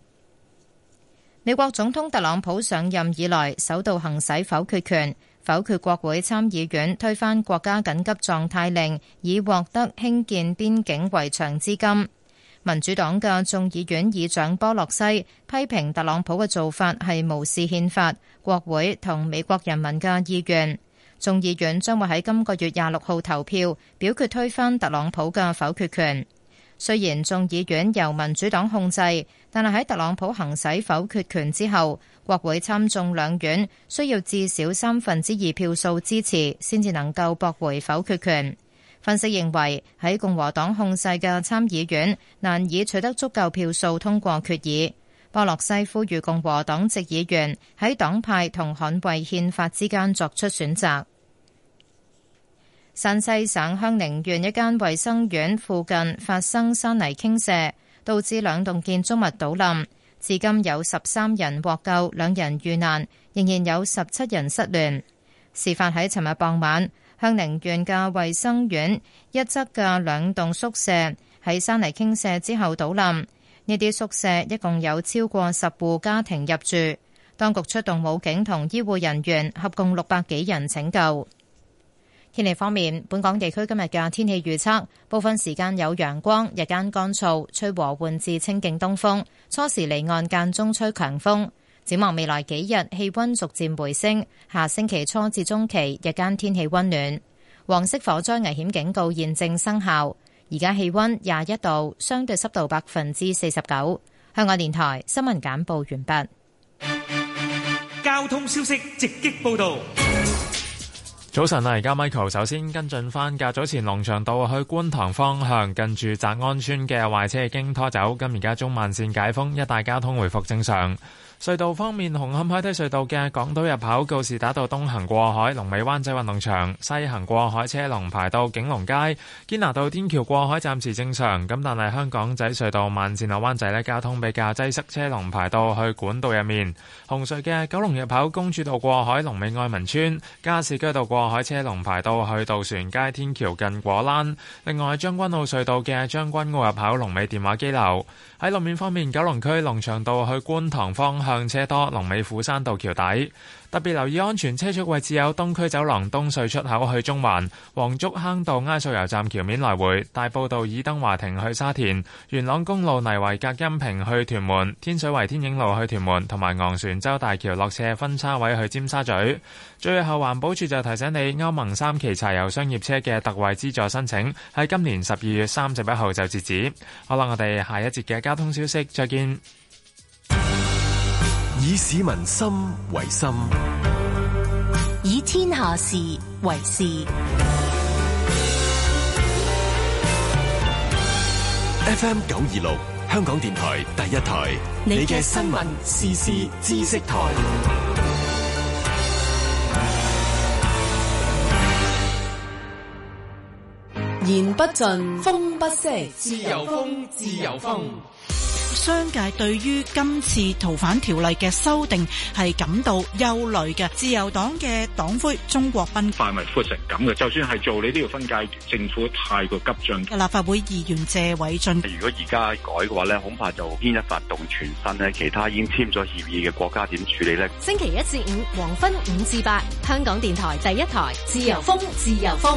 [SPEAKER 4] 美國總統特朗普上任以來首度行使否決權，否決國會參議院推翻國家緊急狀態令，以獲得興建邊境圍牆資金。民主黨嘅眾議院議長波洛西批評特朗普嘅做法係無視憲法、國會同美國人民嘅意願。眾議院將會喺今個月廿六號投票表決推翻特朗普嘅否決權。雖然眾議院由民主黨控制，但係喺特朗普行使否決權之後，國會參眾兩院需要至少三分之二票數支持，先至能夠駁回否決權。分析認為，喺共和黨控制嘅參議院難以取得足夠票數通過決議。波洛西呼籲共和黨籍議員喺黨派同捍衛憲法之間作出選擇。山西省香寧縣一間衛生院附近發生山泥傾瀉，導致兩棟建築物倒冧，至今有十三人獲救，兩人遇難，仍然有十七人失聯。事發喺尋日傍晚，香寧縣嘅衛生院一側嘅兩棟宿舍喺山泥傾瀉之後倒冧，呢啲宿舍一共有超過十戶家庭入住，當局出動武警同醫護人員，合共六百幾人拯救。天氣方面，本港地區今日嘅天氣預測，部分時間有陽光，日間乾燥，吹和緩至清勁東風，初時離岸間中吹強風。展望未來幾日，氣温逐漸回升，下星期初至中期日間天氣温暖。黃色火災危險警告現正生效，而家氣温廿一度，相對濕度百分之四十九。香港電台新聞簡報完畢。
[SPEAKER 3] 交通消息直擊報道。
[SPEAKER 5] 早晨啊，而家 Michael 首先跟進翻較早前龍翔道去觀塘方向近住澤安村嘅壞車已經拖走，咁而家中慢線解封，一帶交通回復正常。隧道方面，紅磡海底隧道嘅港島入口告士打道東行過海，龍尾灣仔運動場；西行過海車龍排到景隆街。堅拿道天橋過海暫時正常，咁但係香港仔隧道慢線落灣仔呢，交通比較擠塞，車龍排到去管道入面。紅隧嘅九龍入口公主道過海，龍尾愛民村；加士居道過海車龍排到去渡船街天橋近果欄。另外，將軍澳隧道嘅將軍澳入口龍尾電話機樓。喺路面方面，九龍區龍翔道去觀塘方向車多，龍尾斧山道橋底。特別留意安全車速位置有東區走廊東隧出口去中環、黃竹坑道埃索油站橋面來回、大埔道爾登華庭去沙田、元朗公路泥圍隔音屏去屯門、天水圍天影路去屯門，同埋昂船洲大橋落斜分叉位去尖沙咀。最後，環保署就提醒你，歐盟三期柴油商業車嘅特惠資助申請喺今年十二月三十一號就截止。好啦，我哋下一節嘅交通消息再見。
[SPEAKER 6] 以市民心為心，
[SPEAKER 7] 以天下事為事。
[SPEAKER 6] FM 九二六，香港電台第一台，你嘅新聞、時事、知識台。
[SPEAKER 8] 言不盡，風不息，
[SPEAKER 11] 自由風，自由風。
[SPEAKER 12] 商界對於今次逃犯條例嘅修訂係感到憂慮嘅。自由黨嘅黨魁鍾國斌，
[SPEAKER 13] 範圍闊成咁嘅，就算係做你都要分界。政府太過急進。
[SPEAKER 12] 立法會議員謝偉俊，
[SPEAKER 25] 如果而家改嘅話呢，恐怕就牽一發動全身呢，其他已經簽咗協議嘅國家點處理呢？
[SPEAKER 26] 星期一至五黃昏五至八，香港電台第一台，自由風，自由風。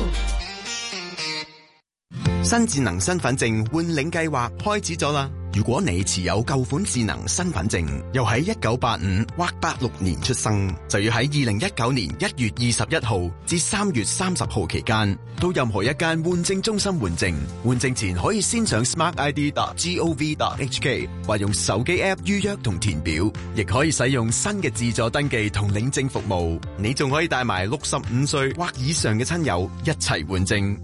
[SPEAKER 27] 新智能身份證換領計劃開始咗啦！如果你持有舊款智能身份證，又喺一九八五或八六年出生，就要喺二零一九年一月二十一號至三月三十號期間，到任何一間換證中心換證。換證前可以先上 smartid.gov.hk 或用手機 app 預約同填表，亦可以使用新嘅自助登記同領證服務。你仲可以帶埋六十五歲或以上嘅親友一齊換證。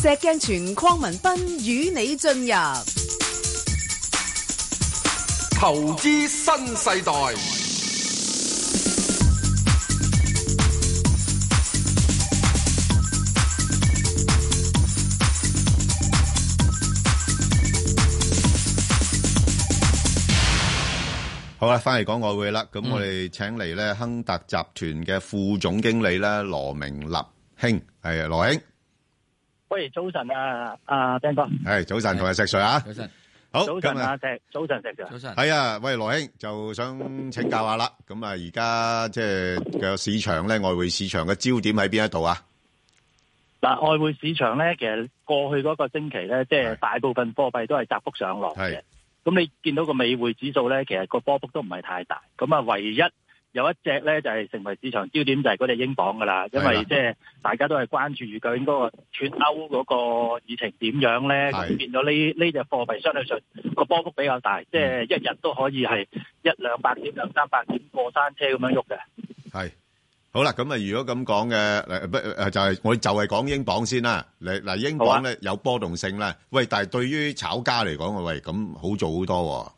[SPEAKER 8] 石鏡泉鄺民彬與你進入
[SPEAKER 14] 投資新世代。
[SPEAKER 1] 好啦，翻嚟講外匯啦。咁我哋請嚟咧亨達集團嘅副總經理咧羅明立兄，係羅兄。
[SPEAKER 28] 喂，早晨啊，阿 Ben 哥，
[SPEAKER 1] 係早晨，同埋石 Sir 啊，
[SPEAKER 2] 早晨，
[SPEAKER 1] 好，
[SPEAKER 28] 早晨啊，石，早晨石 Sir，
[SPEAKER 2] 早晨，
[SPEAKER 1] 係啊，喂，羅兄就想請教下啦，咁啊，而家即係嘅市場咧，外匯市場嘅焦點喺邊一度啊？
[SPEAKER 28] 嗱，外匯市場咧，其實過去嗰個星期咧，即係大部分貨幣都係窄幅上落嘅，咁你見到個美匯指數咧，其實個波幅都唔係太大，咁啊，唯一。有一隻咧就係、是、成為市場焦點，就係嗰隻英鎊噶啦，因為即係大家都係關注究竟嗰個脫歐嗰個議程點樣咧，咁變咗呢呢隻貨幣相對上個波幅比較大，即、就、係、是、一日都可以係一兩百點、兩三百點過山車咁樣喐嘅。
[SPEAKER 1] 係好啦，咁啊，如果咁講嘅，嗱不誒就係我就係講英鎊先啦。嚟嗱，英鎊咧有波動性啦。喂，但係對於炒家嚟講，喂咁好做好多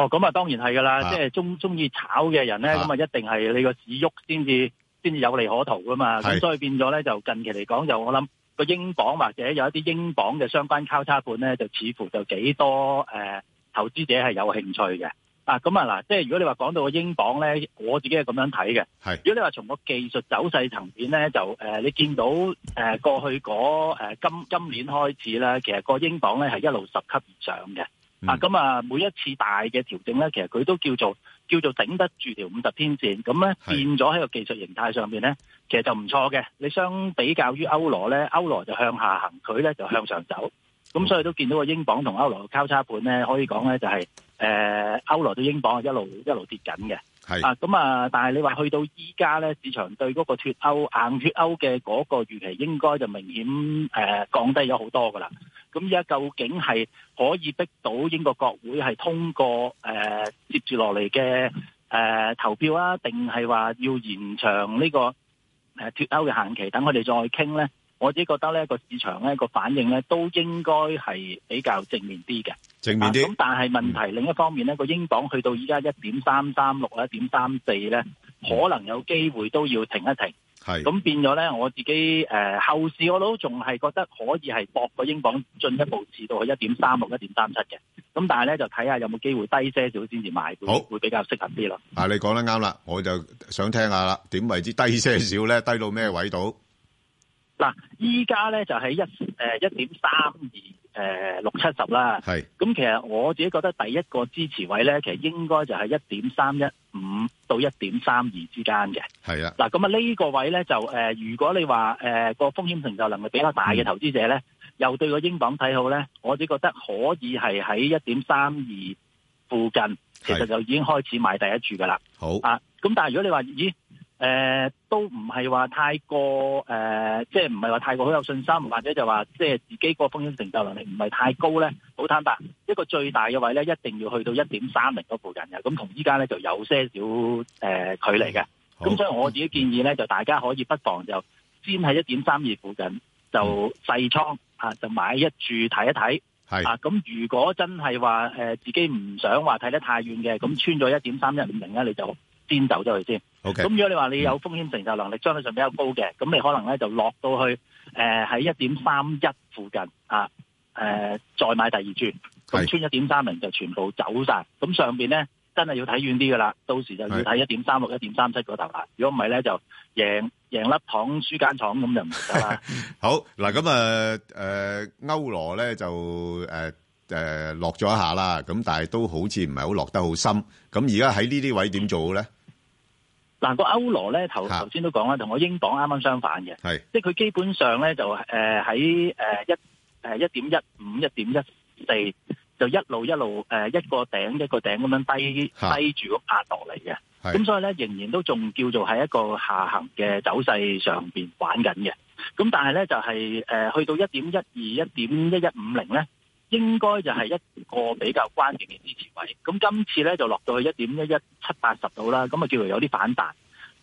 [SPEAKER 28] 哦，咁啊，當然係噶啦，
[SPEAKER 1] 啊
[SPEAKER 28] 即係中中意炒嘅人咧，
[SPEAKER 1] 啊
[SPEAKER 28] 咁啊，一定係你個市喐先至先至有利可圖噶嘛。
[SPEAKER 1] 係
[SPEAKER 28] 咁所以變咗咧，就近期嚟講，就我諗個英鎊或者有一啲英鎊嘅相關交叉盤咧，就似乎就幾多誒、呃投資者係有興趣嘅。啊，咁啊嗱，即係如果你話講到個英鎊咧，我自己係咁樣睇嘅。
[SPEAKER 1] 係
[SPEAKER 28] 如果你話從個技術走勢層面咧，就誒、呃你見到誒、呃、過去嗰、呃今今年開始咧，其實個英鎊咧係一路十級以上嘅。啊，咁啊，每一次大嘅調整咧，其實佢都叫做叫做頂得住條五十天線，咁咧變咗喺個技術形態上面咧，其實就唔錯嘅。你相比較於歐羅咧，歐羅就向下行，佢咧就向上走，咁所以都見到個英鎊同歐羅嘅交叉盤咧，可以講咧就係、誒歐羅對英鎊係一路一路跌緊嘅。
[SPEAKER 1] 係
[SPEAKER 28] 啊，咁啊，但係你話去到依家咧，市場對嗰個脱歐硬脱歐嘅嗰個預期應該就明顯誒、呃降低咗好多噶啦。咁而家究竟係可以逼到英國國會係通過誒、呃接住落嚟嘅誒投票啊，定係話要延長呢、個？誒呃脱歐嘅限期，等佢哋再傾咧。我自己覺得咧個市場咧個反應咧都應該係比較正面啲嘅，
[SPEAKER 1] 正面啲
[SPEAKER 28] 啊咁、但係問題、另一方面咧，個英鎊去到依家一點三三六、一點三四咧，可能有機會都要停一停。
[SPEAKER 1] 係
[SPEAKER 28] 咁變咗咧，我自己誒、呃、後市我都仲係覺得可以係搏個英鎊進一步至到去一點三六、一點三七嘅。咁但係咧就睇下有冇機會低些少先至買，會會比較適合啲咯。
[SPEAKER 1] 喎。啊，你講得啱啦，我就想聽下啦，點為之低些少咧？ 低到咩位度？
[SPEAKER 28] 嗱，依家咧就喺一誒呃一點三二誒呃六七十啦。
[SPEAKER 1] 係
[SPEAKER 28] 咁其實我自己覺得第一個支持位咧，其實應該就係一點三一五
[SPEAKER 18] 嗯
[SPEAKER 28] 到一點三二之間嘅。
[SPEAKER 1] 係啊，
[SPEAKER 28] 嗱，咁啊呢個位咧就誒、呃如果你話誒個風險承受能力比較大
[SPEAKER 1] 嗯
[SPEAKER 28] 嘅投資者咧，又對個英鎊睇好咧，我自己覺得可以係喺一點三二附近，其實就已經開始買第一注噶啦。
[SPEAKER 1] 好
[SPEAKER 28] 啊，咁但係如果你話咦誒、呃都唔係話太過誒、呃即係唔係話太過好有信心，或者就話即係自己個風險承受能力唔係太高咧，好坦白，一個最大嘅位咧一定要去到一點三零嗰附近嘅，咁同依家咧就有些少誒、呃距離嘅。咁所以我自己建議咧，就大家可以不妨就先喺一點三二附近就細倉啊，就買一注睇一睇。
[SPEAKER 1] 係
[SPEAKER 28] 啊，咁如果真係話誒自己唔想話睇得太遠嘅，咁穿咗一點三一五零咧，你就先走咗佢先。
[SPEAKER 1] OK
[SPEAKER 28] 咁如果你話你有風險承受能力相對上比較高嘅，咁你可能咧就落到去誒喺一點三一附近啊，誒、再買第二注，咁穿一點三零就全部走晒。咁上邊咧真係要睇遠啲噶啦，到時就要睇一點三六、一點三七嗰頭啦。如果唔係咧就贏贏粒糖輸間廠咁就唔得啦。
[SPEAKER 1] 好嗱，咁啊誒歐羅咧就誒誒落咗一下啦，咁但係都好似唔係好落得好深。咁而家喺呢啲位點做好咧？
[SPEAKER 28] 嗱、個歐羅咧頭頭先都講啦，同我英鎊啱啱相反嘅，
[SPEAKER 1] 係
[SPEAKER 28] 即係佢基本上咧就誒喺誒一誒一點一五、一點一四就一路一路誒、呃一個頂一個頂咁樣低
[SPEAKER 15] 嚇
[SPEAKER 28] 低住咁壓落嚟嘅。
[SPEAKER 15] 係
[SPEAKER 28] 咁所以咧仍然都仲叫做喺一個下行嘅走勢上邊玩緊嘅。咁但係咧就係、呃去到一點一二、一點一一五零咧。應該就係一個比較關鍵嘅支持位。咁今次咧就落到去一點一一七八十度啦，咁啊叫做有啲反彈。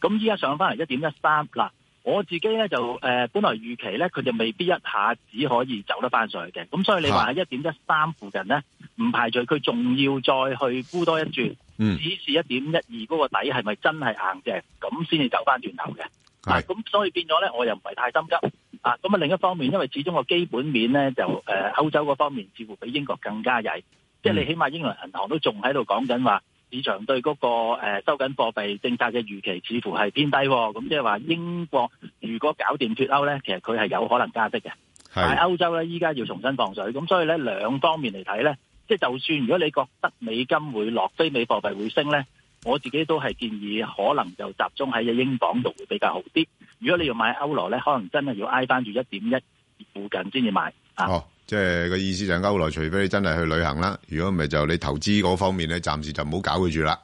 [SPEAKER 28] 咁依家上翻嚟一點一三嗱，我自己咧就誒、呃本來預期咧佢就未必一下子可以走得翻上去嘅。咁所以你話喺一點一三附近咧，唔排除佢仲要再去沽多一轉，
[SPEAKER 1] 嗯
[SPEAKER 28] 只是一點一二嗰個底係咪真係硬嘅，咁先至走翻轉頭嘅。
[SPEAKER 1] 係
[SPEAKER 28] 咁所以變咗咧，我又唔係太心急啊。咁啊，另一方面，因為始終個基本面咧就誒、呃、歐洲嗰方面似乎比英國更加曳，即係你起碼英倫銀行都仲喺度講緊話，市場對嗰、個、呃、收緊貨幣政策嘅預期似乎係偏低喎、咁即係話英國如果搞掂脱歐咧，其實佢係有可能加息嘅。但係歐洲咧，依家要重新放水，咁所以咧兩方面嚟睇咧，即係就算如果你覺得美金會落，非美貨幣會升咧，我自己都係建議可能就集中喺只英鎊度會比較好啲。如果你要買歐羅咧，可能真係要挨翻住一點一附近先至買。
[SPEAKER 1] 哦，即係個意思就係歐羅，除非你真係去旅行啦，如果唔係就你投資嗰方面咧，暫時就唔好搞佢住啦。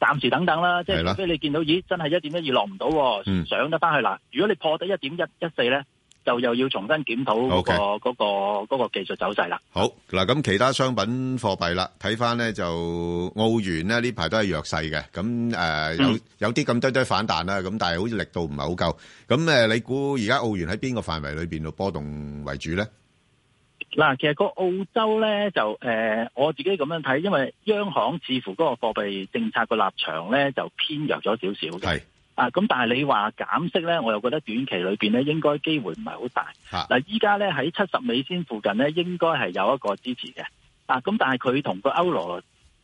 [SPEAKER 28] 暫時等等啦，即
[SPEAKER 1] 係
[SPEAKER 28] 係
[SPEAKER 1] 啦
[SPEAKER 28] 除非你見到，咦，真係一點一二落唔到喎，
[SPEAKER 1] 嗯
[SPEAKER 28] 上得翻去啦。如果你破得一點一一四咧，就又要重新檢討嗰、個嗰、個嗰、個技術走勢啦。
[SPEAKER 1] 好嗱，咁其他商品貨幣啦，睇翻咧就澳元咧呢排都係弱勢嘅，咁誒、呃有
[SPEAKER 28] 嗯
[SPEAKER 1] 有啲咁堆堆反彈啦，咁但係好似力度唔係好夠，咁誒、呃你估而家澳元喺邊個範圍裏邊度波動為主咧？
[SPEAKER 28] 嗱，其實個澳洲咧就誒、呃我自己咁樣睇，因為央行似乎嗰個貨幣政策個立場咧就偏弱咗少少嘅。啊，咁但係你話減息咧，我又覺得短期裏邊咧應該機會唔係好大。嗱，依家咧喺七十美仙附近咧，應該係有一個支持嘅。啊，咁但係佢同個歐羅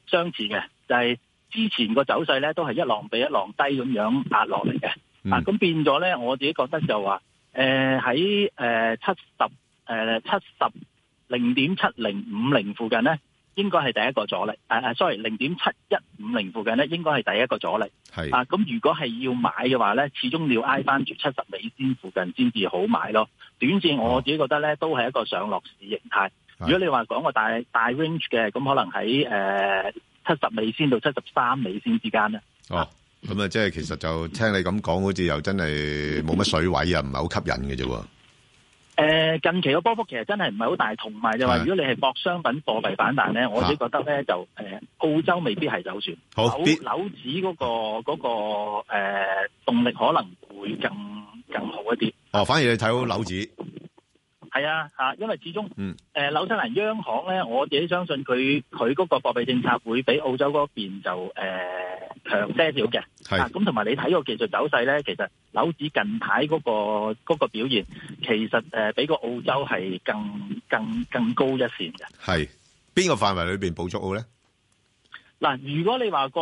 [SPEAKER 28] 相似嘅，就係、之前個走勢咧都係一浪比一浪低咁樣壓落嚟嘅。啊，咁變咗咧，我自己覺得就話，誒喺誒七十誒七十零點七零五零附近咧，應該係第一個阻力。誒、誒，sorry，零點七一五零附近咧，應該係第一個阻力。
[SPEAKER 1] 係
[SPEAKER 28] 啊，咁如果係要買嘅話咧，始終要挨翻住七十美仙附近先至好買咯。短線我自己覺得咧，都係一個上落市形態。如果你話講個大大 range 嘅，咁可能喺誒七十美仙到七十三美仙之間咧。
[SPEAKER 1] 哦，咁啊，即係其實就聽你咁講，好似又真係冇乜水位啊，唔係好吸引嘅啫喎。
[SPEAKER 28] 誒、呃近期個波幅其實真係唔係好大，同埋就話
[SPEAKER 1] 係
[SPEAKER 28] 如果你係博商品貨幣反彈咧，我自己覺得咧就誒、澳洲未必係走船，
[SPEAKER 1] 好
[SPEAKER 28] 樓
[SPEAKER 1] 必
[SPEAKER 28] 樓指嗰、個嗰、個誒、動力可能會更更好一啲。
[SPEAKER 1] 哦，反而你睇好樓指，
[SPEAKER 28] 係啊，嚇，因為始終誒、
[SPEAKER 1] 嗯
[SPEAKER 28] 呃、紐西蘭央行咧，我自己相信佢佢嗰個貨幣政策會比澳洲嗰邊就誒、呃、強些少嘅。
[SPEAKER 1] 係
[SPEAKER 28] 啊，咁同埋你睇個技術走勢咧，其實樓指近排嗰、個嗰、個表現，其實誒、呃、比個澳洲係更更更高一線嘅。
[SPEAKER 1] 係邊個範圍裏邊捕捉好咧？
[SPEAKER 28] 嗱，如果你話個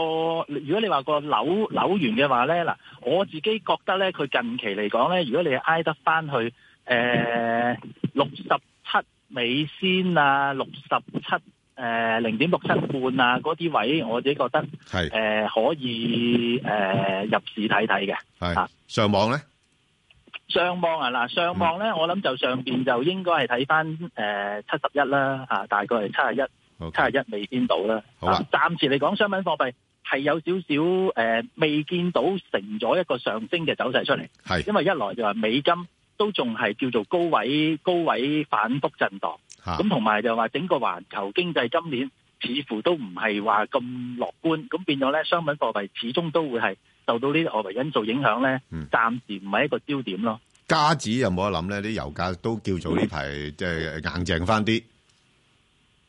[SPEAKER 28] 如果你話個樓樓源嘅話咧，嗱，我自己覺得咧，佢近期嚟講咧，如果你係挨得翻去誒六十七美仙啊，六十七誒零點六七半啊嗰啲位，我自己覺得
[SPEAKER 1] 係
[SPEAKER 28] 誒、呃可以誒、呃入市睇睇嘅。
[SPEAKER 1] 係上網咧？
[SPEAKER 28] 上望啊，嗱，上望
[SPEAKER 1] 嗯
[SPEAKER 28] 咧，我諗就上邊就應該係睇翻誒七十一啦，嚇、大概係七十一、
[SPEAKER 1] 七
[SPEAKER 28] 十一未見到啦。
[SPEAKER 1] 好啊
[SPEAKER 28] 暫時嚟講，商品貨幣係有少少誒未見到成咗一個上升嘅走勢出嚟，
[SPEAKER 1] 係
[SPEAKER 28] 因為一來就話美金都仲係叫做高位高位反覆震盪，
[SPEAKER 1] 嚇
[SPEAKER 28] 咁同埋就話整個環球經濟今年似乎都唔係話咁樂觀，咁變咗咧商品貨幣始終都會係受到呢啲外圍因素影響咧，暫時唔係一個焦點咯。
[SPEAKER 1] 加指有冇得諗咧？啲油價都叫做呢排即係硬淨翻啲。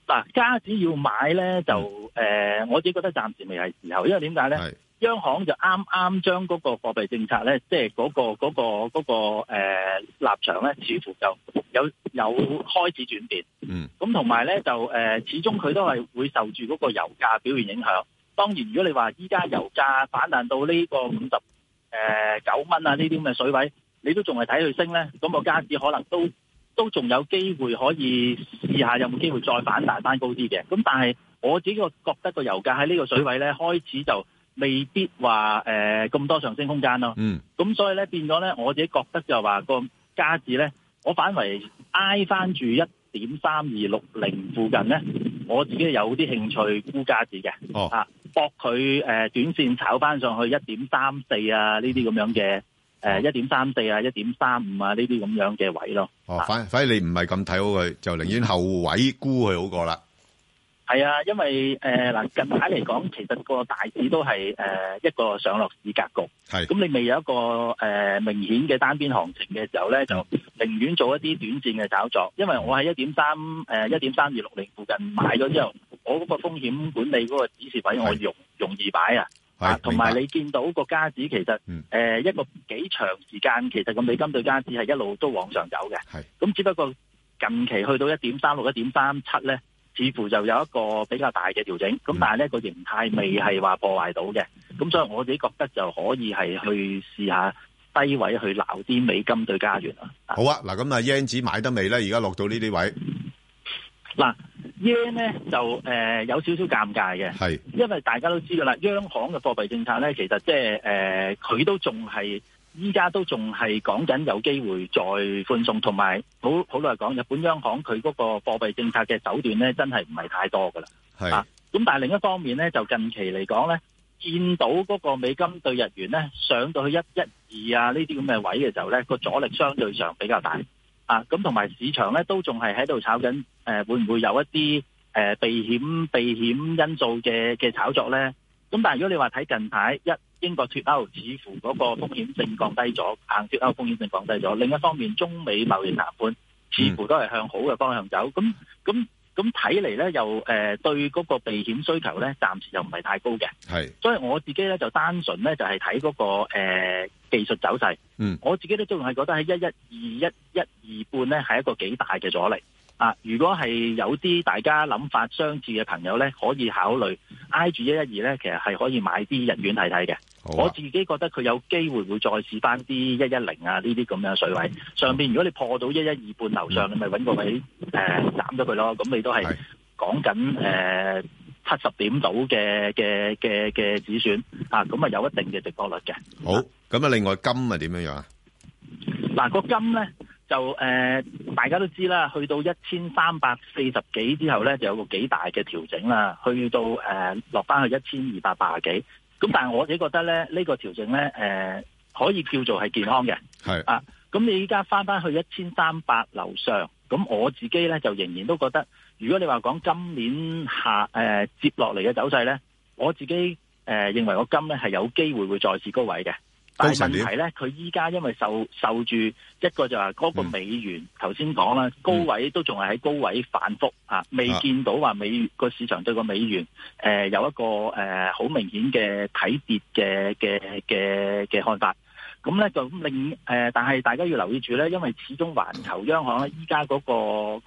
[SPEAKER 28] 嗱，家子要買咧，就誒、呃我自己覺得暫時未係時候，因為點解咧？央行就啱啱將嗰個貨幣政策咧，即係嗰個嗰、個嗰、個、呃、立場咧，似乎就有有開始轉變。
[SPEAKER 1] 嗯，
[SPEAKER 28] 咁同埋咧就誒、呃始終佢都係會受住嗰個油價表現影響。當然，如果你話依家油價反彈到呢個五十誒九蚊啊呢啲咁嘅水位，你都仲係睇佢升咧，咁、個加指可能都都仲有機會可以試下有冇機會再反彈翻高啲嘅。咁但係我自己個覺得個油價喺呢個水位咧，開始就未必話誒咁多上升空間咯。
[SPEAKER 1] 嗯，
[SPEAKER 28] 咁所以咧變咗咧，我自己覺得就話個加字咧，我反為挨翻住一點三二六零附近咧，我自己有啲興趣估加字嘅，
[SPEAKER 1] 哦
[SPEAKER 28] 啊，博佢誒短線炒翻上去一點三四啊呢啲咁樣嘅誒一點三四啊一點三五啊呢啲咁樣嘅位咯。
[SPEAKER 1] 哦，反反而你唔係咁睇好佢，就寧願後位沽佢好過啦。
[SPEAKER 28] 係啊，因為誒嗱、近排嚟講，其實個大市都係誒、呃一個上落市格局。
[SPEAKER 1] 係
[SPEAKER 28] 咁，你未有一個誒、呃明顯嘅單邊行情嘅時候咧，就寧願做一啲短線嘅炒作。因為我喺一點三呃誒一點三二六零附近買咗之後，我嗰個風險管理嗰個指示位我容容易擺啊。啊，同埋你見到個加指其實誒、呃一個幾長時間，其實個美金對加指係一路都往上走嘅。
[SPEAKER 1] 係
[SPEAKER 28] 咁，只不過近期去到一點三六、一點三七咧，似乎就有一個比較大嘅調整。咁但係咧個形態未係話破壞到嘅。咁所以我自己覺得就可以係去試下低位去撈啲美金對加元啦。
[SPEAKER 1] 好啊，嗱咁啊，yen 指買得未咧？而家落到呢啲位，
[SPEAKER 28] 嗱 yen 咧就誒、呃有少少尷尬嘅，
[SPEAKER 1] 係
[SPEAKER 28] 因為大家都知㗎啦，央行嘅貨幣政策咧，其實即係誒佢都仲係依家都仲係講緊有機會再寬鬆，同埋好好耐講，日本央行佢嗰個貨幣政策嘅手段咧，真係唔係太多㗎啦。
[SPEAKER 1] 係
[SPEAKER 28] 咁但係另一方面咧，就近期嚟講咧，見到嗰個美金對日元咧上到去一一二啊呢啲咁嘅位嘅時候咧，個阻力相對上比較大。啊，咁同埋市場咧都仲係喺度炒緊，誒、呃、會唔會有一啲誒、呃避險避險因素嘅嘅炒作咧？咁但係如果你話睇近排一英國脱歐，似乎嗰個風險性降低咗，硬脱歐風險性降低咗。另一方面，中美貿易談判似乎都係向好嘅方向走。咁咁咁睇嚟咧，又誒、呃、對嗰個避險需求咧，暫時又唔係太高嘅。
[SPEAKER 1] 系
[SPEAKER 28] 所以我自己咧就單純咧就係睇嗰個、呃、技術走勢。
[SPEAKER 1] 嗯
[SPEAKER 28] 我自己都仲係覺得喺一一二一一二半咧係一個幾大嘅阻力啊！如果係有啲大家諗法相似嘅朋友咧，可以考慮挨住一一二咧，其實係可以買啲日元睇睇嘅。
[SPEAKER 1] 好啊
[SPEAKER 28] 我自己覺得佢有機會會再試翻啲一一零啊呢啲咁樣水位上邊。如果你破到一一二半樓上，你咪揾個位誒斬咗佢咯。咁你都係講緊誒七十點到嘅嘅嘅嘅止損啊，咁啊有一定嘅值博率嘅。
[SPEAKER 1] 好，咁啊，另外金啊點樣樣啊？
[SPEAKER 28] 嗱、個金咧就誒、呃大家都知啦，去到一千三百四十幾之後咧，就有個幾大嘅調整啦，去到誒、呃落翻去一千二百八十幾。咁但係我自己覺得咧，呢、個調整咧誒、呃可以叫做係健康嘅。
[SPEAKER 1] 係
[SPEAKER 28] 啊，咁你依家翻翻去一千三百樓上，咁我自己咧就仍然都覺得，如果你話講今年下誒、呃接落嚟嘅走勢咧，我自己誒、呃、認為個金咧係有機會會再次高位嘅。
[SPEAKER 1] 高
[SPEAKER 28] 但
[SPEAKER 1] 層
[SPEAKER 28] 係問
[SPEAKER 1] 點
[SPEAKER 28] 題咧，佢依家因為受受住一個就係嗰個美元，頭先講啦，高位都仲係喺高位反覆啊，未
[SPEAKER 15] 啊
[SPEAKER 28] 見到話美元個市場對個美元誒、呃有一個誒好、明顯嘅睇跌嘅嘅嘅嘅看法。咁咧就咁令誒、呃但係大家要留意住咧，因為始終環球央行咧依家嗰個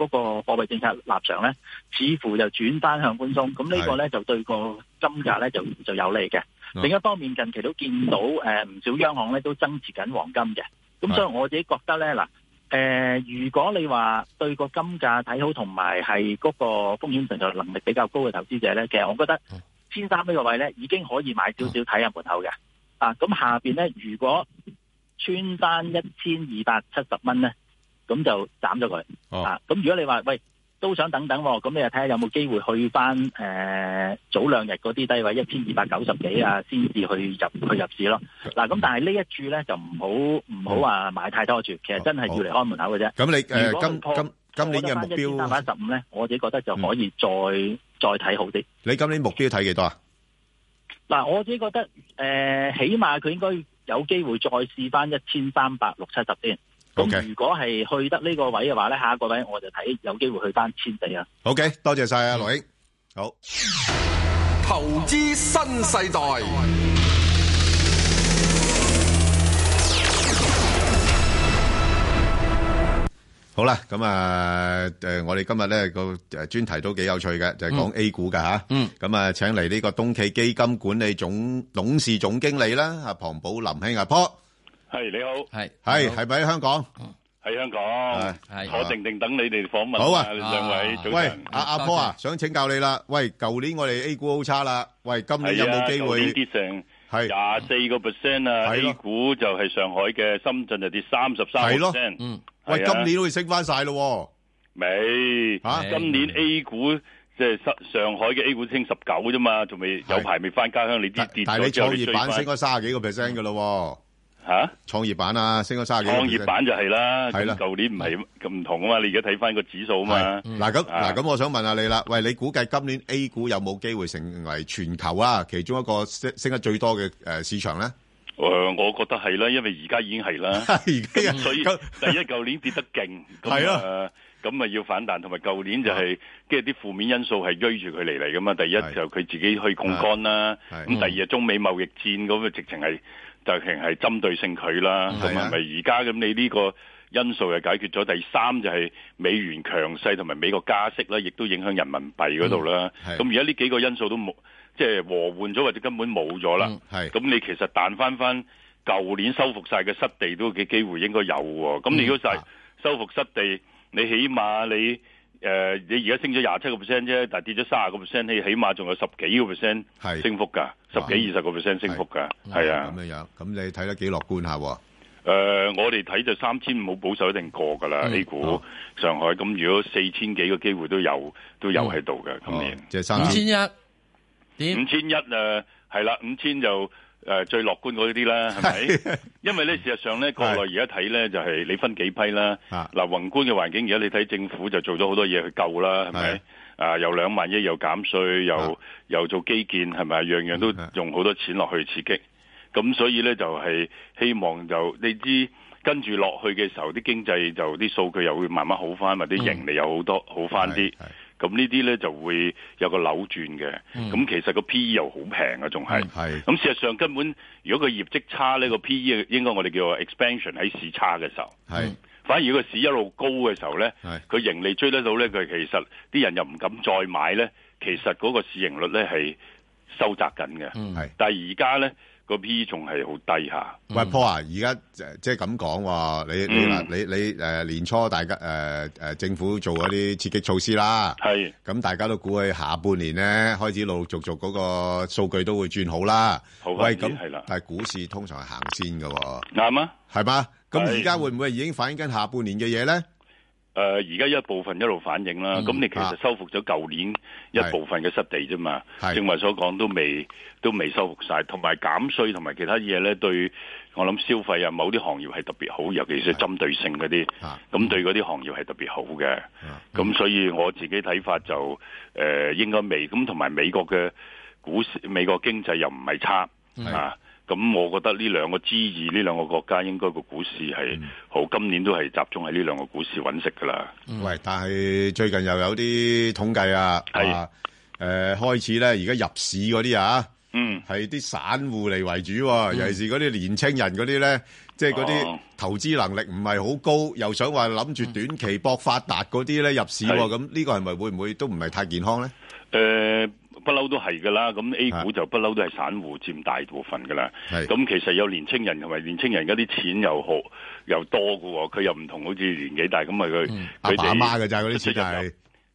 [SPEAKER 28] 嗰、個貨幣政策立場咧，似乎就轉翻向寬鬆，咁呢個咧就對個金價咧就就有利嘅。
[SPEAKER 16] 嗯
[SPEAKER 28] 另一方面，近期都見到誒唔、少央行咧都增持緊黃金嘅，咁所以我自己覺得咧嗱。誒、如果你話對個金價睇好，同埋係嗰個風險承受能力比較高嘅投資者咧，其實我覺得千三呢個位咧已經可以買少少睇下門口嘅。啊，咁下邊咧如果穿翻一千二百七十蚊咧，咁就斬咗佢。
[SPEAKER 1] 哦
[SPEAKER 23] Oh.
[SPEAKER 28] 啊，咁如果你話喂都想等等喎，咁你就睇下有冇機會去翻誒、呃早兩日嗰啲低位一千二百九十幾啊，先至去入去入市咯。嗱、咁但係呢一注咧就唔好唔好話買太多注，其實真係要嚟開門口嘅啫。
[SPEAKER 1] 咁你誒
[SPEAKER 28] 如果佢
[SPEAKER 1] 今
[SPEAKER 28] 破
[SPEAKER 1] 今今年嘅目標嗯
[SPEAKER 28] 三百一十五咧，我自己覺得就可以再、再睇好啲。
[SPEAKER 1] 你今年目標睇幾多啊？
[SPEAKER 28] 嗱，我自己覺得誒、呃起碼佢應該有機會再試翻一千三百六七十先。咁
[SPEAKER 1] OK
[SPEAKER 28] 如果係去得呢個位嘅話咧，下一個位我就睇有機會去翻千四啊。
[SPEAKER 1] 好嘅，多謝晒啊，羅英。好，
[SPEAKER 14] 投資新世代，
[SPEAKER 1] 好啦，咁啊，誒，我哋今日咧個誒專題都幾有趣嘅，就係講 A 股㗎吓。
[SPEAKER 2] 嗯。
[SPEAKER 1] 咁啊，請嚟呢個東企基金管理總董事總經理啦，阿龐寶林兄阿坡，
[SPEAKER 18] 系你好，
[SPEAKER 2] 系
[SPEAKER 1] 係係咪喺香港？
[SPEAKER 18] 喺香港，
[SPEAKER 1] 係
[SPEAKER 18] 坐定定等你哋訪問。
[SPEAKER 1] 好啊，
[SPEAKER 18] 兩位早
[SPEAKER 1] 喂
[SPEAKER 18] 晨，，
[SPEAKER 1] 阿阿坡啊，想請教你啦。喂，舊年我哋 A 股好差啦，喂，今年有
[SPEAKER 18] 係
[SPEAKER 1] 冇
[SPEAKER 18] 啊
[SPEAKER 1] 機
[SPEAKER 18] 舊年
[SPEAKER 1] 會？
[SPEAKER 18] 跌成
[SPEAKER 1] 係
[SPEAKER 18] 廿四個 percent 啊
[SPEAKER 1] 係咯
[SPEAKER 18] ？A 股就係上海嘅，深圳就跌三十三
[SPEAKER 1] 係
[SPEAKER 18] percent。
[SPEAKER 1] 咯
[SPEAKER 18] 嗯，
[SPEAKER 1] 喂，今年都會升翻晒咯
[SPEAKER 18] 未？
[SPEAKER 1] 嚇
[SPEAKER 18] 今年 A 股即係上海嘅 A 股升十九啫嘛，仲未有排未翻家鄉，你啲跌
[SPEAKER 1] 喎，但係你
[SPEAKER 18] 咗之後
[SPEAKER 1] 創業板
[SPEAKER 18] 追返
[SPEAKER 1] 升咗三十幾個 percent 嘅咯
[SPEAKER 18] 嚇，
[SPEAKER 1] 創業板啊，升咗三十幾個 percent。
[SPEAKER 18] 創業板就係啦，
[SPEAKER 1] 係
[SPEAKER 18] 咁
[SPEAKER 1] 啦。
[SPEAKER 18] 舊年唔係咁唔同啊嘛，你而家睇翻個指數啊嘛。
[SPEAKER 1] 嗱咁
[SPEAKER 18] 啊
[SPEAKER 1] 嗱咁，我想問下你啦，喂，你估計今年 A 股有冇機會成為全球啊其中一個升升得最多嘅誒市場咧？
[SPEAKER 18] 誒、我覺得係啦，因為而家已經係啦，
[SPEAKER 1] 而
[SPEAKER 18] 家所以第一舊年跌得勁，咁
[SPEAKER 1] 係
[SPEAKER 18] 啊，咁咪要反彈，同埋舊年就係跟住啲負面因素係追住佢嚟嚟噶嘛。第一就佢自己去槓桿啦，咁第二就呃中美貿易戰咁啊，直情係就情係針對性佢啦。咁係
[SPEAKER 20] 係啊
[SPEAKER 18] 咪而家咁你呢個因素又解決咗？第三就係美元強勢同埋美國加息啦，亦都影響人民幣嗰度啦。
[SPEAKER 20] 嗯係
[SPEAKER 18] 咁而家呢幾個因素都冇。即係和緩咗或者根本冇咗啦。
[SPEAKER 1] 係
[SPEAKER 18] 咁你其實彈翻翻舊年收復晒嘅失地都嘅機會應該有喎。咁
[SPEAKER 20] 嗯
[SPEAKER 18] 你如果
[SPEAKER 20] 啊
[SPEAKER 18] 晒收復失地，你起碼你誒、呃你而家升咗廿七個 percent 啫，但係跌咗卅個 percent，你起碼仲有十幾個 percent
[SPEAKER 1] 係
[SPEAKER 18] 升幅㗎，十幾二十個 percent 升幅㗎，係啊。
[SPEAKER 1] 咁樣樣，咁你睇得幾樂觀下喎？
[SPEAKER 18] 誒、我哋睇就三千五保守一定過㗎啦、
[SPEAKER 1] 嗯
[SPEAKER 18] A 股上海咁，如果四千幾個機
[SPEAKER 1] 嗯
[SPEAKER 18] 會都有，都有喺度嘅今年。
[SPEAKER 1] 即係三
[SPEAKER 2] 千一，
[SPEAKER 18] 五千一誒，係啊係啦，五千就誒最樂觀嗰啲啦，係咪？因為咧事實上咧，國內而家睇咧就係你分幾批啦。嗱，宏觀嘅環境而家你睇政府就做咗好多嘢去救啦，係咪？啊！又兩萬億，又減稅，又又做基建，係咪？樣樣都用好多錢落去刺激。咁所以咧就係希望就你知跟住落去嘅時候，啲經濟就啲數據又會慢慢好翻，或者盈利又好多好翻啲。咁呢啲咧就會有個扭轉嘅。咁、
[SPEAKER 9] 嗯
[SPEAKER 18] 其實個 P E 又好平啊，仲係。
[SPEAKER 1] 係
[SPEAKER 18] 咁事實上根本如果個業績差呢個 P E 應該我哋叫做 expansion 喺市差嘅時候。
[SPEAKER 1] 係
[SPEAKER 18] 反而個市一路高嘅時候咧，佢盈利追得到咧，佢其實啲人又唔敢再買咧，其實嗰個市盈率咧係收窄緊嘅。
[SPEAKER 1] 係
[SPEAKER 18] 但係而家咧個 P E 仲係好低下。
[SPEAKER 1] 喂，Paul 啊，而家即即係咁講喎，你你嗱
[SPEAKER 18] 嗯
[SPEAKER 1] 你你誒年初大家誒誒政府做嗰啲刺激措施啦，
[SPEAKER 18] 係
[SPEAKER 1] 咁大家都估佢下半年咧開始陸陸續續嗰個數據都會轉好啦。
[SPEAKER 18] 好啊
[SPEAKER 1] 喂，
[SPEAKER 18] 啲
[SPEAKER 1] 咁
[SPEAKER 18] 係啦
[SPEAKER 1] 但係股市通常係行先嘅喎，
[SPEAKER 18] 啱啊，
[SPEAKER 1] 係嘛？咁
[SPEAKER 18] 係
[SPEAKER 1] 而家會唔會已經反映緊下半年嘅嘢咧？
[SPEAKER 18] 誒呃而家一部分一路反映啦，咁、你其
[SPEAKER 1] 啊
[SPEAKER 18] 實收復咗舊年一部分嘅失地啫嘛，正話所講都未都未收復晒，同埋減税同埋其他嘢咧，對我諗消費啊某啲行業係特別好，尤其是針對性嗰啲，咁對嗰啲行業係特別好嘅。咁所以我自己睇法就誒、呃、應該未咁，同埋美國嘅股市、美國經濟又唔係差
[SPEAKER 1] 嗯
[SPEAKER 18] 啊。咁我覺得呢兩個 G 二呢兩個國家應該個股市係好，今年都係集中喺呢兩個股市揾食㗎啦。
[SPEAKER 1] 喂，但係最近又有啲統計啊，
[SPEAKER 18] 係
[SPEAKER 1] 話誒開始咧，而家入市嗰啲啊，
[SPEAKER 18] 嗯，
[SPEAKER 1] 係啲散戶嚟為主喎，尤其是嗰啲年青人嗰啲咧，即係嗰啲
[SPEAKER 18] 哦嗯
[SPEAKER 1] 投資能力唔係好高，又想話諗住短期搏發達嗰啲咧入市喎，
[SPEAKER 18] 係
[SPEAKER 1] 咁呢個係咪會唔會都唔係太健康咧？啊
[SPEAKER 18] 誒呃不嬲都係㗎啦，咁 A 股就不嬲都係散戶佔大部分㗎啦。咁其實有年青人同埋年青人而家啲錢又好又多㗎喎，佢又唔同好似年紀大咁咪佢
[SPEAKER 1] 阿
[SPEAKER 18] 佢
[SPEAKER 1] 嗯爸阿
[SPEAKER 18] 哋
[SPEAKER 1] 媽嘅咋嗰啲錢係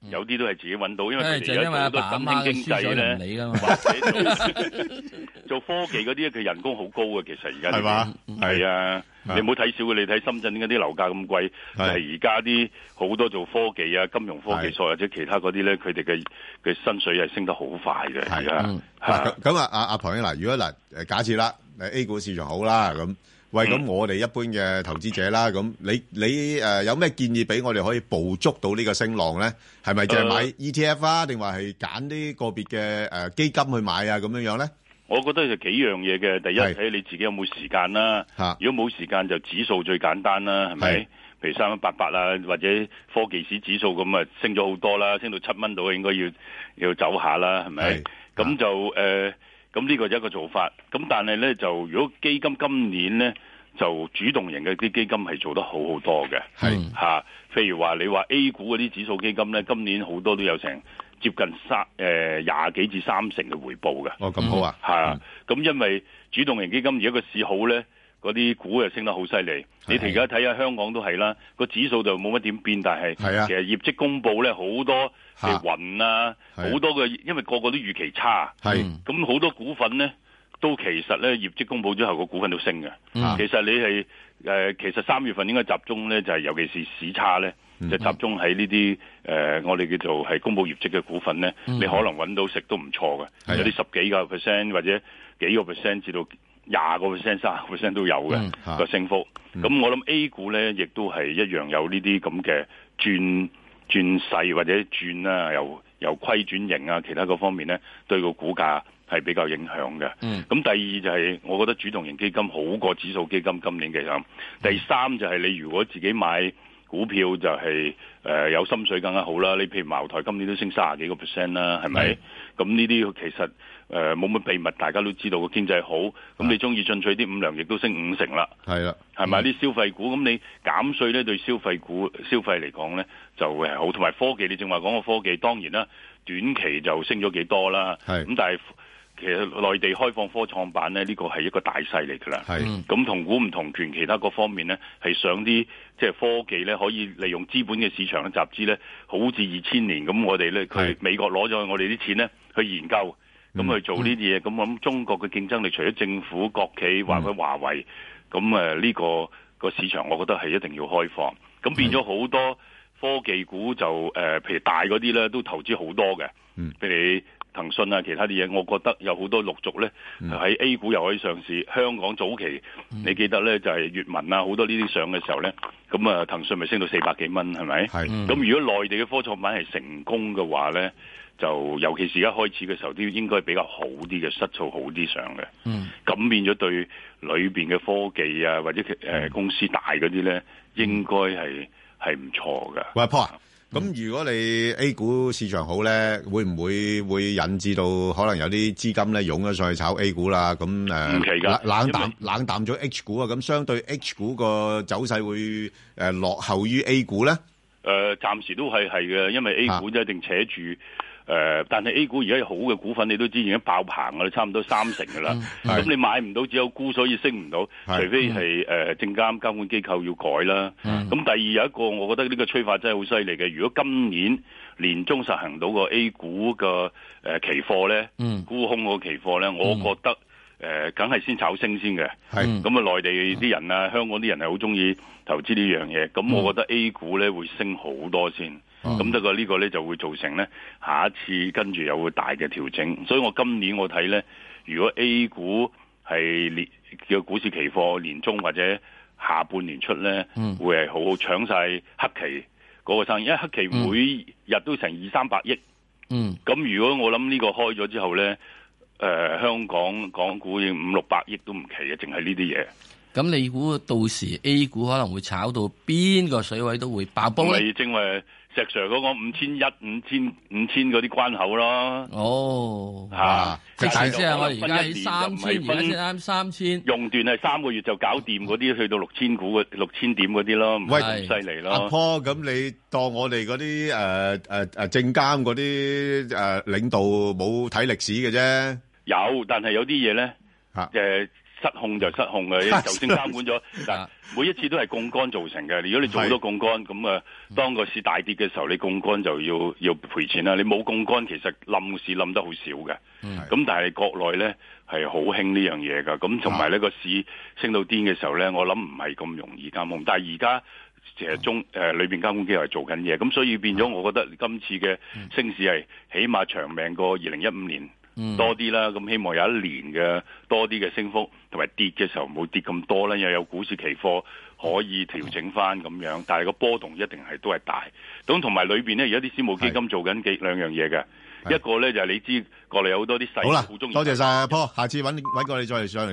[SPEAKER 18] 有啲都係自己揾到，因為
[SPEAKER 2] 誒
[SPEAKER 18] 佢
[SPEAKER 2] 就
[SPEAKER 18] 哋
[SPEAKER 2] 因為
[SPEAKER 18] 有
[SPEAKER 2] 阿
[SPEAKER 18] 好
[SPEAKER 2] 爸
[SPEAKER 18] 多
[SPEAKER 2] 阿
[SPEAKER 18] 新
[SPEAKER 2] 媽
[SPEAKER 18] 興
[SPEAKER 2] 嘅
[SPEAKER 18] 經
[SPEAKER 2] 輸
[SPEAKER 18] 濟
[SPEAKER 2] 水唔
[SPEAKER 18] 咧，
[SPEAKER 2] 理㗎嘛。
[SPEAKER 18] 做科技嗰啲佢人工好高嘅，其實而家
[SPEAKER 1] 係嘛嗯
[SPEAKER 18] 係啊，你唔好睇少佢，你睇深圳嗰啲樓價咁貴，就係而家啲好多做科技啊、金融科技所或者其他嗰啲咧，佢哋嘅嘅薪水係升得好快嘅，而家
[SPEAKER 1] 嗱咁咁啊，阿阿彭英嗱，如果嗱誒假設啦，誒 A 股市場好啦，咁喂咁
[SPEAKER 18] 嗯
[SPEAKER 1] 我哋一般嘅投資者啦，咁你你誒有咩建議俾我哋可以捕捉到呢個升浪咧？係咪就係買
[SPEAKER 18] 誒
[SPEAKER 1] ETF 啊，定話係揀啲個別嘅誒基金去買啊咁樣樣咧？
[SPEAKER 18] 我覺得就幾樣嘢嘅，第一
[SPEAKER 1] 係
[SPEAKER 18] 睇你自己有冇時間啦
[SPEAKER 1] 嚇。
[SPEAKER 18] 如果冇時間就指數最簡單啦，係咪
[SPEAKER 1] 係？
[SPEAKER 18] 譬如三一八八啊，或者科技市指數咁啊，升咗好多啦，升到七蚊度應該要要走下啦，係咪？咁就誒，呃咁、呢個就一個做法。咁但係咧就如果基金今年咧就主動型嘅啲基金係做得好好多嘅，
[SPEAKER 1] 係
[SPEAKER 18] 嚇、譬如話你話 A 股嗰啲指數基金咧，今年好多都有成接近三誒廿幾至三成嘅回報嘅。
[SPEAKER 1] 哦，咁好啊！
[SPEAKER 18] 係啊，咁因為主動型基金而家個市好咧，嗰啲股又升得好犀利。你而家睇下香港都係啦，個指數就冇乜點變，但係
[SPEAKER 1] 係啊
[SPEAKER 18] 其實業績公佈咧好多
[SPEAKER 1] 嚇
[SPEAKER 18] 譬如雲啊，
[SPEAKER 1] 係啊
[SPEAKER 18] 好多嘅，因為個個都預期差，
[SPEAKER 1] 係
[SPEAKER 18] 咁好多股份咧都其實咧業績公佈之後個股份都升嘅。
[SPEAKER 1] 嗯
[SPEAKER 18] 啊其實你係誒、呃其實三月份應該集中咧就係、尤其是市差咧。
[SPEAKER 1] 嗯
[SPEAKER 18] 就集中喺呢啲誒，我哋叫做係公佈業績嘅股份咧，
[SPEAKER 1] 嗯
[SPEAKER 18] 你可能揾到食都唔錯
[SPEAKER 1] 係啊
[SPEAKER 18] 嘅，有啲十幾個 percent 或者幾個 percent 至到廿個 percent、三十 percent 都有
[SPEAKER 1] 嗯
[SPEAKER 18] 嘅
[SPEAKER 1] 嚇嗯
[SPEAKER 18] 個升幅。咁我諗 A 股咧，亦都係一樣有呢啲咁嘅轉轉勢或者轉啊，由由虧轉型啊，其他嗰方面咧，對個股價係比較影響嘅。
[SPEAKER 15] 嗯
[SPEAKER 18] 咁第二就係我覺得主動型基金好過指數基金今年嘅咁。第三就係你如果自己買股票就係、呃有心水更加好啦。你譬如茅台今年都升三十幾個 percent 啦，係咪
[SPEAKER 1] 係？
[SPEAKER 18] 咁呢啲其實誒冇乜秘密，大家都知道個經濟好。咁你中意進取啲五糧液都升五成啦。
[SPEAKER 1] 係啦，
[SPEAKER 18] 係咪啲消費股？咁你減稅咧，對消費股消費嚟講咧，就會係好。同埋科技，你正話講個科技，當然啦，短期就升咗幾多啦。
[SPEAKER 1] 係
[SPEAKER 18] 咁，但係其實內地開放科創板咧，呢個係一個大勢嚟㗎啦。
[SPEAKER 1] 係
[SPEAKER 18] 咁同股唔同權，其他各方面咧係上啲即係科技咧，可以利用資本嘅市場嘅集資咧，好似二千年咁，我哋咧佢美國攞咗我哋啲錢咧去研究。咁去做呢啲嘢，咁我諗中國嘅競爭力，除咗政府、國企或者華為，咁誒呢個個市場，我覺得係一定要開放。咁變咗好多科技股就誒、呃譬如大嗰啲咧，都投資好多嘅。譬如騰訊啊，其他啲嘢，我覺得有好多陸續咧喺 A 股又可以上市。香港早期你記得咧就係粵文啊，好多呢啲上嘅時候咧，咁啊騰訊咪升到四百幾蚊係咪？
[SPEAKER 1] 係
[SPEAKER 18] 咁如果內地嘅科創板係成功嘅話咧，就尤其是而家開始嘅時候，都應該比較好啲嘅，質素好啲上嘅。
[SPEAKER 9] 嗯
[SPEAKER 18] 咁變咗對裏邊嘅科技啊，或者誒、
[SPEAKER 15] 嗯
[SPEAKER 18] 呃公司大嗰啲咧，應該係係唔錯嘅。
[SPEAKER 1] 喂，Paul 啊，咁如果你 A 股市場好咧，會唔會會引致到可能有啲資金咧湧咗上去炒 A 股啦？咁誒，
[SPEAKER 18] 唔奇㗎
[SPEAKER 1] 冷冷淡
[SPEAKER 18] 因為
[SPEAKER 1] 冷淡咗 H 股啊，咁相對 H 股個走勢會誒落後於 A 股咧？
[SPEAKER 18] 誒、呃暫時都係係嘅，因為
[SPEAKER 15] 啊
[SPEAKER 18] A 股一定扯住誒、但係 A 股而家有好嘅股份，你都知已經爆棚㗎啦，差唔多三成㗎啦。
[SPEAKER 15] 嗯
[SPEAKER 18] 咁
[SPEAKER 15] 係
[SPEAKER 18] 你買唔到，只有沽，所以升唔到，
[SPEAKER 15] 係
[SPEAKER 18] 除非係誒、呃證監監管機構要改啦。
[SPEAKER 15] 嗯
[SPEAKER 18] 咁第二有一個，我覺得呢個催化真係好犀利嘅。如果今年年中實行到個 A 股嘅誒、期貨咧，
[SPEAKER 15] 嗯
[SPEAKER 18] 沽空個期貨咧，我覺得。誒，梗係先炒升先嘅。
[SPEAKER 15] 係
[SPEAKER 18] 咁啊，內地啲人啊，香港啲人係好中意投資呢樣嘢。
[SPEAKER 15] 嗯
[SPEAKER 18] 咁我覺得 A 股咧會升好多先。
[SPEAKER 15] 哦
[SPEAKER 18] 咁得過呢個咧就會造成咧下一次跟住有會大嘅調整。所以我今年我睇咧，如果 A 股係年叫股市期貨年中或者下半年出咧，
[SPEAKER 15] 嗯
[SPEAKER 18] 會係好好搶晒黑期嗰個生意，因為黑
[SPEAKER 15] 嗯
[SPEAKER 18] 期每日都成二三百億。
[SPEAKER 2] 嗯
[SPEAKER 18] 咁如果我諗呢個開咗之後咧，誒、香港港股要五六百億都唔奇嘅，啊淨係呢啲嘢。
[SPEAKER 2] 咁你估到時 A 股可能會炒到邊個水位都會爆煲
[SPEAKER 18] 咁你
[SPEAKER 2] 咧？
[SPEAKER 18] 正話石 Sir 嗰個五千一、五千五千嗰啲關口咯。
[SPEAKER 2] 哦，
[SPEAKER 18] 嚇！
[SPEAKER 1] 啊
[SPEAKER 2] 即係
[SPEAKER 18] 但
[SPEAKER 2] 即係我啊而家
[SPEAKER 18] 分
[SPEAKER 2] 喺
[SPEAKER 18] 一年就唔係
[SPEAKER 2] 3000而家先啱三千。
[SPEAKER 18] 用段係三個月就搞掂嗰啲，去到六千股嘅六千點嗰啲咯，唔
[SPEAKER 1] 喂
[SPEAKER 18] 係咁犀利
[SPEAKER 1] 阿
[SPEAKER 18] 咯。
[SPEAKER 1] Paul，咁你當我哋嗰啲誒誒誒證監嗰啲誒領導冇睇歷史嘅啫？
[SPEAKER 18] 有，但係有啲嘢咧，誒失控就失控 嘅，就算監管咗， 嗱每一次都係槓桿造成嘅。如果你做好多槓桿，咁啊，當個市大跌嘅時候，你槓桿就要要賠錢啦。你冇槓桿，其實冧市冧得好少嘅。咁但係國內咧係好興呢樣嘢㗎，咁同埋呢個市升到癲嘅時候咧，我諗唔係咁容易監控，但係而家。其實中誒裏邊監管機構係做緊嘢，咁所以變咗，我覺得今次嘅升市係起碼長命過二零一五年
[SPEAKER 9] 嗯
[SPEAKER 18] 多啲啦。咁希望有一年嘅多啲嘅升幅，同埋跌嘅時候唔會跌咁多啦，又有股市期貨可以調整翻咁樣，但係個波動一定係都係大。咁同埋裏邊咧，而家啲私募基金做緊幾兩樣嘢嘅，一個咧就係你知國內有好多啲細
[SPEAKER 1] 好啦
[SPEAKER 18] 好中，意
[SPEAKER 1] 多謝晒阿 Paul，下次揾揾過你再嚟上嚟。